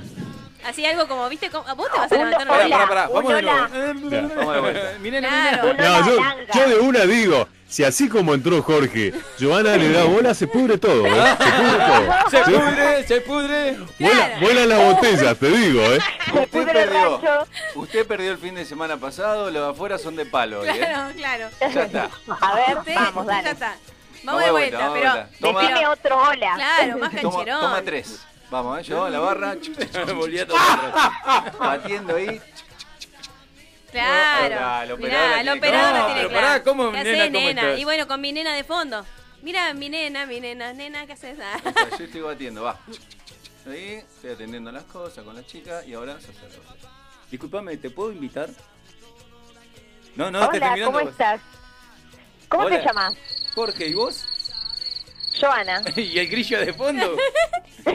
Así algo como, ¿viste? Como- vos te vas a levantar Pará, una pará, pará. Vamos de nuevo. Ya. Vamos de vuelta. Miren, Claro. No, yo, yo de una digo, si así como entró Jorge, Joana le da bola, se pudre todo, ¿eh? Se pudre todo. Se pudre, se pudre. Vuela- vuelan las botellas, te digo, ¿eh? Usted perdió. Usted perdió el fin de semana pasado, los de afuera son de palo. ¿eh? Claro, claro. Ya está. A ver, Sí, vamos, dale. Ya está. Vamos, Vamos de de vuelta, vuelta, vamos de pero. vuelta. Toma. Decime otro hola. Claro, más Toma, cancherón. toma tres. Vamos, ¿eh? yo a la barra. Volví a tomar. Batiendo ahí. Hola, el Claro. operador la Mirá, el tiene operador clara. la No, tiene pero clara. pará, ¿cómo, ¿Qué nena, hacés, cómo nena? estás? Y bueno, con mi nena de fondo. Mira, mi nena, mi nena, nena, ¿qué haces? Ah. Yo estoy batiendo, va. Ahí, estoy atendiendo las cosas con la chica y ahora se acerca. Disculpame, ¿te puedo invitar? No, no, te estoy Hola, mirando. ¿cómo estás? ¿Cómo Hola. te llamas? Jorge, ¿y vos? Joana. ¿Y el grillo de fondo? Ah.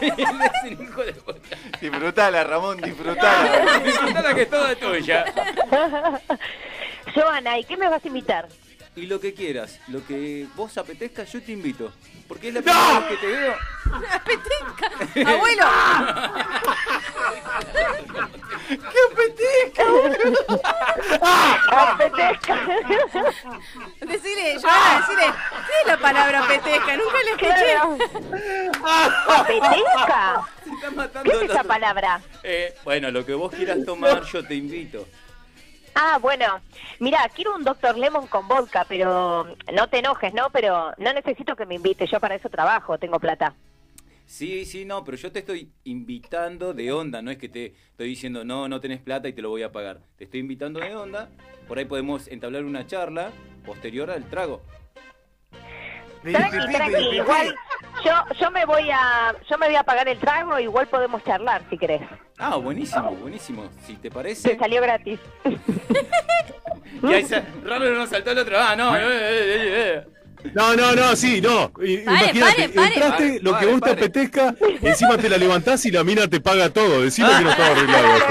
es un hijo de puta. Disfrutala, Ramón, disfrutala. disfrutala que es toda tuya. Joana, ¿y qué me vas a invitar? Y lo que quieras, lo que vos apetezca, yo te invito. Porque es la primera vez que te veo. ¡Abuelo! Ah. Decile, Joana, decile. Sí, la palabra peteca, nunca la escuché. ¿Apetezca? Está ¿Qué matando es al esa otro. palabra? Eh, bueno, lo que vos quieras tomar, yo te invito. Ah, bueno, mira, quiero un Dr. Lemon con vodka, pero no te enojes, ¿no? Pero no necesito que me invites, yo para eso trabajo, tengo plata. Sí, sí, no, pero yo te estoy invitando de onda, no es que te estoy diciendo, no, no tenés plata y te lo voy a pagar. Te estoy invitando de onda, por ahí podemos entablar una charla posterior al trago. Tranqui, tranqui, igual yo, yo me voy a yo me voy a pagar el trago, igual podemos charlar si querés. Ah, buenísimo, buenísimo. Si te Te parece, salió gratis. Y ahí se- Raro no saltó el otro. Ah, no. eh, eh, eh, eh. No, no, no, sí, no. I- Pare, Imagínate, pare, pare. entraste, Pare, lo que pare, vos te pare. apetezca, encima te la levantás y la mina te paga todo. Decime que no estaba arreglado esto.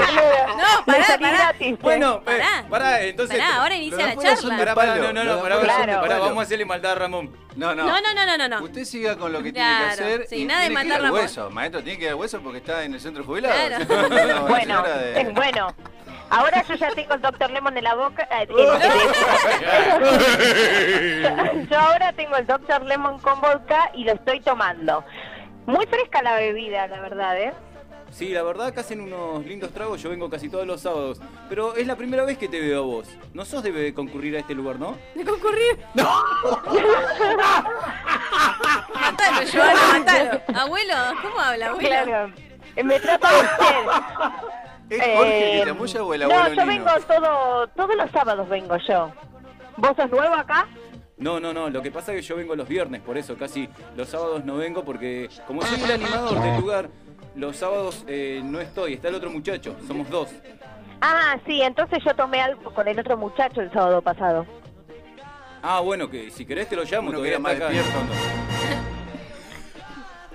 No, pará, pará. Bueno, eh, pará. pará, entonces. Pará, ahora inicia Los la afueras charla. son de Pará, pará, palo. no, no, Los no, pará, afueras pará, son de pará, palo. vamos a hacerle maldad a Ramón. No, No, no, no, no, no. no. Usted siga con lo que Claro, tiene que hacer. sí, y nada de tiene que ir matar al Ramón. hueso, maestro, tiene que ir al hueso porque está en el centro jubilado. Claro. Bueno, señora de- es bueno. Ahora yo ya tengo el Dr. Lemon en la boca. eh, en- yo ahora tengo el Dr. Lemon con vodka y lo estoy tomando. Muy fresca la bebida, la verdad, ¿eh? Sí, la verdad que hacen unos lindos tragos, yo vengo casi todos los sábados. Pero es la primera vez que te veo a vos. No sos de concurrir a este lugar, ¿no? De concurrir. Matalo, Giovanna, matalo. Abuelo, ¿cómo habla, abuelo? Claro. Eh, Me trata de usted. ¿Es Jorge el Eh, que te amulla o el no, abuelo yo Lino? vengo todo, todos los sábados vengo yo. ¿Vos sos nuevo acá? No, no, no, lo que pasa es que yo vengo los viernes, por eso casi los sábados no vengo porque como soy el animador del lugar, los sábados eh, no estoy, está el otro muchacho, somos dos. Ah, sí, entonces yo tomé algo con el otro muchacho el sábado pasado. Ah, bueno, que si querés te lo llamo, todavía está acá.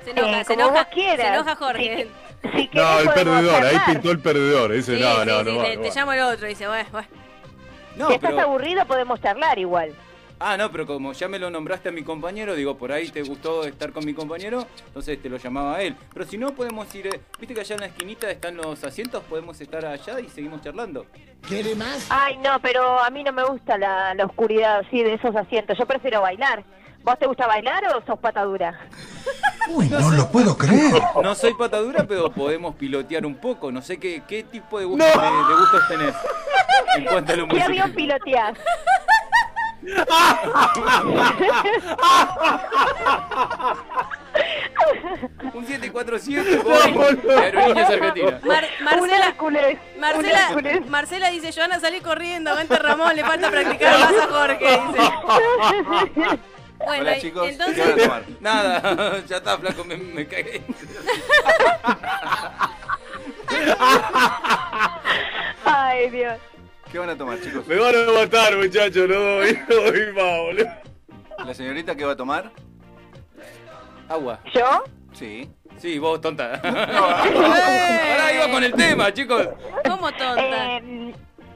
Se enoja, Eh, se como enoja. vos quieras. Se enoja Jorge. No, el podemos perdedor, ahí charlar. pintó el perdedor. Ese, Sí, no, sí, no, sí, no. te, no, te no. llamo el otro y dice, bueno, bueno. No, si estás pero- aburrido podemos charlar igual. Ah, no, pero como ya me lo nombraste a mi compañero, digo, por ahí te gustó estar con mi compañero, entonces te lo llamaba a él. Pero si no, podemos ir, eh, viste que allá en la esquinita están los asientos, podemos estar allá y seguimos charlando. ¿Quiere más? Ay, no, pero a mí no me gusta la, la oscuridad así de esos asientos. Yo prefiero bailar. ¿Vos te gusta bailar o sos patadura? No lo puedo creer. No soy patadura, pero podemos pilotear un poco. No sé qué, qué tipo de gustos, de, de gustos tenés. En cuanto a lo ¿Qué musical. avión piloteás? Un 747 por Aerolíneas Argentinas. Mar- Marcela, un Marcela, Marcela dice, Joana, salí corriendo, vente Ramón, le falta practicar más a Jorge. Dice. Bueno, Hola, y- chicos. entonces, ¿Qué van a tomar? Nada, ya está, flaco, me, me cagué. Ay, Dios. ¿Qué van a tomar, chicos? Me van a matar, muchachos, no doy, no doy más, boludo. ¿La señorita qué va a tomar? Agua. ¿Yo? Sí. Sí, vos, tonta. Ahora iba con el tema, chicos. ¿Cómo tonta? Eh,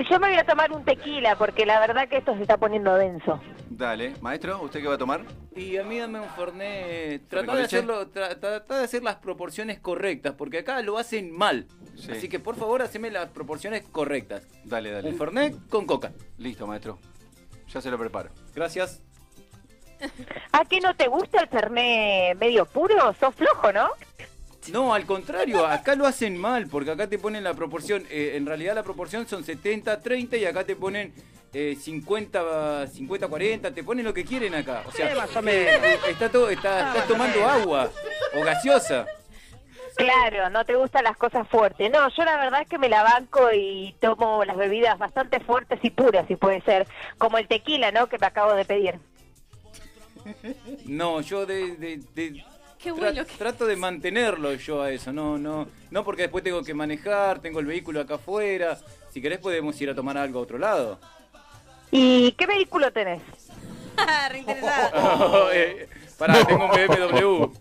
yo me voy a tomar un tequila porque la verdad que esto se está poniendo denso. Dale, maestro, ¿usted qué va a tomar? Y a mí dame un fornet. Tratá con de, leche? hacerlo, tra- tratá de hacer las proporciones correctas, porque acá lo hacen mal. Así que por favor, haceme las proporciones correctas. Dale, dale. Un Fernet con coca. Listo, maestro. Ya se lo preparo. Gracias. ¿A qué no te gusta el fernet medio puro? Sos flojo, ¿no? No, al contrario, acá lo hacen mal, porque acá te ponen la proporción. eh, en realidad, la proporción son 70-30 y acá te ponen. eh, 50 50 40 te ponen lo que quieren acá o sea Sí, más o menos. eh, está todo está, estás tomando agua o gaseosa Claro, no te gustan las cosas fuertes. No, yo la verdad es que me la banco y tomo las bebidas bastante fuertes y puras, si puede ser. Como el tequila, ¿no? Que me acabo de pedir. No, yo de, de- de- Qué tra- bueno que- trato de mantenerlo yo a eso, no, no, no porque después tengo que manejar, tengo el vehículo acá afuera, si querés podemos ir a tomar algo a otro lado. ¿Y qué vehículo tenés? ah, Eh, pará, tengo un BMW.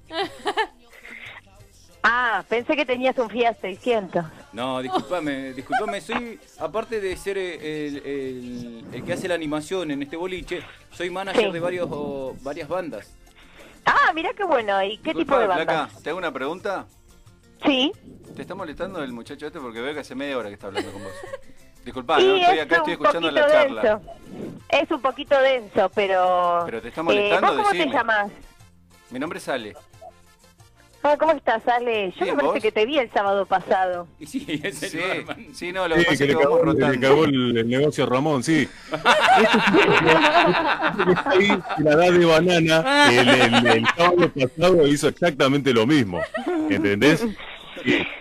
Ah, pensé que tenías un Fiat 600. No, discúlpame, discúlpame, soy, aparte de ser eh, el, el- el que hace la animación en este boliche, soy manager Sí. de varios, o- varias bandas. Ah, mira qué bueno. ¿Y qué tipo de Disculpa, banda? Flaca, ¿te hago una pregunta? Sí. ¿Te está molestando el muchacho este? Porque veo que hace media hora que está hablando con vos. Disculpa, Y Ah, no estoy es acá, estoy un escuchando la poquito charla. denso. Es un poquito denso, pero... eh, Pero te está molestando, ¿vos ¿Cómo decime. te llamas? Mi nombre es Ale. Ah, ¿Cómo estás, Ale? Yo Bien, me parece ¿vos? que te vi el sábado pasado. Sí, es el sí, barman. sí, no, lo que Sí, pasa que es que le vamos cagó, le rotando. cagó el, el negocio a Ramón, sí. Este Ahí la edad de banana, el, el, el sábado pasado hizo exactamente lo mismo. ¿Entendés? Sí.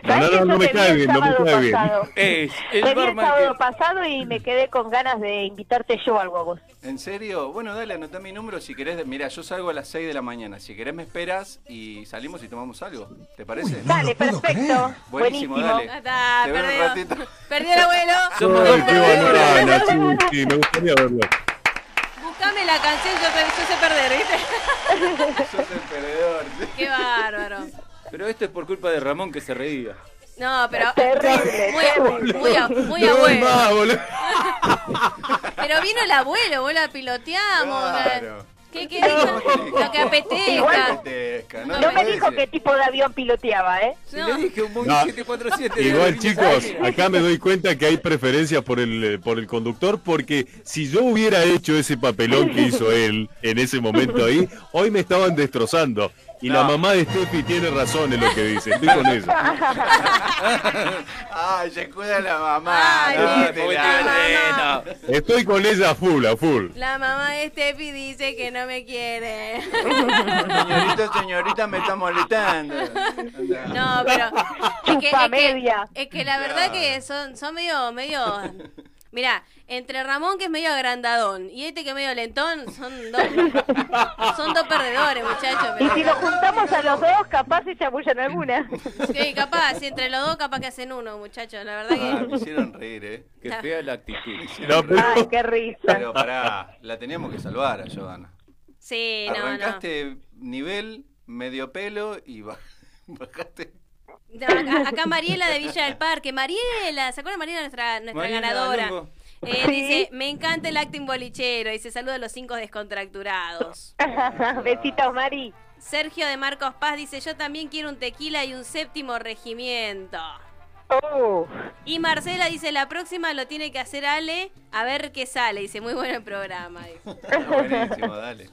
Banana no me cae bien, no me cae bien. Eh, Es el te vi el barman sábado que- pasado y me quedé con ganas de invitarte yo al huevo. ¿En serio? Bueno, dale, anotá mi número si querés. Mira, yo salgo a las 6 de la mañana. Si querés me esperas y salimos y tomamos algo. ¿Te parece? Dale, perfecto. Buenísimo, Buenísimo. dale. Ah, Te veo en un perdió, ratito. perdió el abuelo. Ay, qué banana, Sí, sí, me gustaría verlo. Buscame la canción, yo, te- yo sé perder, ¿viste? Sos el perdedor. Qué bárbaro. Pero esto es por culpa de Ramón que se reía. No, pero. Terrible, muy, terrible. muy a- muy No doy abuelo. más, boludo. Pero vino el abuelo, vos la piloteamos. Claro. ¿Qué querés? Lo que apetezca. Pesca, No, ¿no? me dijo qué tipo de avión piloteaba, ¿eh? Si Le dije un Boeing Ah. No. 747. de Igual Aerolíneas chicos, Aéreas. acá me doy cuenta que hay preferencia por el eh, por el conductor porque si yo hubiera hecho ese papelón que hizo él en ese momento ahí, hoy me estaban destrozando. Y la mamá de Steffi tiene razón en lo que dice. Estoy con eso. Ay, se cuida la mamá. Ay, no mi te puta la mamá. lleno. Estoy con ella a full, a full. La mamá de Steffi dice que no me quiere. Señorita, señorita, me está molestando. No, pero. Es que, es Chupa que- media. es que la verdad que son, son medio, medio. Mirá, entre Ramón que es medio agrandadón y este que es medio lentón, son dos, son dos perdedores, muchachos. Y pero- si lo juntamos a los dos, capaz se chamullan alguna. Sí, capaz, si entre los dos capaz que hacen uno, muchachos, la verdad Ah, que... me hicieron reír, ¿eh? Qué fea la actitud. No, pero- Ay, qué risa. Pero pará, la teníamos que salvar a Giovanna. Sí, no, no. Arrancaste nivel, medio pelo y ba- bajaste. No, Acá, acá Mariela de Villa del Parque. Mariela, ¿se acuerdan de Mariela, nuestra, nuestra Mariela ganadora? Longo. Eh, Sí. Dice, me encanta el acting bolichero. Dice, saluda a los cinco descontracturados. Besitos, Mari. Sergio de Marcos Paz dice, yo también quiero un tequila y un séptimo regimiento. Oh, Y Marcela dice, la próxima lo tiene que hacer Ale, a ver qué sale. Dice, muy bueno el programa. Dice. Está buenísimo, dale.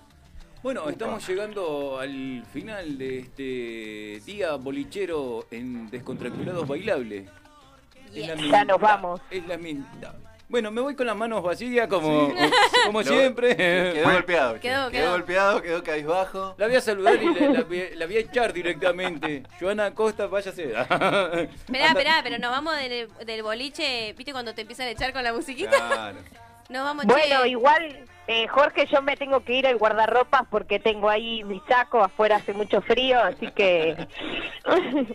Bueno, estamos llegando al final de este día bolichero en Descontracturados Bailables. Es la ya mitad, nos vamos. Es la mitad. Bueno, me voy con las manos vacías como, Sí. como Lo- siempre. Quedó golpeado. che. Quedó, Quedó, quedó. golpeado, quedó cabizbajo. La voy a saludar y la, la voy, la voy a echar directamente. Joana Costa, váyase. Esperá, esperá, pero nos vamos del, del boliche, ¿viste cuando te empiezan a echar con la musiquita? Claro. Nos vamos, che. Bueno, igual, eh, Jorge, yo me tengo que ir al guardarropas porque tengo ahí mi saco, afuera hace mucho frío, así que...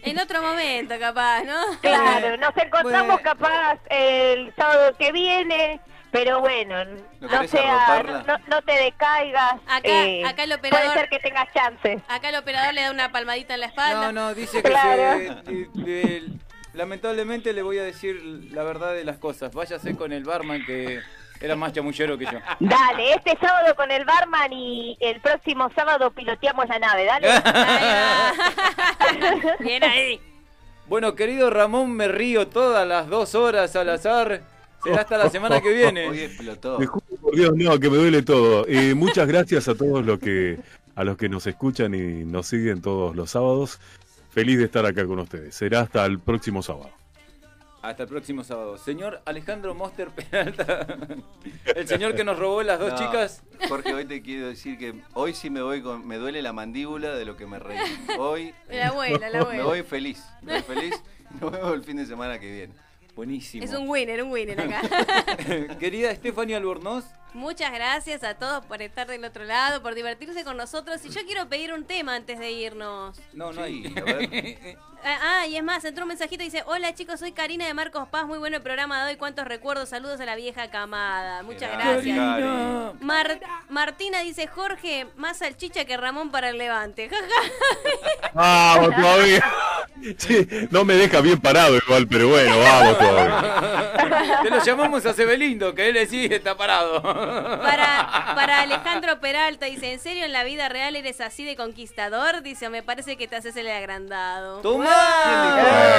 En otro momento, capaz, ¿no? Claro, nos encontramos Bueno. capaz el sábado que viene, pero bueno, ¿No no, querés sea, arroparla? no, no te decaigas. eh, Acá- acá el Puede operador- ser que tengas chance. Acá el operador le da una palmadita en la espalda. No, no, dice que Claro. se- de- de- lamentablemente le voy a decir la verdad de las cosas. Váyase con el barman que era más chamullero que yo. Dale, este sábado con el barman y el próximo sábado piloteamos la nave, dale. Ahí va. Bien ahí. Bueno, querido Ramón, me río todas las dos horas al azar. Será hasta la semana que Hoy viene. explotó. Te juro por Dios, no, que me duele todo. Eh, muchas gracias a todos los que a los que nos escuchan y nos siguen todos los sábados. Feliz de estar acá con ustedes. Será hasta el próximo sábado. Hasta el próximo sábado. Señor Alejandro Moster Peralta, el señor que nos robó las dos No, chicas. Jorge, hoy te quiero decir que hoy sí me voy con. Me duele la mandíbula de lo que me reí. Hoy La abuela, la me abuela. voy feliz. Me voy feliz. Nos vemos el fin de semana que viene. Buenísimo. Es un winner, un winner acá. Querida Estefania Albornoz, Muchas gracias a todos por estar del otro lado, por divertirse con nosotros. Y yo quiero pedir un tema antes de irnos. no, no Sí, hay. a ver. Ah, ah, y es más, entró un mensajito y dice, hola chicos, soy Karina de Marcos Paz, muy bueno el programa de hoy, cuántos recuerdos, saludos a la vieja camada. Muchas Mirá, gracias. Cari. Mar- Martina dice, Jorge, más salchicha que Ramón para el levante. Jaja. Vamos todavía. Che, no me deja bien parado igual, pero bueno, vamos todavía. Te lo llamamos a Sebelindo, que él sí está parado. Para, para Alejandro Peralta dice, ¿en serio en la vida real eres así de conquistador? Dice, me parece que te haces el agrandado. ¡Toma! Eh.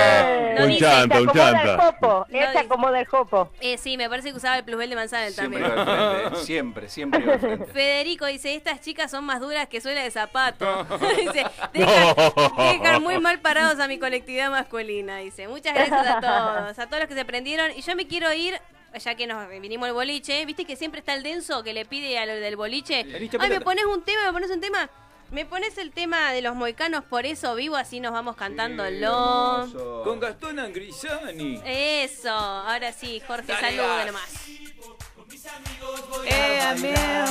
No Un dice, chanta, Eh, se un acomoda el chanta. jopo, No él se dice. acomoda el jopo. Eh, sí, me parece que usaba el plusbel de manzana él Siempre también. iba al frente. eh. Siempre, siempre iba al frente. Federico dice, estas chicas son más duras que suela de zapato. dice, dejan, dejan muy mal parados a mi colectividad masculina. Dice, muchas gracias a todos, a todos los que se prendieron. Y yo me quiero ir, ya que nos vinimos al boliche, viste que siempre está el denso que le pide a lo del boliche. Vení, Ay, chapelota. me pones un tema, me pones un tema. Me pones el tema de los moicanos por eso vivo, así nos vamos cantándolo. Hermoso. Con Gastón Angrisani. eso, ahora sí, Jorge, Dale, saludos gas. nomás. Eh, amigo.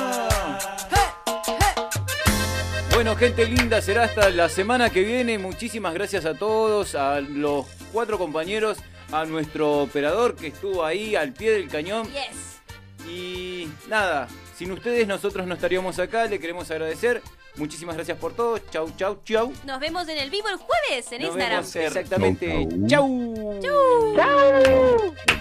Bueno, gente linda, será hasta la semana que viene. Muchísimas gracias a todos, a los cuatro compañeros, a nuestro operador que estuvo ahí al pie del cañón. Yes. Y nada, sin ustedes nosotros no estaríamos acá, le queremos agradecer. Muchísimas gracias por todo. Chau, chau, chau. Nos vemos en el vivo el jueves en Nos Instagram. vemos exactamente. Chau. Chau.